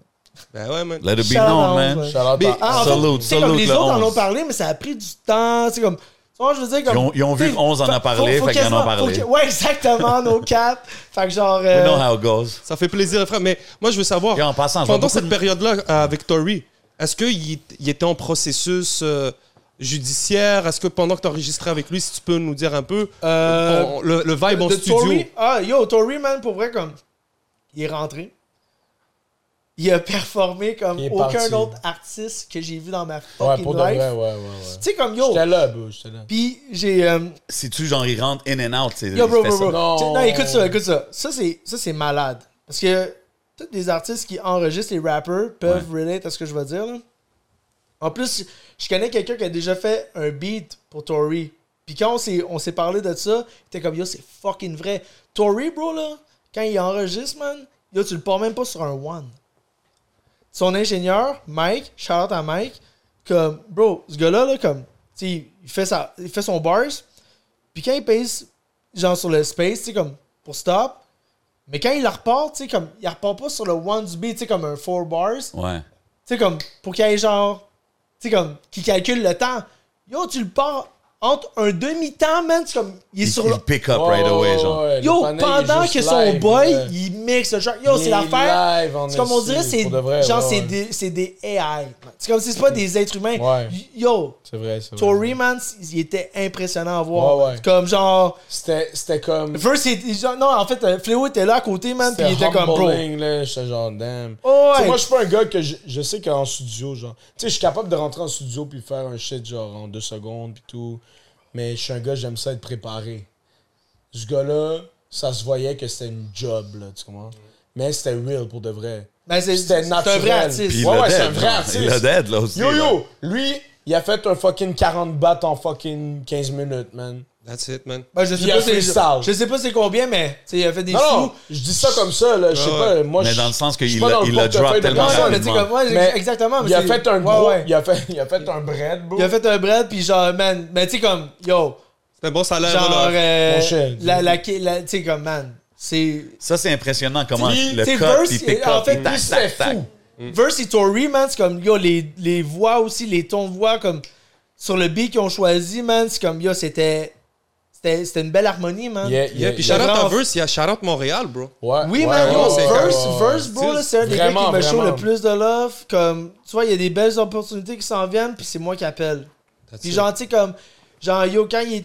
S6: ben ouais, man.
S2: Let it be
S4: Shout
S2: known,
S4: out,
S2: man.
S4: ouais.
S3: Shout out
S6: Mais-
S3: à-
S4: Ah, en fait,
S2: Salute,
S4: tu sais, comme
S2: salute,
S4: les
S2: Bah, le
S4: autres en
S2: 11.
S4: ont parlé, mais ça a pris du temps. C'est comme. tu vois, Je veux dire, comme,
S2: Ils ont- ils ont vu
S4: tu sais,
S2: que 11 en a
S4: fa-
S2: parlé, fait qu'ils en ont
S4: quasiment-
S2: parlé.
S4: faut que- ouais, exactement, nos quatre. Fait que genre.
S2: We
S4: euh,
S2: know how it goes.
S6: Ça fait plaisir, frère. Mais moi, je veux savoir,
S2: Et en passant, je vois
S6: pendant
S2: beaucoup
S6: cette
S2: de-
S6: période-là euh, avec Tory, est-ce qu'il il était en processus euh, judiciaire? Est-ce que pendant que tu enregistrais avec lui, si tu peux nous dire un peu
S4: Euh,
S6: on- le, le vibe en
S4: de
S6: studio?
S4: Tory, ah, yo, Tory, man, pour vrai, comme. Il est rentré. Il a performé comme
S3: Il est
S4: aucun
S3: parti.
S4: autre artiste que j'ai vu dans ma
S3: Ouais,
S4: fucking
S3: pour de
S4: life.
S3: vrai, ouais, ouais, ouais.
S4: Tu sais, comme yo.
S3: J'étais là, bro, j'étais là.
S4: Puis j'ai. euh,
S2: Si tu, genre, il rentre in and out, c'est
S4: Yo, bro,
S2: il fait
S4: bro, bro.
S2: ça.
S3: Non.
S4: Tu- Non, écoute ça, écoute ça. Ça, c'est, ça, c'est malade. Parce que tous les artistes qui enregistrent les rappers peuvent relate à ce que je vais dire. là. En plus, je connais quelqu'un qui a déjà fait un beat pour Tory. Puis quand on s'est, on s'est parlé de ça, il était comme, yo, c'est fucking vrai. Tory, bro, là, quand il enregistre, man, yo, tu le pars même pas sur un one. Son ingénieur, Mike, shout out à Mike, comme, bro, ce gars-là, là, comme, tu sais, il fait, sa, il fait son bars, puis quand il pèse, genre sur le space, tu sais, comme pour stop, mais quand il la repart, tu sais, comme il la repart pas sur le one du beat, tu sais, comme un four bars, tu
S2: Ouais.
S4: sais, comme pour qu'il y ait genre, tu sais, comme qui calcule le temps. Yo, tu le pars entre un demi-temps, man, c'est comme il est
S2: Il,
S4: sur le.
S2: il pick up right
S3: Ouais,
S2: away,
S3: ouais,
S2: genre.
S3: ouais, le
S4: Yo,
S3: panel, il est
S4: pendant que
S3: juste
S4: son
S3: live,
S4: boy,
S3: ouais.
S4: il mixe le genre. Yo,
S3: Il
S4: c'est
S3: est
S4: l'affaire.
S3: live en
S4: C'est comme on
S3: esti,
S4: dirait, c'est
S3: pour de vrai,
S4: genre,
S3: ouais,
S4: c'est
S3: ouais.
S4: des, c'est des AI. man. C'est comme si c'est pas des êtres humains.
S3: Ouais.
S4: Yo,
S3: C'est vrai, c'est vrai.
S4: Tory, man, il était impressionnant à voir.
S3: Ouais, ouais.
S4: Comme genre.
S3: C'était c'était comme.
S4: Verse, il- il- genre- non, en fait, euh, Fléau était là à côté, man, puis il était comme, bro.
S3: humbling, là, j'étais genre, damn.
S4: Oh,
S3: Tu sais,
S4: ouais.
S3: Moi, je suis pas un gars que je, je sais qu'en studio, genre. Tu sais, je suis capable de rentrer en studio puis faire un shit, genre, en deux secondes puis tout. Mais je suis un gars, j'aime ça être préparé. Ce gars-là, ça se voyait que c'était une job, là, tu comprends? Mais c'était real pour de vrai.
S4: Ben, c'est-
S3: C'était
S4: c'est un
S3: naturel.
S4: vrai artiste.
S2: Puis il
S3: Ouais,
S2: l'a
S3: ouais, c'est un
S2: dead.
S3: vrai
S2: genre.
S3: artiste.
S2: Il l'a dead, là aussi.
S3: Yo,
S2: là.
S3: yo! Lui, il a fait un fucking 40 bahts en fucking 15 minutes, man.
S6: That's it, man.
S4: Ben, je, sais
S3: Il a
S4: pas
S3: fait
S4: c'est,
S3: le sale.
S4: je sais pas c'est combien, mais tu sais, il a fait des
S3: Non, non,
S4: sous.
S3: je dis ça comme ça, là, je sais
S6: Ouais,
S3: pas, moi,
S2: Mais
S3: je-
S2: dans le sens
S3: je suis
S2: qu'il
S3: pas
S2: l'a-
S3: dans le
S2: il l'a drop
S3: portefeuille de
S2: tellement
S4: Non,
S3: personne.
S4: non, mais tu sais,
S2: rapidement.
S4: comme, ouais,
S3: Mais
S4: exactement. mais
S3: il a
S4: c'est-
S3: fait un
S4: ouais,
S3: gros,
S4: ouais.
S3: il a fait, il a fait un bread, bro.
S4: Il a fait un bread, puis genre, man, mais tu sais, comme, yo,
S6: C'est un bon salaire,
S4: genre,
S6: là.
S4: euh,
S3: Mon chien,
S4: la,
S3: dis-
S4: la, la- tu sais, comme, man, c'est.
S2: Ça, c'est impressionnant comment
S4: Puis,
S2: le
S4: tu sais,
S2: cut,
S4: Verse,
S2: puis pick
S4: en
S2: up,
S4: fait,
S2: puis tac,
S3: lui, c'est
S2: tac,
S3: fou.
S2: tac.
S4: Verse et Tory, man, c'est comme, yo, les, les voix aussi, les tons de voix, comme, sur le beat qu'ils ont choisi, man, c'est comme, yo, c'était. C'était c'était une belle harmonie, man.
S3: Yeah,
S6: Yeah,
S3: yeah,
S6: puis
S3: yeah.
S6: shout-out à
S4: vraiment-
S6: Verse, il y a shout-out Montréal, bro.
S3: Ouais,
S4: Oui,
S3: ouais,
S4: man,
S3: ouais,
S4: yo,
S3: ouais,
S4: Verse,
S3: ouais, ouais.
S4: Verse, bro, là, c'est un des
S3: Vraiment,
S4: gars qui me show
S3: vraiment.
S4: le plus de love. Comme, tu vois, il y a des belles opportunités qui s'en viennent, puis c'est moi qui appelle. Puis
S6: it.
S4: genre, tu sais, comme, Genre, yo, quand il,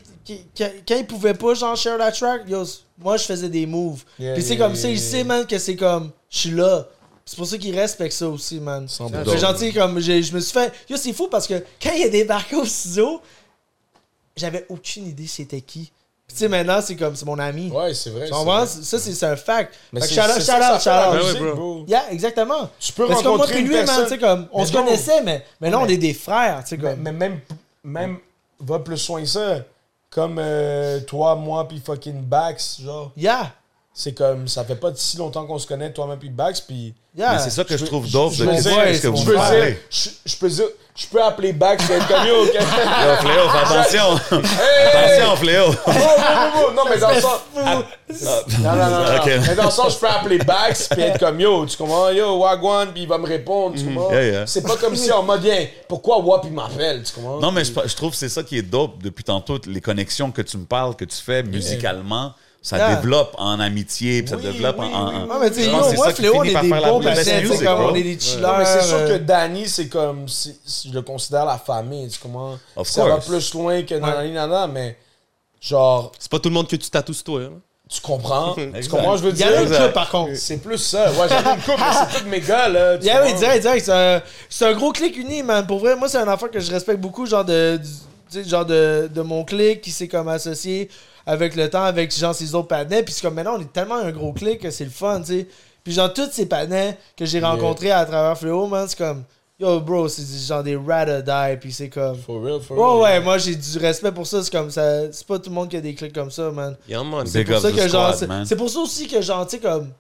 S4: quand, quand il pouvait pas, genre, share la track, yo, moi, je faisais des moves.
S3: Yeah,
S4: Puis c'est
S3: yeah,
S4: comme
S3: yeah,
S4: ça, il
S3: yeah.
S4: sait, man, que c'est comme, je suis là. C'est pour ça qu'il respecte ça aussi, man.
S3: doute.
S4: Fait gentil, comme, j'ai- je me suis fait. Yo, c'est fou parce que quand il est débarqué au ciseau, j'avais aucune idée c'était qui. Puis tu sais, maintenant, c'est comme, c'est mon ami.
S3: Ouais, c'est vrai.
S4: Tu
S3: c'est
S4: comprends?
S3: vrai.
S4: Ça, c'est c'est un fact.
S3: Mais
S4: Fait que
S3: c'est-
S4: shout out,
S3: c'est
S4: shout
S3: ça que ça
S4: out,
S3: fait la
S4: shout out.
S2: Ben
S3: musique, bro.
S4: Yeah, exactement.
S3: Tu peux
S4: Parce que moi,
S3: rencontrer
S4: puis
S3: une
S4: lui, man,
S3: personne-
S4: tu sais, comme, on
S3: Mais
S4: se
S3: non.
S4: connaissait, mais, mais là, on
S3: Mais-
S4: est des frères, tu sais,
S3: Mais,
S4: comme.
S3: mais même, même va plus soin que ça. Comme euh, toi, moi, puis fucking Bax, genre.
S4: Yeah,
S3: C'est comme, ça fait pas si longtemps qu'on se connaît, toi, même puis Bax, puis...
S4: yeah.
S2: Mais c'est ça que je trouve dope de
S3: Je peux
S4: Ouais,
S2: comprendre
S3: dire,
S4: c'est
S2: ce que
S4: mon
S3: je
S2: vous
S3: peux dire,
S2: parlez.
S3: je, je peux dire, je peux appeler Bax et être comme yo, ok?
S2: Yo, Fléau, fais attention.
S3: Hey!
S2: Attention, Fléau.
S3: Oh, oh, oh, oh, Non, mais dans le sens. Non, non, non, non.
S2: Ok.
S3: Mais dans le sens, je peux appeler Bax puis être comme yo, tu comprends? Yo, Wagwan, puis il va me répondre, tu comprends?
S2: Mm. Yeah, yeah.
S3: C'est pas comme si en mode, bien, pourquoi Wap il m'appelle, tu comprends?
S2: Non, mais je, je trouve que c'est ça qui est dope depuis tantôt. Les connexions que tu me parles, que tu fais musicalement, ça
S4: Yeah.
S2: développe en amitié, puis ça développe en- en.
S4: Ouais, mais tu sais,
S2: Je
S4: yo,
S2: pense que c'est
S4: moi,
S2: ça qui
S4: Fléau, on
S2: finit
S4: est
S2: par
S4: des
S2: faire la
S4: bons
S2: business
S4: patients, tu sais,
S2: music,
S4: comme
S2: bro.
S4: on est des chillers.
S3: Non, mais c'est sûr que
S4: euh,
S3: Danny, c'est comme. c'est- Je le considère la famille, tu comprends?
S2: Of
S3: ça va
S2: course.
S3: plus loin que nanani nana, mais genre,
S6: C'est pas tout le monde que tu tatoues, toi. hein.
S3: tu comprends? tu
S2: Exact.
S3: comprends? Je veux
S4: Il y en a
S3: dire.
S4: un club, par contre.
S3: C'est plus ça. Ouais, j'avais une coupe, mais c'est tous mes gars, là. tu
S4: Yeah, oui,
S3: comprends?
S4: direct, direct. C'est un, c'est un gros clic uni, man. Pour vrai, moi, c'est un enfant que je respecte beaucoup, genre de, du- tu sais, genre de, de mon clic qui s'est comme associé avec le temps, avec genre ses autres panets. Puis c'est comme maintenant, on est tellement un gros clic que c'est le fun, tu sais. Puis genre, tous ces panets que j'ai rencontrés à travers Fléau, man, c'est comme, yo, bro, c'est du- genre des rat or die. Puis c'est comme.
S3: For real, for real.
S4: Ouais, ouais, moi j'ai du respect pour ça. C'est comme ça. C'est pas tout le monde qui a des clics comme ça, man.
S6: Yeah, man.
S2: Big
S4: C'est
S2: up
S4: pour ça
S2: the
S4: que genre,
S2: squad,
S4: c'est-
S2: man.
S4: c'est pour ça aussi que genre, tu sais, comme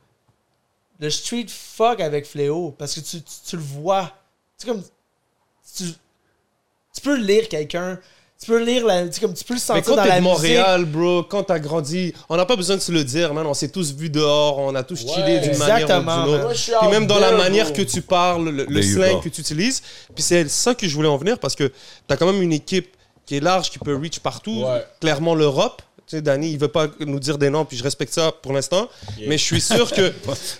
S4: le street fuck avec Fléau, parce que tu, tu, tu le vois. Tu sais, comme tu, tu peux lire quelqu'un, tu peux lire la, tu sais, comme tu peux le
S6: Mais
S4: sentir
S6: quand
S4: dans
S6: t'es
S4: la
S6: de
S4: musique.
S6: Montréal, bro, quand t'as grandi, on n'a pas besoin de se le dire, man. On s'est tous vus dehors, on a tous
S3: Ouais.
S6: chillé d'une manière
S4: Exactement,
S6: ou d'une
S4: man.
S6: autre.
S3: Moi, je suis
S6: Puis
S3: out
S6: même dans la
S3: there,
S6: manière
S3: bro.
S6: que tu parles, le, le
S2: There you
S6: slang
S2: go.
S6: que tu utilises. Puis c'est ça que je voulais en venir parce que t'as quand même une équipe qui est large, qui peut reach partout.
S3: Ouais.
S6: Clairement, l'Europe. Tu sais, Danny, il veut pas nous dire des noms, puis je respecte ça pour l'instant. Mais je suis sûr que.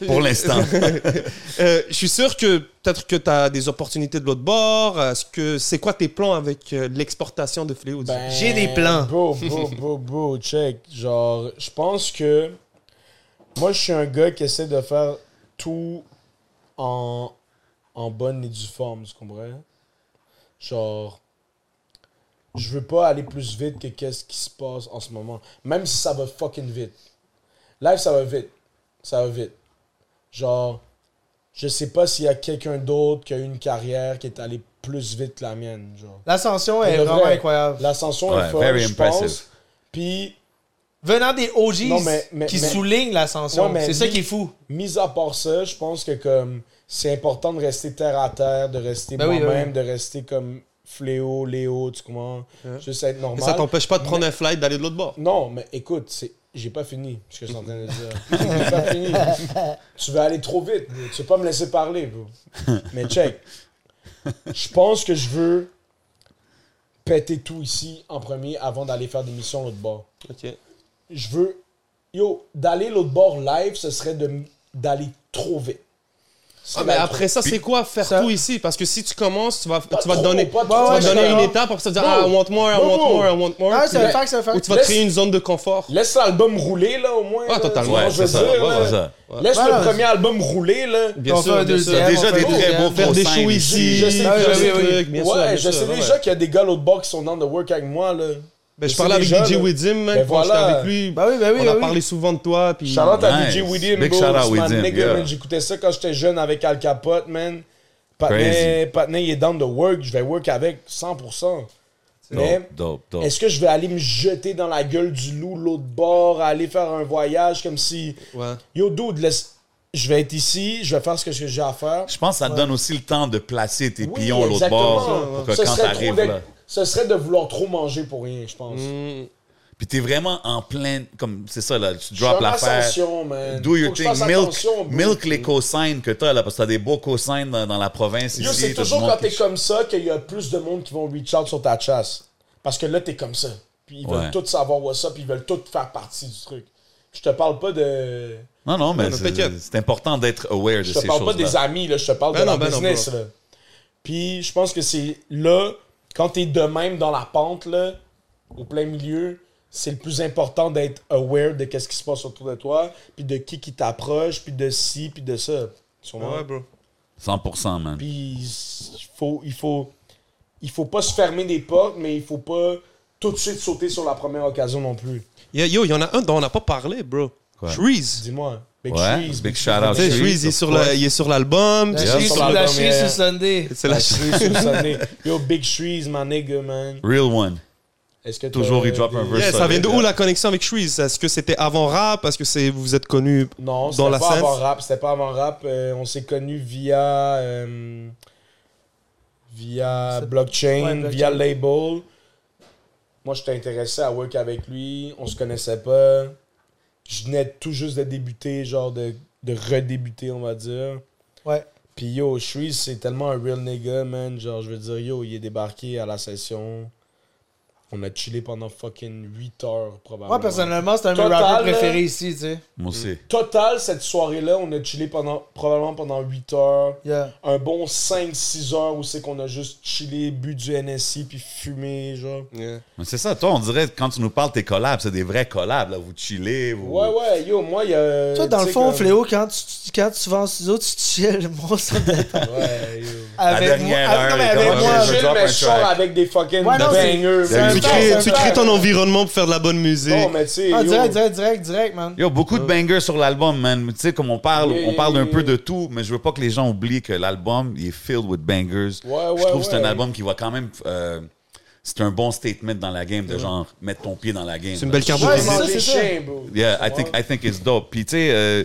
S2: Pour l'instant.
S6: Euh, je suis sûr que peut-être que tu as des opportunités de l'autre bord. Est-ce que c'est quoi tes plans avec euh, l'exportation de Fléau dis-
S3: Ben,
S4: J'ai des plans.
S3: Bro, bro, bro, bro, check. Genre, je pense que moi, je suis un gars qui essaie de faire tout en, en bonne et due forme, tu comprends? Genre, je veux pas aller plus vite que qu'est-ce qui se passe en ce moment. Même si ça va fucking vite. Live, ça va vite. Ça va vite. Genre, je sais pas s'il y a quelqu'un d'autre qui a eu une carrière qui est allée plus vite que la mienne, genre.
S4: L'ascension
S3: Pour
S4: est
S3: de
S4: vraiment
S3: vrai,
S4: incroyable.
S3: L'ascension
S2: Ouais,
S3: est folle,
S2: very
S3: je
S2: impressive.
S3: pense. Puis,
S4: Venant des OGs
S3: Non, mais- mais-
S4: qui
S3: mais-
S4: soulignent l'ascension,
S3: Ouais, mais
S4: c'est ça
S3: lui-
S4: qui est fou.
S3: mis à part ça, je pense que comme c'est important de rester terre à terre, de rester
S4: Ben oui,
S3: moi-même,
S4: oui.
S3: de rester comme Fléau, Léo, tu comprends? Juste être normal.
S6: Mais Ça t'empêche pas de prendre un flight d'aller de l'autre bord.
S3: Non, mais écoute, c'est... j'ai pas fini ce que je suis en train de dire. J'ai pas fini. tu vas aller trop vite. bro. Tu veux pas me laisser parler. bro. Mais check. Je pense que je veux péter tout ici en premier avant d'aller faire des missions l'autre bord.
S6: Ok.
S3: Je veux. Yo, d'aller l'autre bord live, ce serait de- d'aller trop vite. Ce
S2: Ah,
S3: serait
S6: mais
S3: d'aller
S6: après ça, c'est quoi faire
S4: Ça-
S6: tout ici Parce que si tu commences, tu vas, tu vas
S3: trop,
S6: te donner,
S3: Bah, pas
S6: tu
S3: trop,
S6: vas
S3: ouais,
S6: te donner
S3: je
S6: une
S3: comprends.
S6: étape pour ça dire
S3: Bon.
S6: ah, I want more, I
S3: Bon,
S6: want
S3: bon.
S6: more, I want more.
S4: Ah, c'est
S6: Puis-
S4: un fact, c'est un
S6: Ou
S4: fact.
S6: tu vas te
S3: Laisse-
S6: créer une zone de confort.
S3: Laisse l'album rouler, là, au moins.
S6: Ah,
S3: là,
S6: totalement.
S3: tu vois
S2: Ouais,
S3: ce que
S2: c'est
S3: je
S2: ça.
S3: veux dire,
S2: ouais,
S3: là.
S2: ouais, ça.
S3: Laisse
S4: Voilà.
S3: le premier album rouler, là.
S6: Bien
S4: On fait un
S6: sûr, bien sûr.
S4: deuxième,
S2: Déjà
S4: on fait
S2: des
S4: un
S2: très
S4: deuxième.
S2: beaux
S6: Faire des
S2: gros
S6: shows
S2: signes.
S6: ici.
S3: Je sais,
S4: Ah oui,
S3: je
S4: oui,
S3: sais-
S4: oui.
S6: Truc, bien sûr,
S3: ouais,
S6: bien
S3: je
S6: sûr,
S3: sais
S6: ouais.
S3: déjà qu'il y a des gars l'autre bord qui sont dans The Work avec moi. Là.
S6: Ben, je
S3: sais
S6: parlais avec
S3: déjà,
S6: DJ
S3: là.
S6: Widim, man,
S3: Ben
S6: quand j'étais
S3: voilà.
S6: avec lui.
S4: Bah oui, bah oui,
S6: On
S4: bah
S6: a
S4: oui.
S6: parlé souvent de toi. Puis...
S3: Shout-out à
S2: Nice.
S3: DJ Widim,
S2: Big
S3: bro.
S2: shout-out
S3: C'est ma
S2: Widim,
S3: nigga,
S2: yeah.
S3: man. J'écoutais ça quand j'étais jeune avec Al Capote, man.
S2: Crazy.
S3: Patney, Patney, il est down the work. Je vais work avec 100%. Mais
S2: Dope, dope, dope.
S3: est-ce que je vais aller me jeter dans la gueule du loup l'autre bord, aller faire un voyage comme si...
S6: Ouais.
S3: Yo, dude, laisse... je vais être ici, je vais faire ce que j'ai à faire.
S2: Je pense que ça te donne aussi le temps de placer tes
S3: Oui,
S2: pions à l'autre
S3: exactement.
S2: bord. Pour que
S3: Ce
S2: quand
S3: serait trop
S2: t'arrives
S3: d'être-
S2: là.
S3: Ce serait de vouloir trop manger pour rien, je pense.
S2: Puis t'es vraiment en plein. Comme c'est ça, là. Tu
S3: Je suis
S2: drops
S3: en
S2: l'affaire.
S3: ascension, man.
S2: Do your
S3: Faut que je
S2: thing.
S3: fasse
S2: Milk,
S3: attention, bro.
S2: milk les cosignes que t'as, là. Parce que t'as des beaux cosignes dans, dans la province.
S3: Yo,
S2: ici,
S3: c'est
S2: t'as du
S3: toujours
S2: monde
S3: quand
S2: qui-
S3: t'es comme ça qu'il y a plus de monde qui vont reach out sur ta chasse. Parce que là, t'es comme ça. Puis ils veulent
S2: Ouais.
S3: tous savoir what's up, ils veulent tous faire partie du truc. Je te parle pas de.
S2: Non, non, mais
S6: Non, mais
S2: c'est
S6: t'inquiète.
S2: c'est important d'être aware de
S3: Je
S2: ces
S3: te
S2: choses.
S3: parle pas des amis, là. Je te parle
S6: Ben
S3: de
S6: non,
S3: la
S6: ben non,
S3: business,
S6: bro.
S3: là. Puis je pense que c'est là, quand t'es de même dans la pente, là, au plein milieu, c'est le plus important d'être aware de qu'est-ce qui se passe autour de toi, puis de qui qui t'approche, puis de ci, puis de ça. Sûrement.
S1: Ouais, bro.
S2: 100%, man.
S3: Puis il faut, il faut, il faut pas se fermer des portes, mais il faut pas tout de suite sauter sur la première occasion non plus.
S6: Yeah, yo, il y en a un dont on n'a pas parlé, bro.
S2: Quoi?
S6: Trees.
S3: Dis-moi. hein. Big
S2: Ouais,
S3: Trees,
S2: big shout-out.
S6: Tu sais,
S2: Trees,
S6: Trees, il est
S2: of
S6: sur la- il est sur l'album.
S4: La
S2: Yeah.
S4: cheese
S3: Sur
S4: sur la
S3: l'album,
S4: cheese
S3: yeah.
S4: sur Sunday.
S6: C'est la
S3: Big Trees, sur Sunday. Yo, Big Trees, my nigga, man.
S2: Real one.
S3: Est-ce que t'as
S2: Toujours, il drop
S3: des-
S2: un verse.
S6: Yeah, ça vient de
S2: solide,
S6: où la connexion avec Shreeze Est-ce que c'était avant rap Est-ce que c'est vous êtes connu
S3: Non,
S6: dans
S3: c'était
S6: la
S3: pas
S6: scène
S3: avant rap. C'était pas avant rap. Euh, on s'est connus via. euh, via
S4: C'est-
S3: blockchain,
S4: Ouais, blockchain.
S3: via label. Moi, j'étais intéressé à work avec lui. On se connaissait pas. Je venais tout juste de débuter, genre de, de redébuter, on va dire.
S4: Ouais.
S3: Puis yo, Shreeze, c'est tellement un real nigga, man. Genre, je veux dire, yo, il est débarqué à la session. On a chillé pendant fucking 8 heures, probablement.
S4: Moi, personnellement, c'est un de mes
S3: Total,
S4: rappeurs
S3: là.
S4: préférés ici, tu sais.
S2: Moi aussi.
S3: Total, cette soirée-là, on a chillé pendant, probablement pendant 8 heures.
S4: Yeah.
S3: Un bon 5-6 heures où c'est qu'on a juste chillé, bu du NSI, puis fumé, genre.
S2: Mais c'est ça, toi, on dirait que quand tu nous parles tes collabs, c'est des vrais collabs, là. Vous chillez, vous.
S3: Ouais, ouais, yo, moi, il y a.
S4: Toi,
S3: Euh,
S4: dans
S3: tu
S4: le
S3: sais,
S4: fond,
S3: comme-
S4: Fléau, quand tu, quand tu vas en studio, tu chill, mon sang.
S3: Ouais, yo.
S4: Avec
S2: dernière
S4: moi, avec,
S2: heure,
S4: non, mais
S2: les
S4: avec
S2: gars,
S4: moi,
S2: je-
S3: je
S2: je
S3: chill,
S2: drop
S3: mais
S2: un
S3: je sors
S2: track.
S3: avec des fucking
S4: Ouais, non, c'est-
S3: bangers.
S4: c'est un
S3: man.
S6: Tu
S4: Ouais,
S6: crées,
S4: ouais,
S6: tu
S4: ouais.
S6: crées ton environnement pour faire de la bonne musique.
S3: Non, mais tu sais,
S4: Ah,
S3: yo,
S4: direct, direct, direct, direct, man.
S2: Yo, beaucoup de bangers sur l'album, man. Tu sais, comme on parle,
S3: Yeah,
S2: on parle d'un
S3: yeah,
S2: peu
S3: yeah.
S2: de tout, mais je veux pas que les gens oublient que l'album, il est filled with bangers.
S3: Ouais,
S2: je
S3: ouais,
S2: trouve que c'est un
S3: ouais.
S2: album qui va quand même. euh, c'est un bon statement dans la game de genre mettre ton pied dans la game.
S6: C'est une belle carte de
S3: Ouais,
S4: Ouais,
S3: c'est
S6: visite.
S4: ça,
S3: ça,
S4: c'est ça.
S3: bro.
S2: Yeah, I think, I think it's dope. Puis tu sais, euh,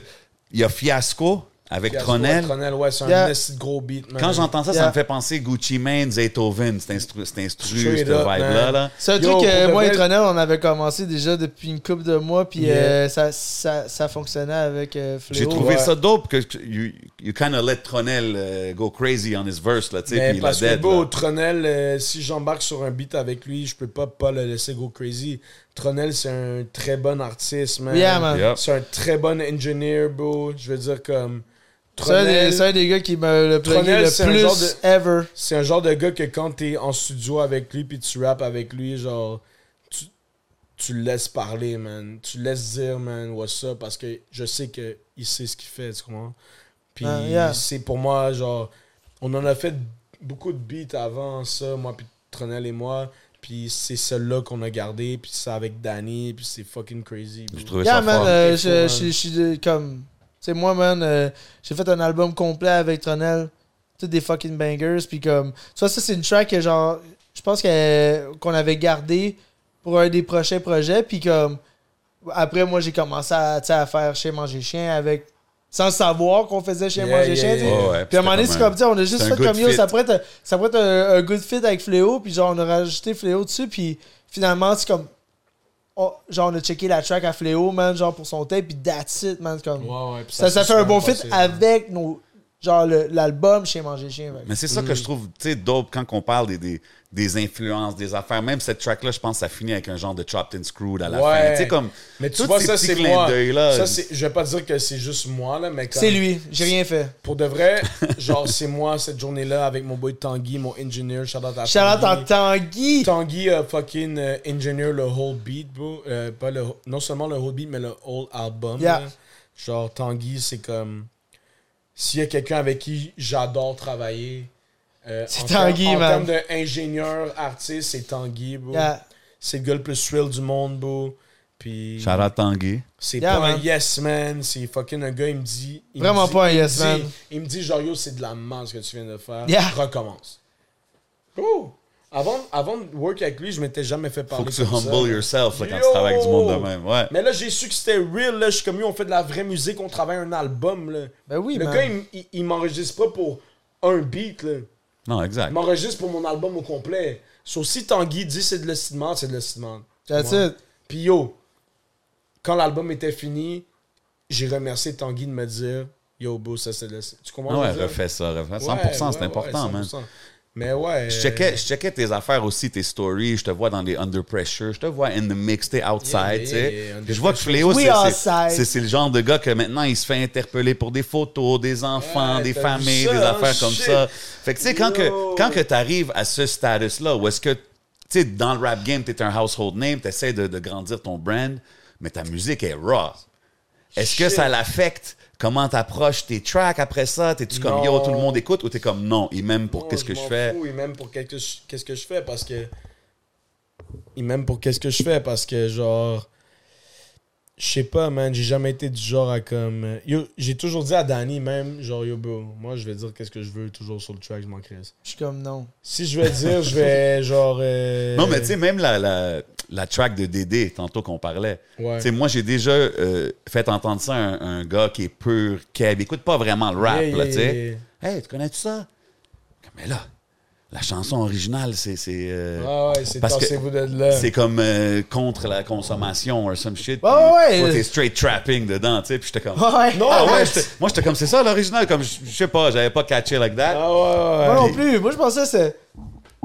S2: il y a Fiasco avec
S3: Fiasco,
S2: Tronel.
S3: Tronel, ouais, c'est
S4: Yeah.
S3: un esti de gros beat, man.
S2: Quand j'entends ça, ça
S4: Yeah.
S2: me fait penser Gucci Mane, Zaytoven, c'est instru, c'est instru cette
S3: Straight up,
S2: vibe-là.
S3: man.
S2: Là.
S4: C'est un
S3: Yo,
S4: truc
S3: pour
S4: que
S3: de
S4: moi et
S3: vrai-
S4: Tronel, on avait commencé déjà depuis une couple de mois, puis
S3: Yeah.
S4: euh, ça, ça, ça fonctionnait avec euh, Fléau.
S2: J'ai trouvé
S3: ouais.
S2: ça dope que que you, you kind of let Tronel euh, go crazy on his verse, là, tu sais,
S3: Mais
S2: puis il a
S3: parce que
S2: dead.
S3: beau,
S2: là.
S3: Tronel, euh, si j'embarque sur un beat avec lui, je peux pas pas le laisser go crazy. Tronel, c'est un très bon artiste, man.
S4: Yeah, man.
S2: Yep.
S3: C'est un très bon engineer, bro. Je veux dire, comme.
S4: C'est un, des-
S3: Tronel,
S4: c'est un des gars qui m'a le plugué
S3: Tronel,
S4: le
S3: c'est un genre
S4: plus
S3: de-
S4: ever.
S3: c'est un genre de gars que quand t'es en studio avec lui puis tu rappes avec lui, genre. Tu, tu le laisses parler, man. Tu le laisses dire, man, what's up, parce que je sais que il sait ce qu'il fait, tu comprends? Puis
S4: Ah, yeah.
S3: c'est pour moi, genre, on en a fait beaucoup de beats avant ça, moi, puis Tronel et moi. Puis c'est celle-là qu'on a gardé, puis c'est avec Danny, puis c'est fucking crazy. bro.
S2: Je trouvais
S4: Yeah,
S2: ça
S4: man,
S2: fort.
S4: euh,
S3: Quelque
S4: je,
S3: chose,
S4: je-
S3: man.
S4: je suis de- comme. Tu sais, moi, man, euh, j'ai fait un album complet avec Tronel. Tous des fucking bangers. Puis comme. Tu vois, ça, c'est une track que genre. Je pense que- qu'on avait gardé pour un des prochains projets. Puis comme. Après, moi, j'ai commencé à, tu sais, à faire Chez Manger Chien avec. Sans savoir qu'on faisait Chez
S3: Yeah,
S4: Manger
S3: yeah,
S4: Chien. tu sais.
S3: yeah.
S2: Ouais, ouais,
S4: Puis à un moment donné, c'est
S2: c'était
S4: comme, tu sais, on a juste
S2: c'est un
S4: fait
S2: good
S4: comme yo,
S2: fit.
S4: ça pourrait être, ça pourrait être un, un good fit avec Fléau, puis genre on a rajouté Fléau dessus, puis finalement, c'est comme. on- Oh, genre, on a checké la track à Fléau, man, genre pour son tape, puis that's it, man. c'est Comme,
S3: Ouais, ouais, puis
S4: ça, ça
S3: s'est
S4: fait
S3: super
S4: un
S3: hein.
S4: bon fit
S3: passé, man.
S4: avec nos. Genre le- l'album chez Manger Chien. man.
S2: Mais c'est ça que
S3: Mm.
S2: je trouve, tu sais, dope quand on parle des, des, des influences, des affaires. Même cette track-là, je pense que ça finit avec un genre de chopped and screwed à la fin.
S3: Ouais.
S2: Tu sais, comme.
S3: Mais tu
S2: tous
S3: vois,
S2: ces
S3: ça,
S2: petits
S3: c'est
S2: clins
S3: moi.
S2: d'œil-là.
S3: Ça, c'est- je vais pas dire que c'est juste moi, là, mais quand-
S4: C'est lui, j'ai rien fait.
S3: Pour de vrai, genre, c'est moi cette journée-là avec mon boy Tanguy, mon engineer. Shout out à
S4: Charlotte en
S3: Tanguy.
S4: Tanguy.
S3: Tanguy a fucking euh, engineer le whole beat, bro. Euh, pas le, non seulement le whole beat, mais le whole album.
S4: Yeah.
S3: là. Genre, Tanguy, c'est comme. S'il y a quelqu'un avec qui j'adore travailler. euh,
S4: C'est
S3: en termes-
S4: Tanguy,
S3: En
S4: man.
S3: termes d'ingénieur, artiste, c'est Tanguy, bro.
S4: Yeah.
S3: C'est le gars le plus thrill du monde, bro. Puis.
S2: Shout out Tanguy.
S3: C'est
S4: Yeah,
S3: pas un
S4: man.
S3: yes man, c'est fucking un gars, il me dit. il me
S4: Vraiment
S3: dit-
S4: pas un
S3: il me
S4: yes
S3: dit-
S4: man.
S3: Il me dit, genre, yo, c'est de la merde ce que tu viens de faire.
S4: Yeah.
S3: Recommence. Bro, avant, avant de work avec lui, je m'étais jamais fait
S2: Faut
S3: parler.
S2: que tu
S3: comme ça.
S2: humble yourself là, quand
S3: Yo!
S2: tu travailles avec du monde de même. Ouais.
S3: Mais là, j'ai su que c'était real, là. Je suis comme, yo, on fait de la vraie musique, on travaille un album, là.
S4: Ben oui,
S3: Le
S4: man.
S3: gars, il, m- il- il m'enregistre pas pour un beat, là.
S2: Non, exact.
S3: Il m'enregistre pour mon album au complet. Sauf si Tanguy dit c'est de l'estiment, c'est de l'estiment.
S4: That's
S3: Ouais.
S4: it.
S3: Puis yo, quand l'album était fini, j'ai remercié Tanguy de me dire Yo, bro, ça c'est le. Tu comprends?
S2: Ah ouais,
S3: ce que je veux dire?
S2: refais ça, refais. 100%,
S3: Ouais,
S2: c'est
S3: ouais,
S2: important,
S3: ouais,
S2: man.
S3: 100%. Mais ouais.
S2: Je
S3: euh,
S2: checkais, je checkais tes affaires aussi, tes stories. Je te vois dans les under pressure. Je te vois in the mix. T'es
S3: Yeah,
S2: outside,
S3: yeah,
S2: tu sais.
S3: yeah, under
S2: Puis je vois que
S3: pressure.
S2: Fléau,
S4: We
S2: c'est- c'est-
S4: outside.
S2: c'est c'est le genre de gars que maintenant, il se fait interpeller pour des photos, des enfants,
S3: Ouais,
S2: des
S3: Ah, t'as
S2: familles,
S3: vu ça,
S2: des affaires
S3: hein,
S2: comme
S3: shit.
S2: ça. Fait que, tu sais, quand que,
S3: Yo.
S2: quand que t'arrives à ce status-là, où est-ce que tu sais, dans le rap game, t'es un household name, t'essaies de, de grandir ton brand, mais ta musique est raw. Est-ce que ça l'affecte? Comment t'approches tes tracks après ça? T'es-tu comme, yo, tout le monde écoute? Ou t'es comme, non, il m'aime pour
S3: Non,
S2: qu'est-ce que je
S3: m'en
S2: fais?
S3: fous, il m'aime pour quelque- qu'est-ce que je fais parce que. Il m'aime pour qu'est-ce que je fais parce que, genre. Je sais pas, man. J'ai jamais été du genre à comme. euh, yo, j'ai toujours dit à Danny, même, genre, yo, bro, moi, je vais dire qu'est-ce que je veux toujours sur le track, je m'en crisse.
S4: Je suis comme non.
S3: Si je vais dire, je vais, genre. euh,
S2: Non, mais tu sais, même la, la, la track de Dédé, tantôt qu'on parlait.
S3: Ouais.
S2: Tu sais, moi, j'ai déjà euh, fait entendre ça à un, un gars qui est pur, keb, écoute pas vraiment le rap,
S3: Yeah,
S2: là,
S3: yeah,
S2: tu sais.
S3: yeah.
S2: Hey, tu connais-tu ça? Mais là, la chanson originale, c'est. c'est, euh,
S3: Ah ouais, c'est
S2: Parce que
S3: tassez-vous de là.
S2: C'est comme euh, contre la consommation or some shit.
S4: Ouais,
S2: puis
S4: ouais, ouais.
S2: Toi, t'es straight trapping dedans, tu sais. Puis j'étais comme.
S4: Ouais.
S3: Non,
S2: Ah ouais,
S3: ouais.
S2: j'étais- moi, j'étais comme, c'est ça l'original. Comme, je je sais pas, j'avais pas catché like that.
S3: Ah ouais, ouais,
S4: Moi
S3: ouais.
S4: non plus. Moi, je pensais que c'est.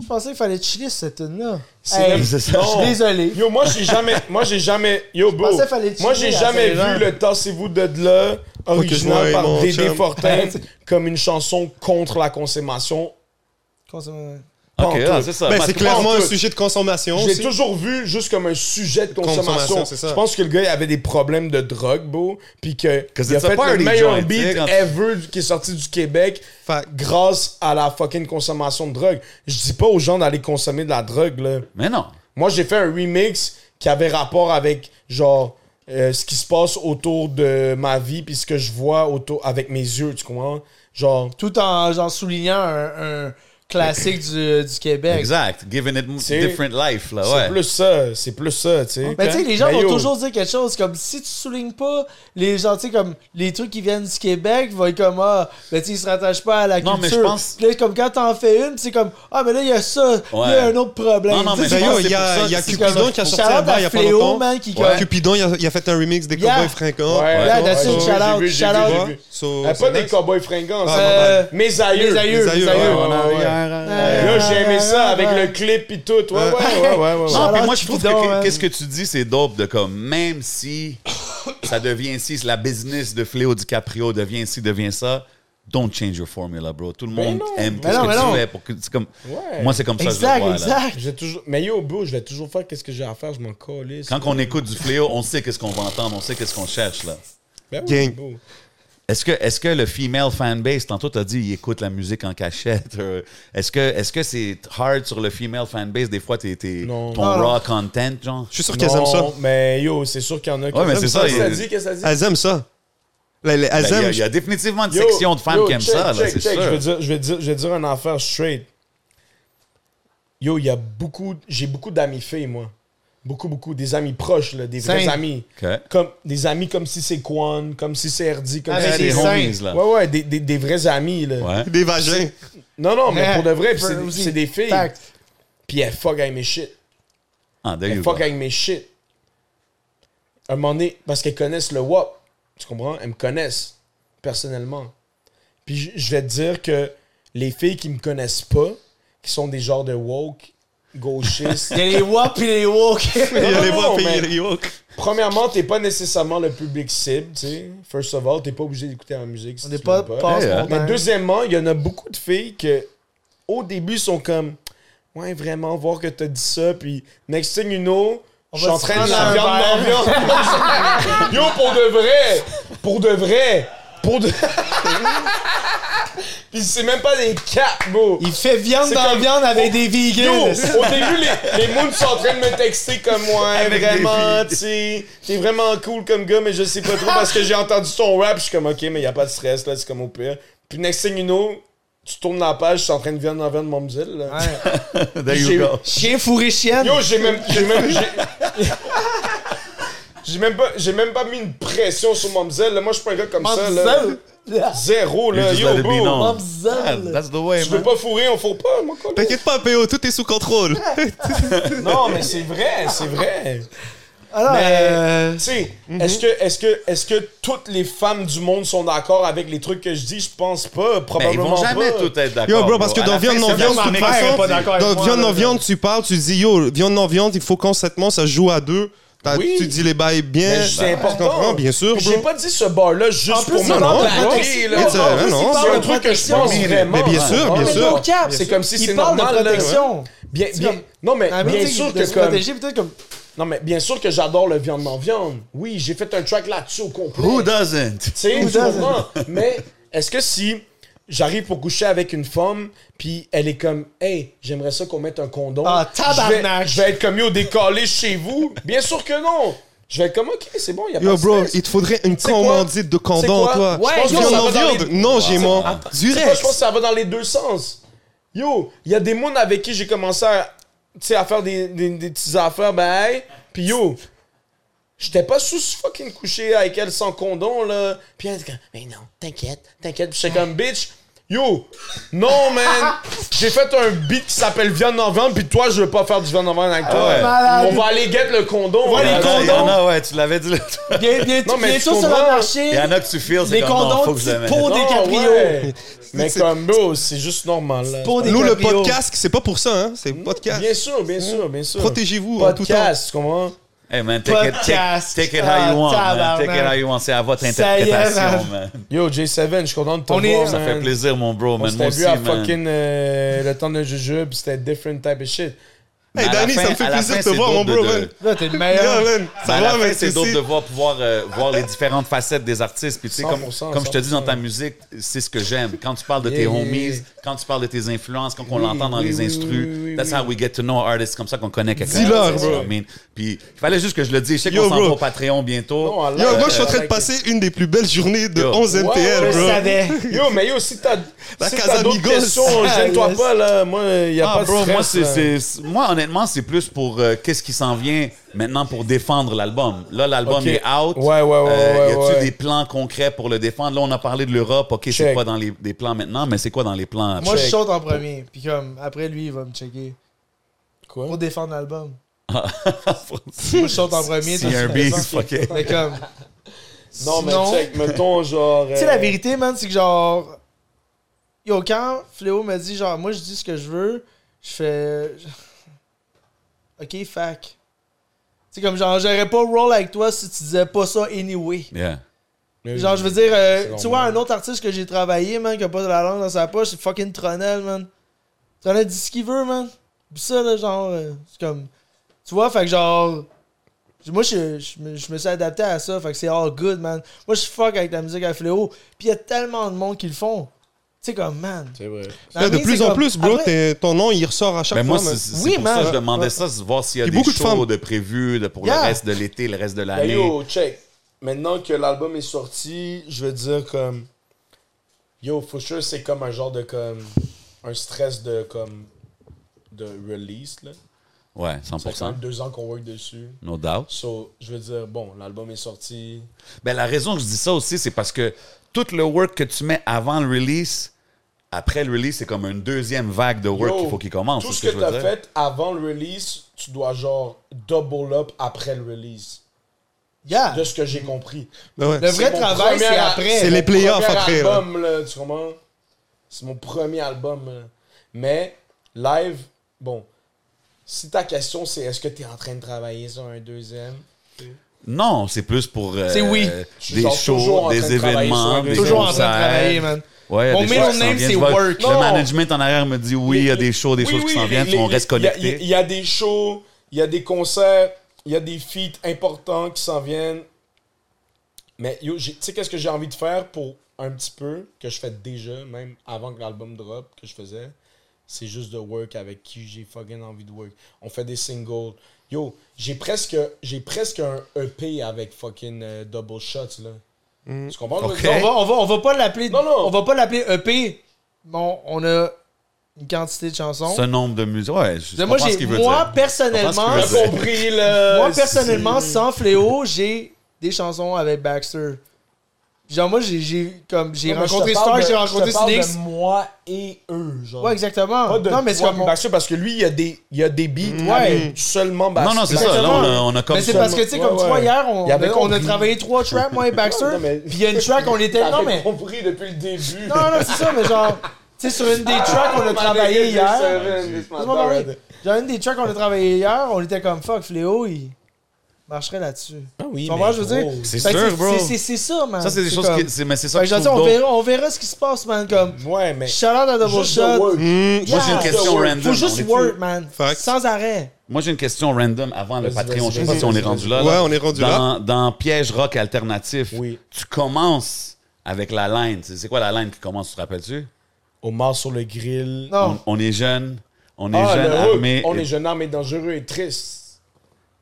S4: Je pensais qu'il fallait chiller cette tune-là.
S3: C'est-
S4: Hey,
S2: C'est ça.
S4: Je suis désolé.
S3: Yo, moi, j'ai jamais. Moi, j'ai jamais. Yo, bro.
S4: pensais qu'il fallait
S3: Moi,
S4: chiller
S3: j'ai
S4: à
S3: jamais
S4: Saint-Jean.
S3: vu le Tassez-vous de là
S1: que je voie
S3: original par
S1: mon
S3: Dédé
S1: chum.
S3: Fortin comme une chanson contre la consommation.
S4: Consomme-
S2: Ok,
S3: Pantoute.
S2: ah, c'est ça.
S1: Ben,
S2: Ma-
S1: c'est clairement un
S3: tout.
S1: sujet de consommation.
S3: J'ai
S1: aussi.
S3: toujours vu juste comme un sujet de consommation.
S1: Consommation, c'est ça.
S3: Je pense que le gars il avait des problèmes de drogue, bro. Puis que
S2: Cause
S3: il a
S2: it's a
S3: fait le
S2: party
S3: meilleur
S2: joint, tu sais,
S3: beat
S2: quand-
S3: ever qui est sorti du Québec
S1: Fact.
S3: grâce à la fucking consommation de drogue. Je dis pas aux gens d'aller consommer de la drogue, là.
S2: Mais non.
S3: Moi, j'ai fait un remix qui avait rapport avec, genre, euh, ce qui se passe autour de ma vie, puis ce que je vois autour, avec mes yeux, tu comprends? Genre,
S4: Tout en genre, soulignant un, un classique du, du Québec.
S2: Exact. Giving it
S3: C'est-
S2: different life,
S1: Ah
S2: là,
S3: c'est
S2: ouais.
S3: plus ça, c'est plus ça, tu sais.
S4: Mais Ben, tu sais, les gens
S3: Mais
S4: vont
S3: yo,
S4: toujours dire quelque chose comme si tu soulignes pas les gens, tu sais, comme les trucs qui viennent du Québec, vont être comme ah, ben tu sais, ils se rattachent pas à la
S2: Non, mais
S4: culture.
S2: je pense-
S4: Puis là, comme quand t'en fais une, c'est comme ah, mais là, il y a ça, là, il y a un autre problème.
S2: Non, non,
S4: Tu sais,
S2: mais je pense
S4: c'est
S1: D'ailleurs,
S2: que
S1: il Ben, y
S2: c'est pour
S1: a,
S2: ça,
S1: il y a
S2: c'est
S1: Cupidon
S4: comme-
S1: qui a sorti
S4: Shout-out
S1: un bail
S4: à
S1: il y a pas
S4: Fléau,
S1: longtemps.
S4: man, qui-
S1: Ouais.
S4: qui-
S1: Cupidon, il a, il a fait un remix des
S4: Yeah.
S1: Cowboys Fringants.
S3: Ouais, ouais,
S4: Là, là-dessus,
S3: ouais,
S4: shout-out,
S3: j'ai vu, j'ai vu,
S4: shout-out.
S3: j'ai
S1: Ouais.
S3: vu.
S1: So,
S3: Euh,
S1: c'est
S3: pas des
S1: nice.
S3: cowboys fringants,
S1: Ah,
S3: ça.
S4: Euh,
S3: mes aïeux.
S4: Mes aïeux,
S1: Les aïeux,
S4: mes aïeux.
S1: ouais,
S3: ouais, ouais, ouais.
S4: Euh,
S3: Là, j'ai aimé ça avec le clip et tout. Ouais, ouais, ouais, ouais. ouais, ouais.
S2: Non,
S4: Shout-out
S2: puis moi, je trouve que
S4: Cupidon,
S2: que-
S4: man.
S2: qu'est-ce que tu dis, c'est dope de comme, même si ça devient si la business de Fléau DiCaprio devient ci, devient ça, don't change your formula, bro. Tout le monde aime
S4: Mais
S2: ce
S4: non,
S2: que
S4: mais
S2: tu
S4: non.
S2: fais. Pour que, c'est comme,
S3: Ouais.
S2: Moi, c'est comme ça que je le
S4: Exact,
S2: vois, là.
S4: exact.
S3: J'ai toujours... Mais yo, bro, je vais toujours faire qu'est-ce que j'ai à faire, je m'en calisse.
S2: Quand on écoute du Fléau, on sait qu'est-ce qu'on va entendre, on sait qu'est-ce qu'on cherche, là.
S3: Ben oui,
S1: Gang.
S3: bro.
S2: Est-ce que, est-ce que le female fanbase, tantôt t'as dit, il écoute la musique en cachette. euh, Est-ce que, est-ce que c'est hard sur le female fanbase? Des fois, t'es, t'es-
S3: Non.
S2: ton
S4: Ah, non.
S2: raw content, genre?
S1: Je suis sûr qu'elles aiment ça.
S3: Non, Mais yo, c'est sûr qu'il y en a qui
S2: Ouais, mais
S3: aiment
S2: c'est ça,
S3: Qu'est-ce que ça
S2: il-
S3: dit? Qu'est-ce que ça dit?
S1: Elles aiment ça. Les- les-
S2: Ben,
S1: Elles
S2: Il y, a-
S1: aiment.
S2: il y a définitivement une
S3: Yo,
S2: section de femmes
S3: yo,
S2: qui aiment
S3: check,
S2: ça, là,
S3: check,
S2: c'est
S3: check. Je
S2: sûr.
S3: vais dire, je vais dire, je vais dire une affaire straight. Yo, il y a beaucoup, j'ai beaucoup d'amis filles, moi. Beaucoup, beaucoup. Des amis proches, là, des vrais
S4: Saint.
S3: amis.
S2: Ok.
S3: Comme, des amis comme si c'est Quan, comme si c'est Erdi, comme
S4: Ah,
S3: si
S4: mais
S2: Ouais,
S3: c'est...
S4: des
S2: des homies, là.
S3: Ouais, ouais, des, des, des vrais amis, là.
S2: Ouais.
S1: Des vagins.
S3: Non, non, mais
S4: Ouais.
S3: pour de vrai, pis c'est
S4: Pour-
S3: des-
S4: aussi.
S3: c'est des filles.
S4: Fact.
S3: Puis elles fuck avec mes shit.
S2: Ah, there
S3: Elles
S2: you go.
S3: fuck avec mes shit. À un moment donné, parce qu'elles connaissent le WAP. Tu comprends? Elles me connaissent, personnellement. Puis je- je vais te dire que les filles qui me connaissent pas, qui sont des genres de woke, gauchistes...
S4: Il y a les WAP et les walk.
S1: Il y a
S3: Non,
S1: les
S3: non,
S1: voix
S3: non, mais-
S1: payer les yokes.
S3: Premièrement, t'es pas nécessairement le public cible, tu sais. First of all, t'es pas obligé d'écouter ma musique. si
S4: On n'est
S3: tu euh,
S4: pas
S3: l'aimes
S4: passe
S2: Hey,
S4: mon
S2: hein.
S4: temps.
S3: Mais deuxièmement, il y en a beaucoup de filles que, au début, sont comme Ouais, vraiment, voir que t'as dit ça. Puis, next thing you know,
S4: On
S3: je suis
S4: va
S3: en
S4: se
S3: train de
S4: prendre
S3: la
S4: un
S3: viande dans
S4: verre.
S3: viande. Yo, pour de vrai! Pour de vrai! Pour de. Puis, c'est même pas des caps, bro!
S4: Il fait viande
S3: C'est
S4: dans
S3: comme- Oh,
S4: viande avec des
S3: Yo,
S4: vegans.
S3: au début, les, les moons sont en train de me texter comme moi,
S2: Avec
S3: vraiment, tu sais, t'es vraiment cool comme gars, mais je sais pas trop parce que j'ai entendu ton rap, je suis comme, ok, mais y a pas de stress, là, c'est comme au pire. Puis next thing you know, tu tournes la page, je suis en train de viendre en viande mon musée, là.
S2: There you
S3: J'ai-
S2: go.
S4: Chien fourré chienne.
S3: Yo, j'ai même, j'ai même, j'ai- j'ai même pas, j'ai même pas mis une pression sur mon musée, là. Moi, je suis pas un gars comme ça, là.
S4: Mamzelle.
S3: Zéro,
S2: You
S3: là.
S2: just
S3: Yo,
S2: let it be
S3: bro.
S2: known.
S4: Mamzelle.
S2: Ah, that's the way,
S3: Je veux
S2: man.
S3: pas fourrer, on fourre pas, moi, quoi.
S1: T'inquiète pas, PO, tout est sous contrôle.
S3: Non, mais c'est vrai, c'est vrai.
S4: Alors,
S3: Mais-
S4: euh,
S3: Tu sais, est-ce que, est-ce que, est-ce que toutes les femmes du monde sont d'accord avec les trucs que je dis Je pense
S1: Ben,
S3: pas,
S2: Mais ils
S3: probablement
S2: vont jamais
S3: pas.
S2: tout être d'accord.
S1: Yo, bro, parce que
S2: À
S1: dans
S2: la fin,
S1: Viande non
S2: c'est
S1: Viande,
S2: la
S1: tu
S2: connexion.
S1: parles.
S2: Dit-
S1: Dans Viande non Viande, tu parles, tu dis, yo, Viande non Viande, il faut qu'on s'attende, ça se joue à deux. T'as-
S3: Oui.
S1: Tu dis les bails bien.
S3: Mais c'est
S1: tu Ben, comprends,
S3: important.
S1: Bien sûr,
S3: J'ai
S1: bro.
S3: pas dit ce bar-là juste pour me
S1: c'est dans
S3: rendre
S1: la
S3: compte.
S1: protection. Mais
S3: là.
S1: c'est-
S3: En plus,
S1: hein, non.
S3: il parle
S1: C'est
S3: un truc que je pense
S1: Mais-
S3: vraiment.
S1: mais bien sûr,
S3: Ah,
S1: bien
S3: mais
S1: sûr.
S3: no cap, C'est comme si c'est
S4: Il parle
S3: normal.
S4: de
S3: là.
S4: protection.
S3: Bien,
S4: C'est
S3: bien-
S4: comme-
S3: non, mais
S4: Ah, mais
S3: bien
S4: tu sais,
S3: sûr
S4: de
S3: que
S4: se
S3: comme,
S4: protéger, peut-être comme.
S3: non mais bien sûr que j'adore le viande non viande. Oui, j'ai fait un track là-dessus au complet.
S2: Who
S3: Tu
S2: doesn't?
S3: sais, tu
S4: Who doesn't?
S3: comprends? Mais est-ce que si j'arrive pour coucher avec une femme, puis elle est comme, hey, j'aimerais ça qu'on mette un condom.
S4: Ah, tabarnak!
S3: Je vais, je vais être comme yo décollé chez vous. Bien sûr que non. Je vais être comme ok, c'est bon, il y a pas
S1: Yo,
S3: de
S1: bro,
S3: stress.
S1: il te faudrait une
S3: C'est quoi?
S1: commandite de condom,
S3: C'est quoi?
S1: toi.
S3: Ouais,
S1: Je pense
S3: yo,
S1: qu'on
S3: ça
S1: en
S3: va dans
S1: vient
S3: les-
S1: de- Non, j'ai mon.
S3: Tu sais pas,
S1: Durex.
S3: je pense que ça va dans les deux sens. Yo, il y a des mondes avec qui j'ai commencé à, tu sais, à faire des, des, des petites affaires, ben, hey. Puis yo, j'étais pas sous fucking couché avec elle sans condom, là. Puis elle était comme, mais non, t'inquiète, t'inquiète. Puis j'étais comme, bitch, yo, non, man. j'ai fait un beat qui s'appelle Viande en vente, puis toi, je veux pas faire du viande en vente avec toi.
S4: malade.
S3: On va aller get le condom. on va
S2: Il y en a-
S3: aller-
S2: il y en a, ouais, tu l'avais dit. là.
S4: Bien, bien,
S3: Non, mais tu
S4: bientôt sur le
S3: comprends?
S4: marché,
S2: Il y en a que tu feels, c'est
S4: les
S2: comme, non, faut
S4: condoms,
S2: que je le
S4: petits
S2: mette.
S4: pots des capriots.
S3: ouais. Mais comme, bro, c'est juste normal, là.
S4: Pots des
S1: Nous, le
S4: capriots.
S1: podcast, c'est pas pour ça, hein. C'est podcast.
S3: Bien sûr, bien sûr, bien sûr.
S1: Protégez-vous en tout temps.
S3: Podcast, comment?
S2: Hey, man, take it, take,
S4: Podcast.
S2: take it how you want,
S4: Ah,
S2: man. Take it
S4: tabarnak.
S2: how you want. C'est à votre
S4: Ça y est,
S2: interprétation, man.
S3: Yo, J7, je suis content de te
S4: On est-
S3: voir,
S2: Ça
S3: man.
S2: fait plaisir, mon bro,
S3: On
S2: man. Moi
S3: s'était
S2: aussi,
S3: vu à
S2: man.
S3: fucking euh, le temps d'un jujube, c'était different type of shit.
S2: Mais
S1: Hey,
S2: à la
S1: Danny,
S2: fin-
S1: ça me
S2: à
S1: fait
S2: la
S1: plaisir
S2: fin,
S1: de te
S2: c'est
S1: voir,
S2: d'autres
S1: mon bro,
S2: de-
S1: man.
S4: Là, Ah, t'es le
S1: Yo,
S4: meilleur.
S1: man,
S2: Ben,
S1: ça
S2: à
S1: va,
S2: la fin,
S1: man,
S2: c'est d'autres
S1: c'est-
S2: de voir, pouvoir euh, voir les différentes facettes des artistes. Puis, tu sais, comme,
S3: 100%,
S2: comme je te dis dans ta musique, c'est ce que j'aime. Quand tu parles de tes
S3: Yeah, yeah,
S2: homies,
S3: yeah.
S2: quand tu parles de tes influences, quand on
S3: Oui,
S2: l'entend dans
S3: oui,
S2: les
S3: oui,
S2: instrus,
S3: oui, oui,
S2: that's
S3: oui.
S2: how we get to know artists, comme ça qu'on connaît quelqu'un.
S1: Dis-leur,
S2: You know
S1: bro.
S2: what I mean? Puis, il fallait juste que je le dise. Je sais
S1: Yo,
S2: qu'on s'en va
S1: bro.
S2: au Patreon bientôt.
S3: Non, à la-
S1: Yo, moi, je suis en train de
S3: Like-
S1: passer une des plus belles journées de
S2: Yo.
S1: 11
S3: Ouais,
S1: NTL,
S3: ouais,
S1: bro.
S3: ça
S4: savais. Ah,
S3: Yo, mais yo, si t'as
S1: La
S3: si
S1: Casa
S3: t'as d'autres
S1: Amigos.
S3: questions, gêne-toi
S4: Yes.
S3: pas, là. Moi, y a
S2: Ah,
S3: pas de
S2: bro,
S3: stress,
S2: moi, c'est-
S3: là.
S2: c'est- c'est- moi, honnêtement, c'est plus pour euh, qu'est-ce qui s'en vient maintenant pour défendre l'album. Là, l'album
S3: Ok.
S2: est out. Euh,
S3: Ouais, ouais, ouais, ouais,
S2: y a-tu
S3: ouais.
S2: des plans concrets pour le défendre? Là, on a parlé de l'Europe. OK, c'est
S3: Check.
S2: pas dans les des plans maintenant, mais c'est quoi dans les plans?
S4: Moi, je
S3: Check.
S4: saute en premier. Puis comme, après, lui, il va me checker.
S3: Quoi?
S4: Pour défendre l'album.
S2: Moi,
S4: Moi, je saute en premier.
S2: C'est un
S4: toi, tu
S2: beef,
S4: défends.
S2: OK.
S4: Mais comme.
S3: Non, mais
S4: sinon-
S3: check, mettons, genre...
S4: Tu sais, la vérité, man, c'est que genre. Yo, quand Fléau me dit, genre, moi, je dis ce que je veux, je fais. Ok, fac. C'est comme genre, j'aurais pas roll avec toi si tu disais pas ça anyway.
S2: Yeah.
S4: Genre, je veux dire, euh,
S3: C'est
S4: tu vois,
S3: normal.
S4: un autre artiste que j'ai travaillé, man, qui a pas de la langue dans sa poche, c'est fucking Tronel, man. Tronel dit ce qu'il veut, man. Puis ça, là, genre, euh, c'est comme. Tu vois, fait que genre. Moi, je, je me- je me suis adapté à ça, fait que c'est all good, man. Moi, je fuck avec la musique à fléau. Puis il y a tellement de monde qui le font. Tu sais, comme, man.
S3: C'est vrai.
S4: La
S1: Là, de
S4: mienne,
S1: plus
S4: c'est
S1: en
S4: comme-
S1: plus, bro,
S4: Après-
S1: t'es- ton nom, il ressort à chaque
S2: Ben,
S1: fois.
S2: moi, c'est
S1: man.
S2: c'est
S4: Oui,
S2: pour
S4: man.
S2: ça que je demandais ça, c'est voir s'il y a
S1: Il y a
S2: des
S1: beaucoup de
S2: shows
S1: femmes.
S2: de prévus de- pour
S4: Yeah.
S2: le reste de l'été, le reste de
S3: Ben,
S2: l'année.
S3: yo, check. Maintenant que l'album est sorti, je veux dire comme. Yo, for sure, c'est comme un genre de comme. Un stress de comme. De release, là.
S2: Ouais,
S3: Ça fait quand
S2: 100%.
S3: même deux ans qu'on work dessus.
S2: No doubt.
S3: So, je veux dire, bon, l'album est sorti.
S2: Ben, la raison que je dis ça aussi, c'est parce que tout le work que tu mets avant le release, après le release, c'est comme une deuxième vague de work
S3: Yo,
S2: qu'il faut qu'il commence.
S3: Tout
S2: c'est
S3: ce que,
S2: je
S3: tu
S2: veux
S3: as
S2: dire.
S3: fait avant le release, tu dois genre double up après le release.
S4: Yeah.
S3: De ce que j'ai compris.
S1: Ben ouais.
S4: Le vrai
S3: mon
S4: travail,
S3: premier
S4: c'est
S3: a-
S4: après.
S1: C'est les
S3: mon
S1: playoffs
S3: premier
S1: après, là.
S3: Album, là, tu comprends? C'est mon premier album. là. Mais live, bon, si ta question c'est est-ce que tu es en train de travailler sur un deuxième?
S2: Non, c'est plus pour euh,
S4: C'est oui.
S3: Je suis
S2: des
S3: genre toujours en
S2: shows,
S3: train de
S2: des
S3: travailler sur
S2: événements,
S3: un
S2: des
S3: deuxième.
S4: Toujours en train de travailler,
S2: concerts.
S4: man.
S2: Ouais,
S4: Mon
S2: des choses
S4: middle
S2: qui s'en
S4: name,
S2: viennent.
S4: c'est
S2: Je vois-
S4: work.
S2: Le
S3: Non.
S2: management en arrière me dit oui, il y a des shows, des
S3: Oui,
S2: choses
S3: oui,
S2: qui s'en
S3: les-
S2: viennent, puis on
S3: les-
S2: reste
S3: il y a- Il
S2: connecté.
S3: y, a des shows, il y a des concerts, il y a des feats importants qui s'en viennent. Mais yo, j'ai- tu sais qu'est-ce que j'ai envie de faire pour un petit peu, que je fais déjà, même avant que l'album drop, que je faisais, c'est juste de work avec qui j'ai fucking envie de work. On fait des singles. Yo, j'ai presque, j'ai presque un EP avec fucking euh, Double Shots, là. Tu comprends? ce que je veux
S2: Ok.
S3: dire?
S4: On va, on va, on va pas l'appeler.
S3: Non, non.
S4: On va pas l'appeler EP. Bon, on a une quantité de chansons.
S2: Ce nombre de musiques. Ouais, je
S4: moi,
S2: comprends
S4: j'ai-
S2: ce qu'il veut
S4: moi,
S2: dire.
S4: personnellement, euh,
S2: Je comprends ce qu'il
S3: T'as
S2: veut dire.
S3: compris, là.
S4: Moi, personnellement, sans fléau, j'ai des chansons avec Baxter. Genre, moi, j'ai- j'ai comme j'ai
S3: Non, mais je te
S4: rencontré
S3: parle
S4: Star,
S3: de-
S4: j'ai
S3: je
S4: rencontré
S3: te parle de
S4: Snix.
S3: moi et eux, genre.
S4: Ouais, exactement.
S3: Pas de
S4: Non, mais c'est
S3: toi
S4: comme.
S3: puis Baxter, parce que lui, il y a des, il y a des beats
S4: Mm.
S3: avec seulement Baxter.
S2: Non, non, c'est ça. Là, on a, on a comme
S4: Mais c'est parce que, tu sais, comme
S3: Ouais,
S4: tu vois,
S3: ouais.
S4: hier, on,
S3: Il avait
S4: on a
S3: compris.
S4: travaillé trois tracks, moi et Baxter.
S3: Non, mais-
S4: Puis il y a une track, on était.
S3: T'avais
S4: Non, mais.
S3: compris depuis le début.
S4: Non, non, c'est ça, mais genre. Tu sais, sur une des tracks, on a travaillé hier. Laisse-moi parler. Genre, une des tracks qu'on a travaillé hier, on était comme fuck, Fléau, il. marcherais là-dessus.
S3: Ah oui,
S4: Tu comprends,
S3: mais
S4: je veux
S3: gros.
S4: dire?
S2: oh, C'est
S4: Fait que
S2: sûr, bro.
S4: c'est- C'est c'est ça, man.
S2: Ça, c'est des choses
S4: comme-
S2: qui. c'est- Mais c'est
S4: Fait
S2: ça
S4: que
S2: que je
S4: je dis,
S2: trouve
S4: on
S2: dope.
S4: verra, on verra ce qui se passe, man. Comme,
S3: Ouais, mais.
S4: shout out à Double
S3: Juste le word.
S4: Shot.
S2: Moi, j'ai une
S4: Yeah.
S2: question random.
S4: Faut
S2: On
S4: juste
S2: est-tu-
S4: work, man.
S1: Facts.
S4: Sans arrêt.
S2: Moi, j'ai une question random avant le
S3: Vas-y,
S2: Patreon.
S3: vas-y,
S2: Je sais pas
S3: vas-y,
S2: si on est
S3: vas-y,
S2: rendu
S3: vas-y.
S2: là.
S1: Ouais,
S2: là.
S1: on est rendu
S2: dans,
S1: là.
S2: Dans Piège Rock Alternatif,
S3: Oui.
S2: tu commences avec la line. C'est c'est quoi la line qui commence, tu te rappelles-tu?
S3: Au mort sur le grill.
S4: Non.
S2: On, on est jeune, on est
S3: Ah,
S2: jeune,
S3: le hook.
S2: armé.
S3: On est jeune armé dangereux et triste.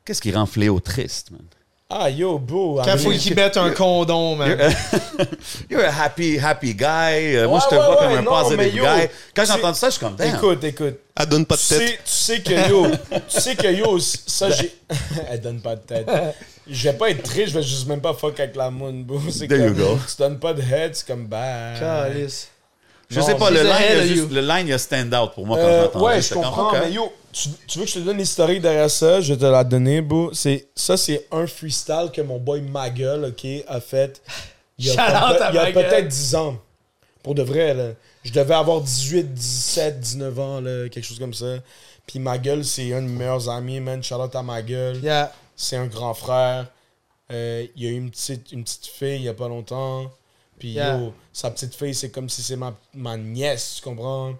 S2: Qu'est-ce qui rend Fléau triste, man?
S3: Ah, yo, bro.
S4: Quand
S3: armé-
S4: faut qu'il mette un condom, man.
S2: You're a happy, happy guy. Euh, Moi,
S3: Ouais,
S2: je te
S3: ouais,
S2: vois comme
S3: ouais,
S2: un
S3: non, mais
S2: positive
S3: yo,
S2: guy. Quand
S3: c'est-
S2: j'ai entendu ça, je suis comme, damn.
S3: Écoute, écoute.
S1: Elle donne pas de
S3: Tu
S1: tête.
S3: sais, tu sais que yo, tu sais que yo, ça j'ai. Elle donne pas de tête. Je vais pas être triste, je vais juste même pas fuck avec la moon, bro. C'est
S2: There you
S3: comme,
S2: go.
S3: Tu donnes pas de head, c'est comme bah.
S4: Calice.
S2: je sais pas,
S4: she's
S2: le line, il
S4: ahead
S2: y a
S4: of
S2: juste-
S4: you.
S2: le line, il y a stand out pour moi quand
S3: Euh,
S2: je l'entendais.
S3: ouais, je
S2: J'étais comme,
S3: comprends,
S2: OK.
S3: mais yo, tu, tu veux que je te donne l'historique derrière ça? Je vais te la donner, bro. C'est, ça, c'est un freestyle que mon boy Magueule, OK, a fait il y a,
S4: Shout out
S3: peut-
S4: à
S3: il y a
S4: Ma Gueule.
S3: peut-être 10 ans. Pour de vrai, là. Je devais avoir 18, 17, 19 ans, là, quelque chose comme ça. Puis Magueule, c'est un de mes meilleurs amis, man. Shout out à Magueule.
S4: Yeah.
S3: C'est un grand frère. Euh, il y a eu une petite, une petite fille il y a pas longtemps. Puis
S4: Yeah.
S3: yo, sa petite fille, c'est comme si c'est ma, ma nièce, tu comprends?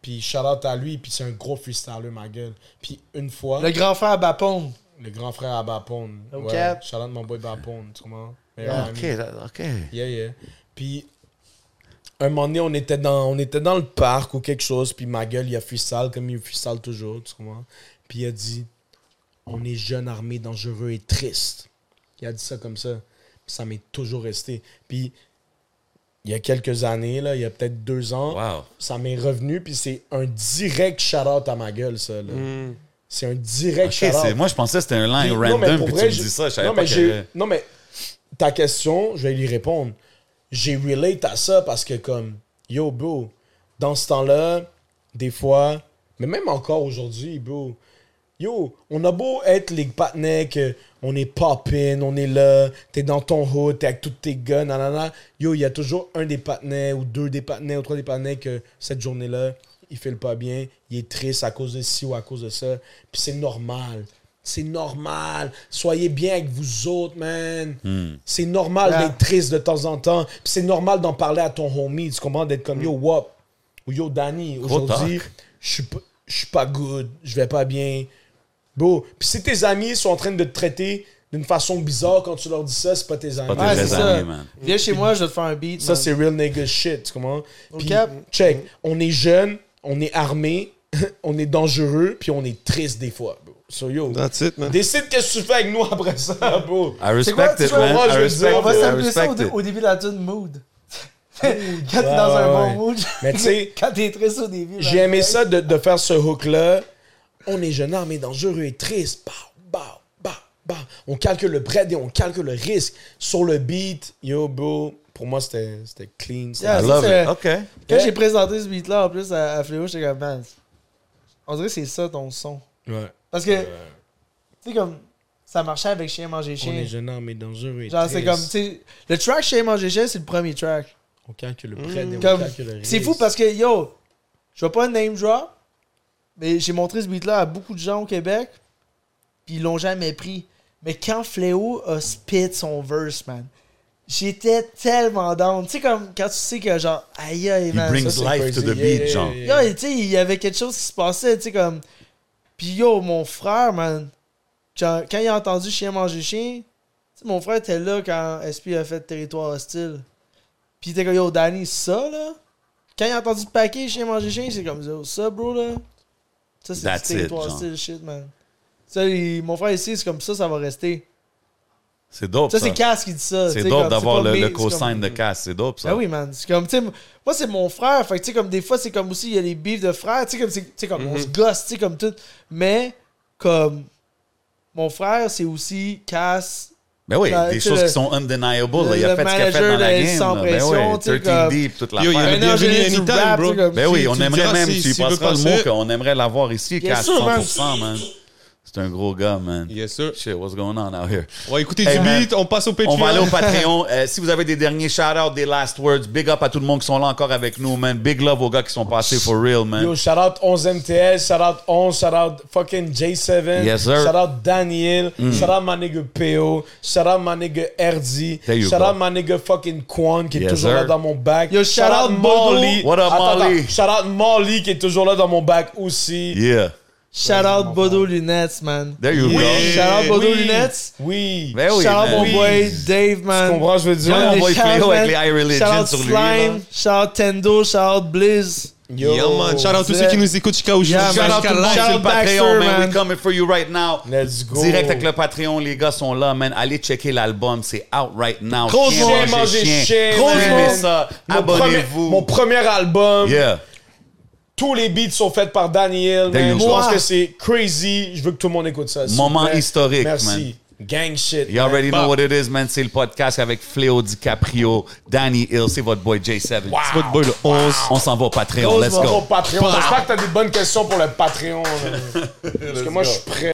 S3: Puis shout out à lui, puis c'est un gros freestyler, ma gueule. Puis une fois,
S4: Le
S3: le,
S4: grand frère Bapon.
S3: grand frère à Bapone.
S4: Ok.
S3: Ouais, shout out mon boy Bapone, tu comprends? Meilleur
S2: Ah,
S3: ami.
S2: OK, là, OK.
S3: Yeah, yeah. Puis, un moment donné, on était dans, on était dans le parc ou quelque chose, puis ma gueule, il a freestyle comme il freestyle toujours, tu comprends? Puis il a dit On est jeune, armé, dangereux et triste. Il a dit ça comme ça. Puis ça m'est toujours resté. Puis, il y a quelques années, là, il y a peut-être deux ans,
S2: Wow.
S3: ça m'est revenu, puis c'est un direct shout-out à ma gueule, ça. là. C'est un direct
S2: Mm. OK,
S3: shout-out.
S2: c'est- moi, je pensais que c'était un line
S3: Puis- non, mais
S2: random,
S3: pour
S2: puis tu
S3: vrai,
S2: me
S3: je-
S2: dis ça, je savais
S3: non,
S2: pas
S3: mais
S2: qu'il y
S3: j'ai-
S2: avait-
S3: Non, mais ta question, je vais lui répondre. J'ai relate à ça parce que, comme, yo, bro, dans ce temps-là, des fois, mais même encore aujourd'hui, bro, yo, on a beau être les patinets, que on est poppin', on est là, t'es dans ton hood, t'es avec toutes tes guns, nanana. Yo, il y a toujours un des patinets, ou deux des patinets, ou trois des patinets que cette journée-là, il fait le pas bien, il est triste à cause de ci ou à cause de ça. Puis c'est normal. C'est normal. Soyez bien avec vous autres, man. C'est normal
S4: Yeah.
S3: d'être triste de temps en temps. Puis c'est normal d'en parler à ton homie. Tu comprends? D'être comme yo, wop. Ou yo, Danny, aujourd'hui, je suis pas- je suis pas good. Je vais pas bien. Bro, puis si tes amis sont en train de te traiter d'une façon bizarre quand tu leur dis ça, c'est pas tes amis.
S2: Pas tes
S4: Ouais,
S2: vrais
S4: c'est ça.
S2: amis, man.
S4: Viens chez moi, je vais te faire un beat.
S3: Ça,
S4: man.
S3: c'est real nigga shit, tu comprends? Puis,
S4: cap.
S3: check, on est jeune, on est armé, on est dangereux, puis on est triste des fois, bro. So, yo,
S1: That's it, man.
S3: décide qu'est-ce que tu fais avec nous après ça, bro.
S2: I respect
S4: tu
S2: it,
S4: vois,
S2: man.
S3: moi, je
S2: I
S3: veux
S2: respect
S3: dire,
S4: On va
S2: it, I
S4: s'appeler ça au,
S2: respect it.
S4: au début de la tune mood. Quand t'es dans
S3: ouais,
S4: un
S3: ouais.
S4: bon mood.
S3: Mais tu sais-
S4: quand t'es triste au début. man.
S3: J'ai aimé ça de, de faire ce hook-là. On est jeune armé, dangereux et triste. Bah, bah, bah, bah. On calcule le bread et on calcule le risque. Sur le beat, yo, bro, pour moi, c'était c'était clean. c'était-
S4: Yeah,
S2: I
S4: ça,
S2: love
S4: c'est-
S2: it. OK.
S4: Quand j'ai présenté ce beat-là, en plus, à, à Fléau, j'étais comme, man, on dirait que c'est ça ton son.
S3: Ouais.
S4: Parce que, tu sais, comme, ça marchait avec Chien manger
S3: On
S4: chien.
S3: est jeune armé, dangereux et
S4: Genre,
S3: triste.
S4: c'est comme, tu sais, le track Chien manger chien, c'est le premier track.
S3: On calcule le bread et on
S4: Mm. Comme,
S3: calcule le risque.
S4: c'est fou parce que, yo, je vais pas name drop, mais j'ai montré ce beat-là à beaucoup de gens au Québec, puis ils l'ont jamais pris. Mais quand Fléau a spit son verse, man, j'étais tellement down. Tu sais, comme quand tu sais que, genre, aïe, aïe,
S2: He
S4: man. ça,
S2: brings
S4: c'est-
S2: life to
S3: crazy.
S2: the
S3: Yeah,
S2: beat,
S3: yeah,
S2: genre.
S3: yeah.
S4: Yo, et tu sais, il y avait quelque chose qui se passait, tu sais, comme. Puis yo, mon frère, man, quand, quand il a entendu Chien manger chien, tu sais, mon frère était là quand SP a fait Territoire hostile. Puis il était comme, yo, Danny, ça, là. Quand il a entendu le paquet Chien manger chien, c'est comme, yo, ça, bro, là. Ça, c'est
S2: That's
S4: du Territoire
S2: it, genre.
S4: hostile, shit, man. Ça, il- mon frère ici, c'est comme ça, ça va rester.
S2: C'est dope,
S4: Ça,
S2: ça.
S4: c'est Cass qui dit ça. tu
S2: C'est
S4: sais,
S2: dope
S4: comme,
S2: d'avoir
S4: pas
S2: le,
S4: mes-
S2: le
S4: c'est comme-
S2: co-sign de casse. C'est dope, ça.
S4: ah oui, man. C'est comme, tu sais, moi, c'est mon frère. Fait que, tu sais, comme des fois, c'est comme aussi, il y a les bifs de frères. Tu sais, comme, c'est- tu sais, comme on se
S2: Mhm.
S4: gosse, tu sais, comme tout. Mais, comme, mon frère, c'est aussi Cass.
S2: Ben oui,
S4: Bah,
S2: des
S4: tu sais,
S2: choses
S4: le-
S2: qui sont undeniable. là. Il
S4: le
S2: a fait ce qu'il a fait
S4: manager
S2: dans la
S4: de
S2: game.
S4: Sans
S2: là. Ben
S4: Pression,
S2: oui,
S4: tu sais,
S2: 13
S4: comme-
S2: Deep, toute la
S1: Yo, il y
S2: part.
S1: avait
S4: Maintenant,
S1: bienvenu
S4: j'ai du
S1: anytime,
S4: rap,
S1: bro.
S4: tu sais, comme-
S2: Ben oui,
S1: tu-
S2: on
S1: tu
S2: aimerait
S1: diras
S2: même,
S1: si-
S2: tu y
S1: s'il veut
S2: passeras le mot
S1: passer.
S2: qu'on aimerait l'avoir ici,
S4: Bien
S2: casse
S4: sûr, man.
S2: 100%, man. C'est un gros gars, man.
S6: Yes, sir.
S2: Shit, what's going on out here?
S6: On va écouter
S2: Hey,
S6: du
S2: man.
S6: beat, on passe au Patreon.
S2: On va aller au Patreon. Euh, si vous avez des derniers shout-outs, des last words, big up à tout le monde qui sont là encore avec nous, man. Big love aux gars qui sont passés for real, man.
S3: Yo, shout out 11MTS, shout out 11, shout out fucking J7,
S2: Yes, sir. Mm.
S3: shout out Daniel, shout out ma nigga PO, shout out ma nigga RD,
S2: There you
S3: shout
S2: go.
S3: out ma nigga fucking Quan qui est
S2: Yes,
S3: toujours là
S2: sir.
S3: dans mon bac.
S4: Yo, shout out Bodo.
S2: What up,
S3: Attends, attends.
S2: Molly?
S3: Shout out Molly qui est toujours là dans mon bac aussi.
S2: Yeah.
S3: Ben,
S4: Shout out Bodo Lunettes, man.
S2: There you
S4: Oui,
S2: go.
S4: shout out Bodo Lunettes.
S3: Oui.
S2: Ben oui,
S4: shout out
S2: man.
S4: mon boy Dave,
S3: Tu
S4: man.
S3: comprends, je veux
S4: Yo,
S3: dire.
S2: Yo, mon
S4: les
S2: boy
S4: shout-outs,
S2: Cléo avec
S4: man.
S2: les High Religion
S4: Shout out
S2: sur lui,
S4: Slime,
S2: là.
S4: shout out Tendo, shout out Blizz.
S3: Yo.
S6: Yeah, man. Shout out tous ceux qui nous écoutent jusqu'à aujourd'hui.
S2: Shout out tout le monde
S4: Shout
S2: sur le
S4: out Baxter,
S2: Patreon, man.
S4: man.
S2: We coming for you right now.
S3: Let's go.
S2: Direct avec le Patreon, les gars sont là, man. Allez checker l'album, c'est out right now.
S3: Grosse
S2: Chien,
S3: chien, manger chien,
S2: Gros
S3: man.
S2: aimez ça.
S3: Mon premier- Mon
S2: Abonnez-vous.
S3: premier album.
S2: Yeah.
S3: Tous les beats sont faits par Daniel.
S2: There
S3: man.
S2: you
S3: Je
S2: go. Ah.
S3: pense que c'est crazy. Je veux que tout le monde écoute ça. s'il vous
S2: Moment
S3: plaît.
S2: historique,
S3: Merci.
S2: man.
S3: Gang shit. Bah,
S2: You
S3: man.
S2: already know what it is, man. C'est le podcast avec Fléo DiCaprio, Danny Hill, c'est votre boy J7. C'est votre boy le 11. On s'en va au Patreon. Let's
S3: Pour
S2: go.
S3: Patreon. J'espère que t'as des bonnes questions pour le Patreon. là. Parce que moi, je suis prêt.